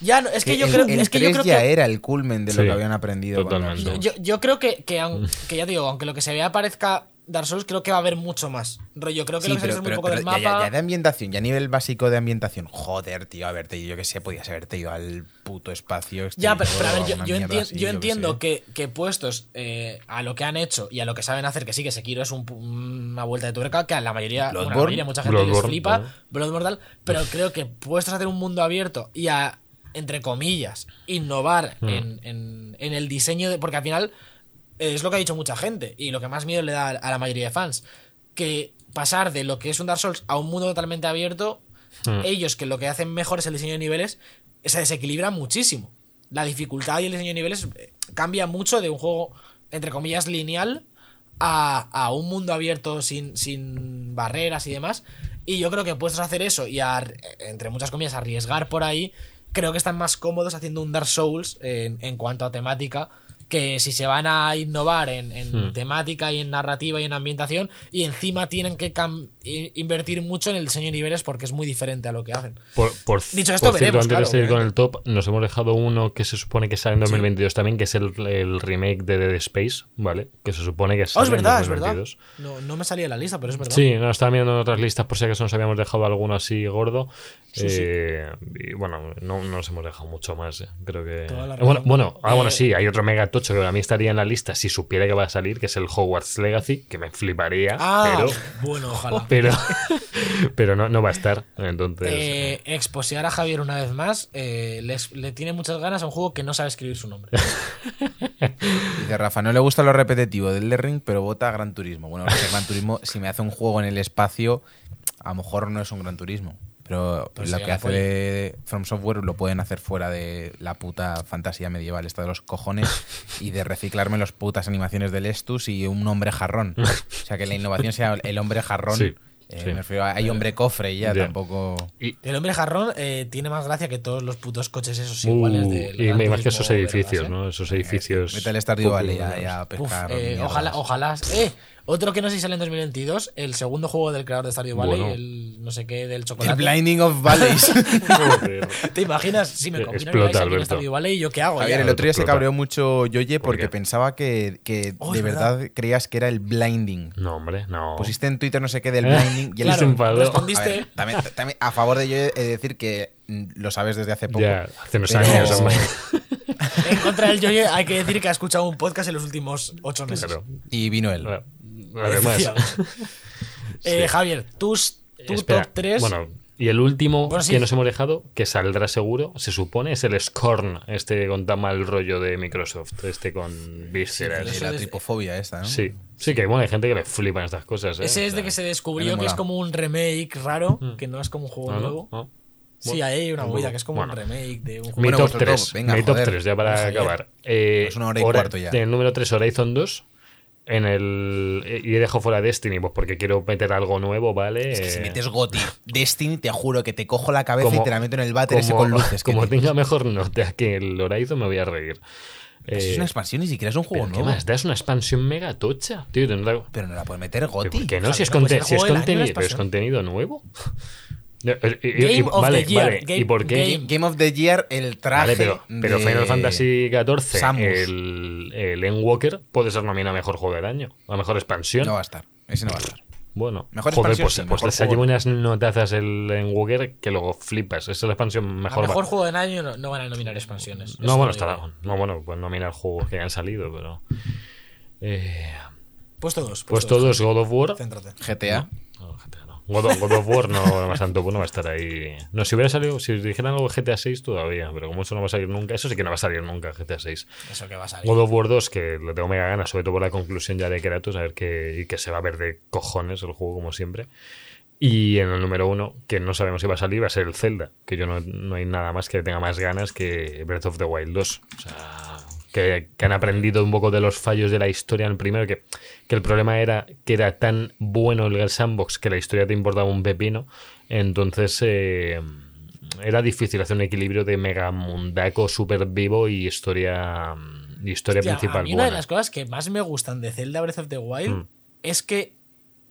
C: Ya, no, es que, yo
B: el,
C: creo,
B: el
C: es que yo
B: 3
C: creo
B: ya
C: que.
B: era el culmen de lo
A: Sí,
B: que habían aprendido. con Dark
A: totalmente.
B: Souls.
C: Yo, yo creo que, que,
B: Mm.
C: aun- que ya digo, aunque lo que se vea parezca Dark Souls, creo que va a haber mucho más. Rollo, creo que
B: Sí,
C: lo que se ve
B: pero,
C: es muy
B: pero-
C: poco
B: pero
C: del
B: ya,
C: mapa.
B: ya- ya de ambientación, ya a nivel básico de ambientación. Joder, tío, haberte ido, yo que sé, podías haberte ido al puto espacio.
C: Ya, pero,
B: exterior
C: pero a
B: o
C: ver, yo,
B: una
C: yo
B: mierda
C: entien-
B: así,
C: yo
B: qué
C: entiendo
B: sé.
C: que, que puestos eh, a lo que han hecho y a lo que saben hacer, que sí, que Sekiro es un pu- una vuelta de tuerca, que a la mayoría, bueno, a la
B: Bloodborne.
C: mayoría, mucha gente les
A: Bloodborne,
C: flipa,
A: ¿no?
C: Bloodborne tal, pero creo que puestos a hacer un mundo abierto y a, entre comillas, innovar
B: Hmm.
C: en, en- en el diseño, de, porque al final eh, es lo que ha dicho mucha gente y lo que más miedo le da a- a la mayoría de fans, que pasar de lo que es un Dark Souls a un mundo totalmente abierto, ellos que lo que hacen mejor es el diseño de niveles, se desequilibra muchísimo. La dificultad y el diseño de niveles eh, cambia mucho de un juego, entre comillas, lineal a, a un mundo abierto sin, sin barreras y demás. Y yo creo que puestos a hacer eso y a, eh, entre muchas comillas, arriesgar por ahí, creo que están más cómodos haciendo un Dark Souls eh, en, en cuanto a temática. Que si se van a innovar en,
A: Hmm.
C: en temática y en narrativa y en ambientación, y encima tienen que cam- i- invertir mucho en el diseño de niveles porque es muy diferente a lo que hacen.
A: Por, por-
C: Dicho esto,
A: por cierto,
C: veremos,
A: antes de
C: claro,
A: seguir con el top, nos hemos dejado uno que se supone que sale en 2022 también, que es el, el remake de Dead Space, ¿vale? Que se supone que
C: Oh,
A: sale
C: es verdad,
A: en
C: es verdad.
A: 2022.
C: No, no me salía la lista, pero es verdad.
A: Sí, no, estaba mirando en otras listas por si acaso nos habíamos dejado alguno así gordo. Eh, Y bueno, no, no nos hemos dejado mucho más. eh. Creo que.
C: Toda la
A: Bueno,
C: razón.
A: bueno, ah, bueno,
C: Eh,
A: sí, hay otro mega tocho que a mí estaría en la lista si supiera que va a salir, que es el Hogwarts Legacy, que me fliparía,
C: Ah,
A: pero.
C: bueno, ojalá.
A: [laughs] Pero, pero no, no va a estar. Entonces.
C: Eh, exposear a Javier una vez más eh, les- le tiene muchas ganas a un juego que no sabe escribir
A: [laughs]
C: su nombre.
B: Dice Rafa, no le gusta lo repetitivo del The Ring, pero vota a Gran Turismo. Bueno, porque Gran
C: [laughs]
B: Turismo, si me hace un juego en el espacio, a lo mejor no es un Gran Turismo. Pero
C: Pues
B: lo
C: sí,
B: que hace
C: apoyo.
B: de From Software lo pueden hacer fuera de la puta fantasía medieval, esta de los
C: [laughs]
B: cojones, y de reciclarme las putas animaciones del Estus y un hombre jarrón. O sea, que la innovación sea el hombre jarrón.
A: Sí,
B: Eh,
A: sí.
B: Me refiero a, hay hombre cofre y ya,
A: Ya.
B: tampoco.
C: El hombre jarrón eh, tiene más gracia que todos los putos coches esos
A: Uh,
C: iguales. del
A: y
C: Gran
A: me imagino
C: Turismo
A: esos
C: Vegas,
A: edificios,
C: ¿eh?
A: ¿no? Esos edificios.
B: Vete al Stardew Valley a, a
C: Uf,
B: pescar.
C: eh,
B: mierdas.
C: ojalá, ojalá. ¡Eh! Otro que no sé si sale en 2022, el segundo juego del creador de Stardew Valley,
A: Bueno.
C: el no sé qué del
B: El
C: chocolate.
B: Blinding of Valleys.
A: Joder.
C: [laughs] ¿Te imaginas? Si me
A: Eh,
C: combinan
A: explota,
C: Rise aquí en
A: Alberto.
C: Stardew Valley, ¿yo qué hago?
B: Javier,
C: ya?
B: el otro día se
A: Explota.
B: cabreó mucho Yoye
A: ¿Por
B: porque
A: qué?
B: pensaba que, que
C: Oh, es
B: de
C: verdad.
B: verdad, creías que era el blinding.
A: [laughs] No, hombre, no.
B: Pusiste en Twitter no sé qué del
A: Eh,
B: blinding y él
A: claro,
B: se enfadó.
A: enfadó.
B: A
C: Respondiste.
B: ver, también, también a favor de Yoye he de decir que mm, lo sabes desde hace poco.
A: Ya, hace unos
B: Pero-
A: años, hombre.
C: En contra del Yoye, hay que decir que ha escuchado un podcast en los últimos ocho meses.
A: Claro.
B: Y vino él.
A: Además,
C: [laughs] Eh,
A: Sí.
C: Javier, tus tu
A: espera,
C: top 3.
A: Bueno, y el último
C: Bueno, sí.
A: que nos hemos dejado, que saldrá seguro, se supone, es el Scorn, este con tan mal rollo de Microsoft, este con vísceras.
B: Y
C: eso
A: Sí,
B: la
C: es-
B: tripofobia esta, ¿no?
A: sí, que bueno, hay gente que le flipan estas cosas. ¿eh?
C: ese es
A: O
C: de
A: sea,
C: que se
B: a mí
C: descubrió
B: me
C: que es
B: mola.
C: como un remake raro, que no es como un juego
A: no, no,
C: nuevo.
A: no.
C: Sí, ahí hay una
A: Bueno,
C: movida que es como
A: bueno.
C: un remake de un
A: Mi
C: juego.
B: Bueno,
A: top
B: vuestro top,
A: 3.
B: venga,
A: mi top
B: joder.
A: 3, ya para
C: Vamos allá.
A: acabar. Eh,
B: Es una hora y cuarto ya.
A: El número 3, Horizon 2. En el, eh, y he dejado fuera Destiny, pues porque quiero meter algo nuevo, ¿vale?
B: Es que si
A: Eh,
B: metes Goti, Destiny, te juro que te cojo la cabeza y te la meto en el váter ese
A: como-
B: con
A: [laughs]
B: luces. que
A: Como
B: dices.
A: tenga mejor nota que el Horizon, me voy a reír.
B: Eso
A: Eh,
B: es una expansión, ni siquiera es un juego
A: pero ¿Qué
B: nuevo.
A: más? Das una expansión mega tocha. Tío, tendrá-
B: Pero no la puedes meter
A: ¿Pero
B: Goti.
A: ¿Por qué no? Si es,
C: Javier, no
A: conte-
C: puede ser
A: si es
C: juego del año la
A: contenido, pero es
C: expansión.
A: contenido nuevo. [laughs] No, eh, eh,
C: Game
A: y-
C: of the
A: vale,
C: Year,
A: vale.
C: game-
A: ¿Y por qué?
C: game
B: Game of the Year, el traje.
A: Vale, pero, pero
B: de-
A: Final Fantasy XIV,
B: Samus.
A: el, el Endwalker, puede ser nominado a mejor juego del año, a mejor expansión.
B: No va a estar. Ese no va a estar.
A: bueno,
B: Mejor
A: joder,
B: expansión,
A: pues,
B: sí,
A: pues
B: mejor
A: les lleva
B: juego.
A: unas notazas el Endwalker que luego flipas. Es la expansión
C: A
A: mejor.
C: mejor juego del año no, no van a nominar expansiones. Eso
A: no,
C: lo
A: bueno,
C: digo
A: estará.
C: yo.
A: No, bueno, pues nominar juegos que han salido, pero. eh,
C: Puesto dos.
A: pues todos God of War.
C: Céntrate.
B: GTA.
A: No, GTA no. God of, God of War no, más tanto pues no va a estar ahí. No, si hubiera salido, si dijeran algo de GTA 6 todavía, pero como eso no va a salir nunca, eso sí que no va a salir nunca GTA 6.
C: Eso que va a salir.
A: God of War 2, que le tengo mega ganas, sobre todo por la conclusión ya de Kratos, a ver que, y que se va a ver de cojones el juego como siempre. Y en el número uno, que no sabemos si va a salir, va a ser el Zelda, que yo no, no hay nada más que tenga más ganas que Breath of the Wild 2. O sea, que, que han aprendido un poco de los fallos de la historia en el primero, que, que el problema era que era tan bueno el sandbox que la historia te importaba un pepino. Entonces... eh, era difícil hacer un equilibrio de mega mundaco super vivo y historia y historia
C: Hostia,
A: principal
C: a mí
A: buena.
C: una de las cosas que más me gustan de Zelda Breath of the Wild
A: Mm.
C: es que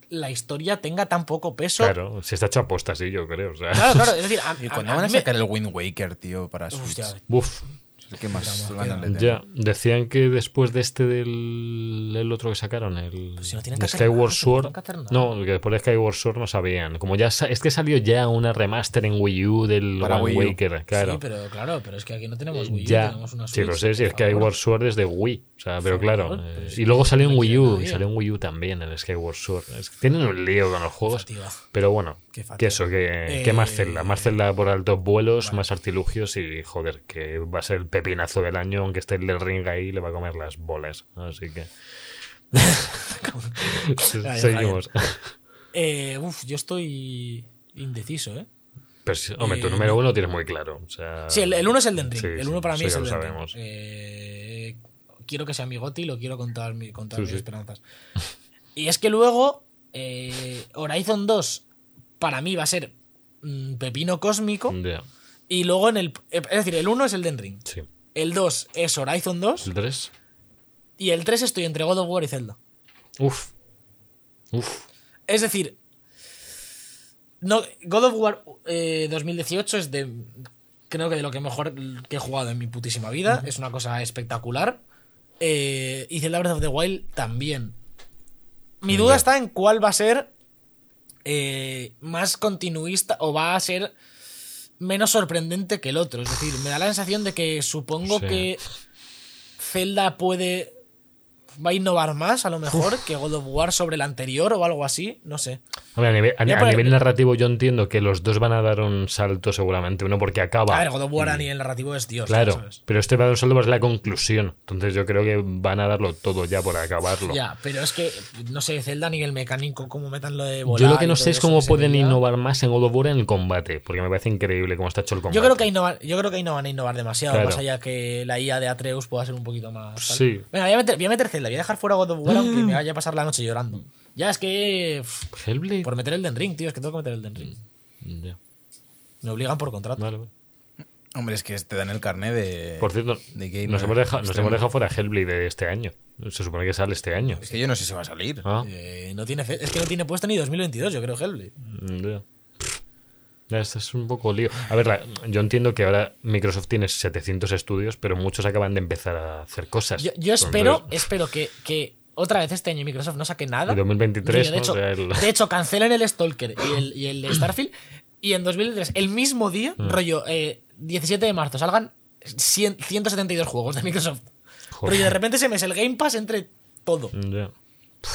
C: la historia tenga tan poco peso.
A: claro se está hecho a postas sí yo creo o sea.
C: claro, claro, es decir, a,
B: ¿Y
C: a-
B: cuándo
C: a
B: van a
C: mí me-
B: sacar el Wind Waker, tío, para Switch?
C: Hostia,
A: [laughs] Uf,
B: Es el que más ganas le tengo.
A: ya
C: Eh,
A: decían que después de este del el otro que sacaron el,
C: Pues si no tienen
A: de
C: que hacer
A: Skyward
C: nada, si no
A: Sword
C: tienen que hacer nada.
A: no que después de Skyward Sword no sabían como ya sa- es que salió ya una remaster en Wii U del
B: Para
A: One
B: Wii U.
A: Waker claro
C: Sí, pero claro, pero es que aquí no tenemos Wii U,
A: ya,
C: tenemos una
A: sí,
C: Switch.
A: lo sé, si
C: por
A: es que hay
C: favor.
A: War Sword es de Wii, o sea, pero
C: Por
A: claro.
C: favor,
A: eh,
C: pero es
A: y
C: que
A: luego salió en
C: no
A: Wii
C: quiere
A: U, y
C: nadie.
A: salió en Wii U también el Skyward Sword. Es que tienen un lío con los juegos.
C: Fatiga.
A: Pero bueno,
C: Qué fatiga.
A: que eso, que, que
C: Eh,
A: más celda, más celda por altos vuelos, más artilugios y joder, que va a ser el pepinazo del año, aunque esté el del ring ahí, le va a comer las bolas. Así que.
C: [laughs]
A: [laughs]
C: Ay,
A: Seguimos.
C: Eh, uf, yo estoy indeciso, ¿eh?
A: Pero, sí, hombre, tu
C: Eh,
A: número uno lo tienes muy claro. o sea-
C: Sí, el, el uno es el Den Ring.
A: Sí,
C: el
A: sí,
C: uno para mí
A: sí,
C: es
A: ya
C: el
A: lo
C: Den Ring.
A: sabemos.
C: Eh, quiero que sea mi goti, lo quiero contar, mi, contar
A: Sí,
C: mis
A: sí.
C: esperanzas. Y es que luego eh, Horizon 2 para mí va a ser mm, pepino cósmico.
A: Ya,
C: Y luego en el... eh, Es decir, el 1 es el Den Ring.
A: sí.
C: El 2 es Horizon 2.
A: ¿El 3?
C: Y el 3 estoy entre God of War y Zelda.
A: Uf. Uf.
C: Es decir, no, God of War eh, 2018 es de. Creo que de lo que mejor que he jugado en mi putísima vida. Es una cosa espectacular. Eh, y Zelda Breath of the Wild también. Mi duda está en cuál va a ser eh, más continuista o va a ser menos sorprendente que el otro. Es decir, me da la sensación de que supongo
A: Sí.
C: que Zelda puede. Va a innovar más, a lo mejor, que God of War sobre el anterior o algo así. No sé.
A: Hombre, a nivel, a-
C: Voy a
A: a
C: poner-
A: nivel narrativo yo entiendo que los dos van a dar un salto seguramente. Uno porque acaba.
C: A ver, God of War a nivel narrativo es Dios.
A: Mm. claro,
C: ¿sabes?
A: pero este va a dar un salto porque es la conclusión. Entonces yo creo que van a darlo todo ya por acabarlo.
C: Ya, pero es que, no sé, Zelda a nivel mecánico, cómo metan lo de volar.
A: yo lo que
C: y
A: no
C: todo
A: sé es
C: eso
A: cómo
C: que se
A: pueden
C: veía.
A: innovar más en God of War en el combate, porque me parece increíble cómo está hecho el combate.
C: Yo creo, que innovar, yo creo que ahí no van a innovar demasiado,
A: Claro.
C: más allá que la IA de Atreus pueda ser un poquito más. tal.
A: Sí. Mm.
C: Venga, voy a, meter, voy a meter Zelda, voy a dejar fuera God of War, aunque me vaya a pasar la noche llorando. Ya, es que. pff,
A: Hellblade.
C: Por meter el Den Ring, tío, es que tengo que meter el Den Ring.
A: Mm. Ya,
C: Me obligan por contrato.
A: vale, vale.
B: Hombre, es que te dan el carné de.
A: Por cierto,
B: de gamer
C: Eh,
A: nos hemos, dejado, nos
B: extremo.
A: hemos dejado fuera Hellblade de este año. Se supone que sale este año.
B: Es que yo no sé si va a salir.
A: Ah,
C: Eh, no tiene fe- es que no tiene puesto ni 2022, yo creo, Hellblade.
A: ya. Ya, esto es un poco lío. A ver, la- yo entiendo que ahora Microsoft tiene 700 estudios, pero muchos acaban de empezar a hacer cosas.
C: Yo, yo espero,
A: Entonces,
C: espero que, que otra vez este año Microsoft no saque nada.
A: Y 2023,
C: Yo,
A: ¿no?
C: de, hecho,
A: O sea, el-
C: de hecho, cancelen el Stalker y el, y
A: [coughs]
C: el de Starfield. Y en 2003, el mismo día,
A: Ah.
C: rollo, eh, 17 de marzo, salgan 100 172 juegos de Microsoft.
A: Joder.
C: Rollo, de repente se me es el Game Pass entre todo.
A: ya.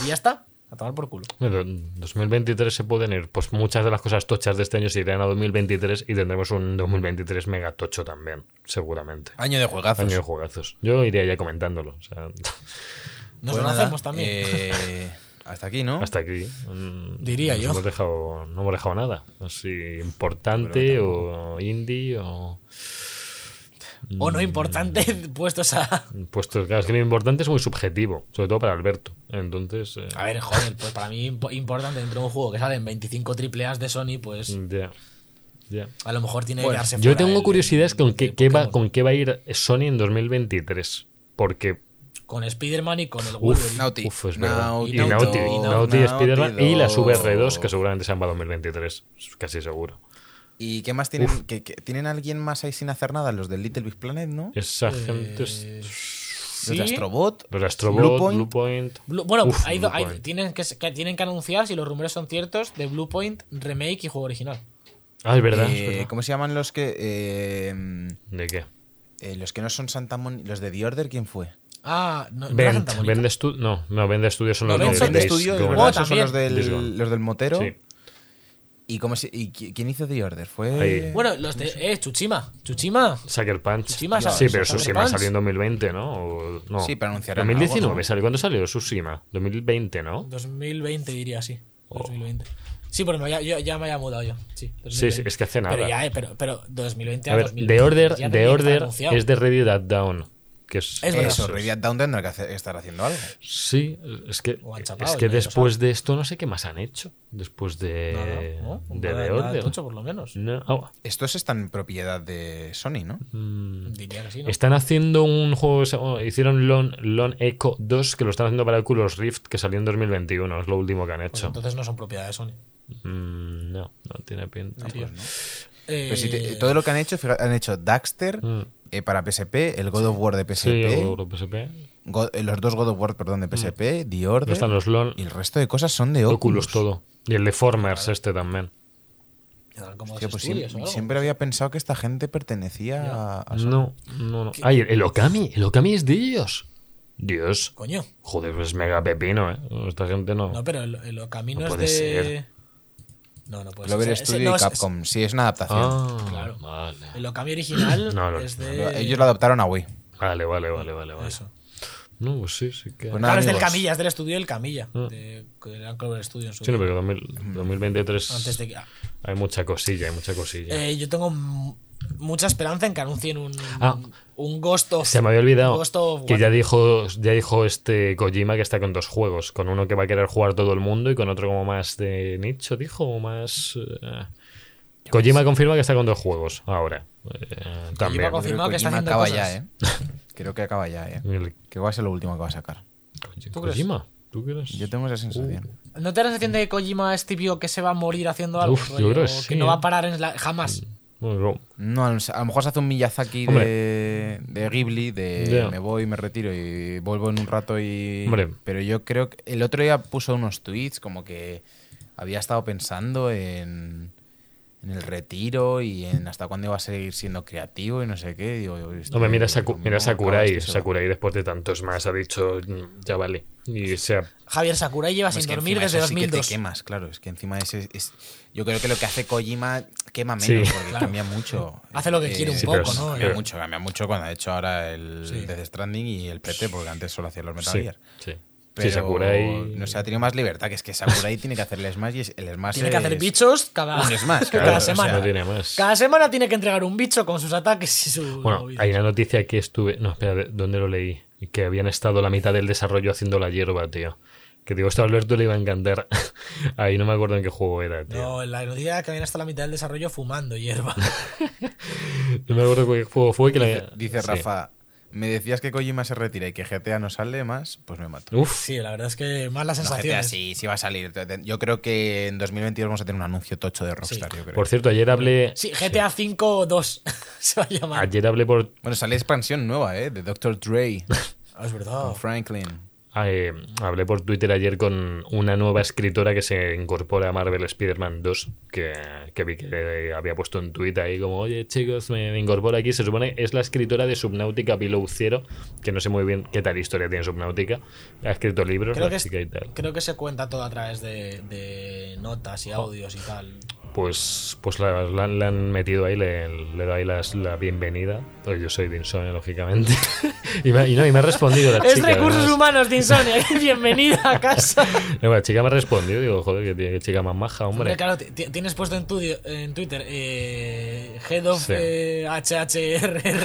C: Y ya está. A tomar por culo.
A: Bueno, en 2023 se pueden ir. Pues muchas de las cosas tochas de este año se irán a 2023 y tendremos un 2023 mega tocho también, seguramente.
B: Año de juegazos.
A: Año de juegazos. Yo iría ya comentándolo. o sea, [laughs]
C: Nos
B: Pues
C: lo
B: nada,
C: hacemos también.
B: eh, hasta aquí, ¿no?
A: hasta aquí. mm,
C: Diría
A: nos
C: yo.
A: Hemos dejado, no hemos dejado nada. Así importante o indie o
C: [laughs] o no importante, [laughs] puestos a.
A: puestos. pues, Claro, es que lo importante es muy subjetivo, sobre todo para Alberto. Entonces, eh,
C: A ver, joder, pues para mí impo- importante dentro de un juego que salen 25 AAAs de Sony, pues
A: ya. ya.
C: a lo mejor tiene que
B: Bueno,
C: darse
A: Yo tengo curiosidades con qué, qué va, con qué va a ir Sony en 2023. Porque
C: Con Spider-Man y con el
A: Uf,
C: Wolverine.
B: Naughty.
A: Uf, es verdad.
B: Naughty
A: y Naughty,
C: Dog,
A: y Naughty,
B: Naughty
A: Spider-Man y las
B: Dog.
A: VR2, que seguramente sean para 2023, casi seguro.
B: ¿Y qué más tienen? ¿Que, que- tienen alguien más ahí sin hacer nada? Los del Little Big Planet, ¿no?
A: Esa gente es.
B: Los
C: Sí.
B: de Astrobot.
A: Los Astrobot,
B: Bluepoint.
A: Blue Point.
C: Blue- bueno,
A: Uf,
C: hay do- hay-
A: Bluepoint.
C: tienen, que, que tienen que anunciar, si los rumores son ciertos, de Blue Point, remake y juego original.
A: Ah, es verdad.
B: Eh,
A: es verdad.
B: ¿Cómo se llaman los que. eh,
A: ¿De qué?
B: eh, los que no son Santa Moni- ¿Los de The Order quién fue?
C: Ah, no, no era
A: Vend,
C: Santa Mónica.
A: Vend Estu- no, no, Vend Studios son
C: No,
A: los
C: Vend
A: de
C: son
B: Vende
C: de
A: Days
B: Studios,
A: Gone.
B: ¿verdad?
C: Oh,
B: Esos son
C: también.
B: los
A: Days Gone.
B: del, los del motero.
A: Sí.
B: ¿Y, cómo se- y qui- quién hizo The Order? Fue.
A: Ahí.
C: Bueno, los de. Eh, Chuchima. Chuchima.
A: Sucker Punch.
C: Tsushima
A: sí,
C: sale-
A: pero
C: Sucker
A: Tsushima
C: Punch.
A: salió en 2020, ¿no? O- no.
B: Sí, pero anunciarán
A: 2019,
B: algo, ¿no?
A: salió. ¿Cuándo salió Tsushima? 2020, ¿no?
C: 2020 diría, sí.
A: Oh.
C: 2020. Sí, porque me- ya, yo- ya me había mudado yo. Sí,
A: Sí, sí, es que hace nada.
C: Pero ya, eh, pero, pero 2020
A: A ver, The
C: 2020,
A: Order, The
C: ya tenía que estar
A: Order
C: anunciado.
A: es de Ready That Down. Que es,
C: Es verdad.
B: Eso, Radiant Down tendrá que hacer- estar haciendo algo.
A: Sí, es que,
C: O han chapado,
A: es que
C: nadie lo
A: después de esto no sé qué más han hecho. Después de,
C: No, no, no,
A: de
C: nada-
A: The
C: nada
A: Order.
C: tocho, por lo menos.
A: No, ah,
B: Estos están en propiedad de Sony, ¿no?
A: Mm.
C: Diría que sí, ¿no?
A: Están haciendo un juego, oh, hicieron Lon, Lon Echo 2 que lo están haciendo para Oculus Rift que salió en 2021, es lo último que han
C: Pues
A: hecho.
C: entonces no son propiedad de Sony.
A: Mm, no, no tiene pinta.
C: diría.
B: Pero Pues si te-
C: Eh,
B: todo lo que han hecho, fija- han hecho Daxter eh, para PSP, el God of War de PSP,
A: Sí, o lo PSP.
B: Go- eh, los dos God of War, perdón, de PSP, The
A: No
B: Order,
A: están los Lon
B: y el resto de cosas son de
A: Oculus,
B: Oculus.
A: todo. Y el Deformers este también.
C: eran como
B: Hostia,
C: dos
B: pues
C: estudios
B: siem-
C: o algo.
B: siempre había pensado que esta gente pertenecía a, a Sony.
A: No, no, no. Ay, el, el Okami, el Okami es de ellos. Dios.
C: Coño.
A: Joder, pues mega pepino, ¿eh? Esta gente no.
C: No, pero el, el camino
A: No
C: es
A: puede
C: de.
A: ser.
C: No, no puede
B: Clover
C: ser. Ese- ese-
B: Studio
C: no,
B: y
C: es-
B: Capcom, sí, es una adaptación.
A: Ah,
C: Claro.
A: Vale.
C: El Okami
A: [clears throat]
C: original
A: No, no,
C: es
A: no,
C: de.
B: Lo- Ellos lo adaptaron a Wii.
A: Vale, vale, vale, vale, vale.
C: Eso.
A: No, pues sí, sí que.
B: Pues nada,
C: Claro, es del
B: amigos.
C: Camilla, es del estudio del Camilla. De, que era Clover Studio en su
A: Mm. Sí, no,
C: día,
A: pero 2000 2023
C: Antes de que. ah,
A: hay mucha cosilla, hay mucha cosilla.
C: eh, yo tengo m- mucha esperanza en que anuncien un.
A: Ah.
C: un Ghost of.
A: Se me había olvidado
C: Ghost of
A: que
C: War.
A: ya dijo, ya dijo este Kojima que está con dos juegos, con uno que va a querer jugar todo el mundo y con otro como más de nicho, dijo, o más... eh, Kojima confirma que está con dos juegos ahora. eh, también.
C: confirma- Confirmado
B: Creo
C: que está
B: Kojima
C: haciendo
B: acaba
C: cosas.
B: ya, ¿eh? Creo que acaba ya, ¿eh?
A: El-
B: Que va a ser lo último que va a sacar.
C: ¿Tú crees?
A: Kojima, ¿tú crees?
B: Yo tengo esa
A: Uh.
B: sensación.
C: ¿No te da la sensación de que Kojima es típico que se va a morir haciendo algo?
A: Uf, yo
C: rollo,
A: creo que
C: que
A: sí, eh.
C: no
A: Mm.
C: va a parar en la- jamás.
A: Bueno,
B: No, a lo a lo mejor se hace un Miyazaki
A: Hombre.
B: de, de Ghibli, de
A: Ya.
B: me voy, me retiro y vuelvo en un rato y...
A: Hombre.
B: Pero yo creo que... El otro día puso unos tweets como que había estado pensando en, en el retiro y en hasta cuándo iba a seguir siendo creativo y no sé qué. Digo,
A: No, me mira,
B: estoy-
A: Saku-
B: no,
A: mira
B: no,
A: Sakurai.
B: claro, es que se va.
A: Sakurai, después de tantos más, ha dicho, "Mm, ya vale. Y se ha-
C: Javier Sakurai lleva
B: Es que
C: sin
B: encima
C: dormir
B: eso
C: desde
B: sí que te
C: 2002.
B: quemas, claro. Es que encima ese es, Yo creo que lo que hace Kojima quema menos,
A: Sí.
B: porque cambia mucho. Eh,
C: Hace lo que quiere un
A: Sí, pero
C: poco,
A: es-
C: ¿no? Eh.
A: pero-
B: Cambia mucho, cambia mucho cuando ha hecho ahora el
C: Sí.
B: Death Stranding y el PT, porque antes solo hacía los Metal
A: sí,
B: Gear.
A: sí.
B: pues, Pero
A: sí, Sakurai.
B: No sé, ha tenido más libertad, que es que Sakurai tiene que hacerle Smash y es- el Smash
C: Tiene que
B: es-
C: hacer bichos cada,
B: Un smash,
C: [laughs] cada
B: claro, o sea,
C: semana.
A: no tiene más.
C: Cada semana tiene que entregar un bicho con sus ataques y su.
A: Bueno,
C: movida.
A: hay una noticia que estuve. No, espera, ¿de- ¿dónde lo leí? Que habían estado la mitad del desarrollo haciendo la hierba, tío. Que digo, esto a Alberto le iba a encantar. [laughs] Ahí no me acuerdo en qué juego era, tío.
C: No, la noticia era que habían hasta la mitad del desarrollo fumando hierba. [laughs]
A: No me acuerdo qué juego fue que la-
B: Dice
A: sí.
B: Rafa, Me decías que Kojima se retira y que GTA no sale más, pues me mato.
A: Uf,
C: Sí, la verdad es que más la
B: No,
C: sensación.
B: GTA sí, sí va a salir. Yo creo que en 2022 vamos a tener un anuncio tocho de Rockstar,
C: Sí.
B: yo creo.
A: por cierto, ayer hablé.
C: Sí, GTA 5 2 [laughs] se va a llamar.
A: Ayer hablé por.
B: Bueno, sale expansión nueva, ¿eh? De Dr. Dre
C: Ah, es verdad.
B: con Franklin.
A: ah, eh, hablé por Twitter ayer con una nueva escritora que se incorpora a Marvel Spider-Man 2, que, que vi que eh, había puesto en Twitter ahí como, oye chicos, me, me incorporo aquí. Se supone es la escritora de Subnautica Below Zero, que no sé muy bien qué tal historia tiene Subnautica. Ha escrito libros,
C: Creo
A: la
C: que, es-
A: chica y tal.
C: creo que se cuenta todo a través de, de notas y audios y tal.
A: Pues, pues la, la- la han metido ahí, le, le doy las- la bienvenida. Pues yo soy de Insomnia, lógicamente. [laughs] y, me, y no, y me ha respondido la chica. además.
C: humanos de Insomnia. [laughs] Bienvenida a casa.
A: No, la chica me ha respondido, digo, joder, que tiene que chica más maja, hombre.
C: Hombre, claro, ti- ti- tienes puesto en, tu, en Twitter eh, Head of
A: Sí.
C: eh, HHRR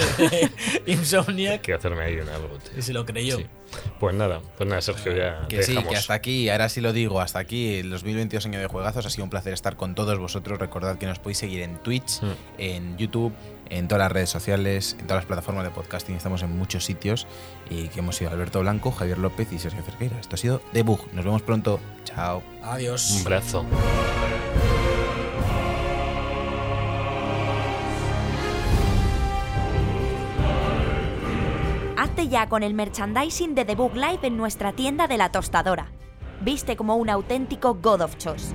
C: [laughs]
A: [laughs]
C: Insomniac.
A: que hacerme ahí un algo, tío.
C: Y se lo creyó.
A: Sí. Pues nada, pues nada, Sergio, ya
B: Que
A: te
B: sí,
A: dejamos.
B: que hasta aquí, ahora sí lo digo, hasta aquí el 2022 año de juegazos. Ha sido un placer estar con todos vosotros. Recordad que nos podéis seguir en Twitch,
A: Mm.
B: en YouTube, en todas las redes sociales, en todas las plataformas de podcasting. Estamos en muchos sitios y que hemos sido Alberto Blanco, Javier López y Sergio Cerqueira. Esto ha sido Debug. Nos vemos pronto. Chao.
C: Adiós.
A: Un brazo.
D: Hazte ya con el merchandising de The Book Live en nuestra tienda de la tostadora. Viste como un auténtico God of Chos.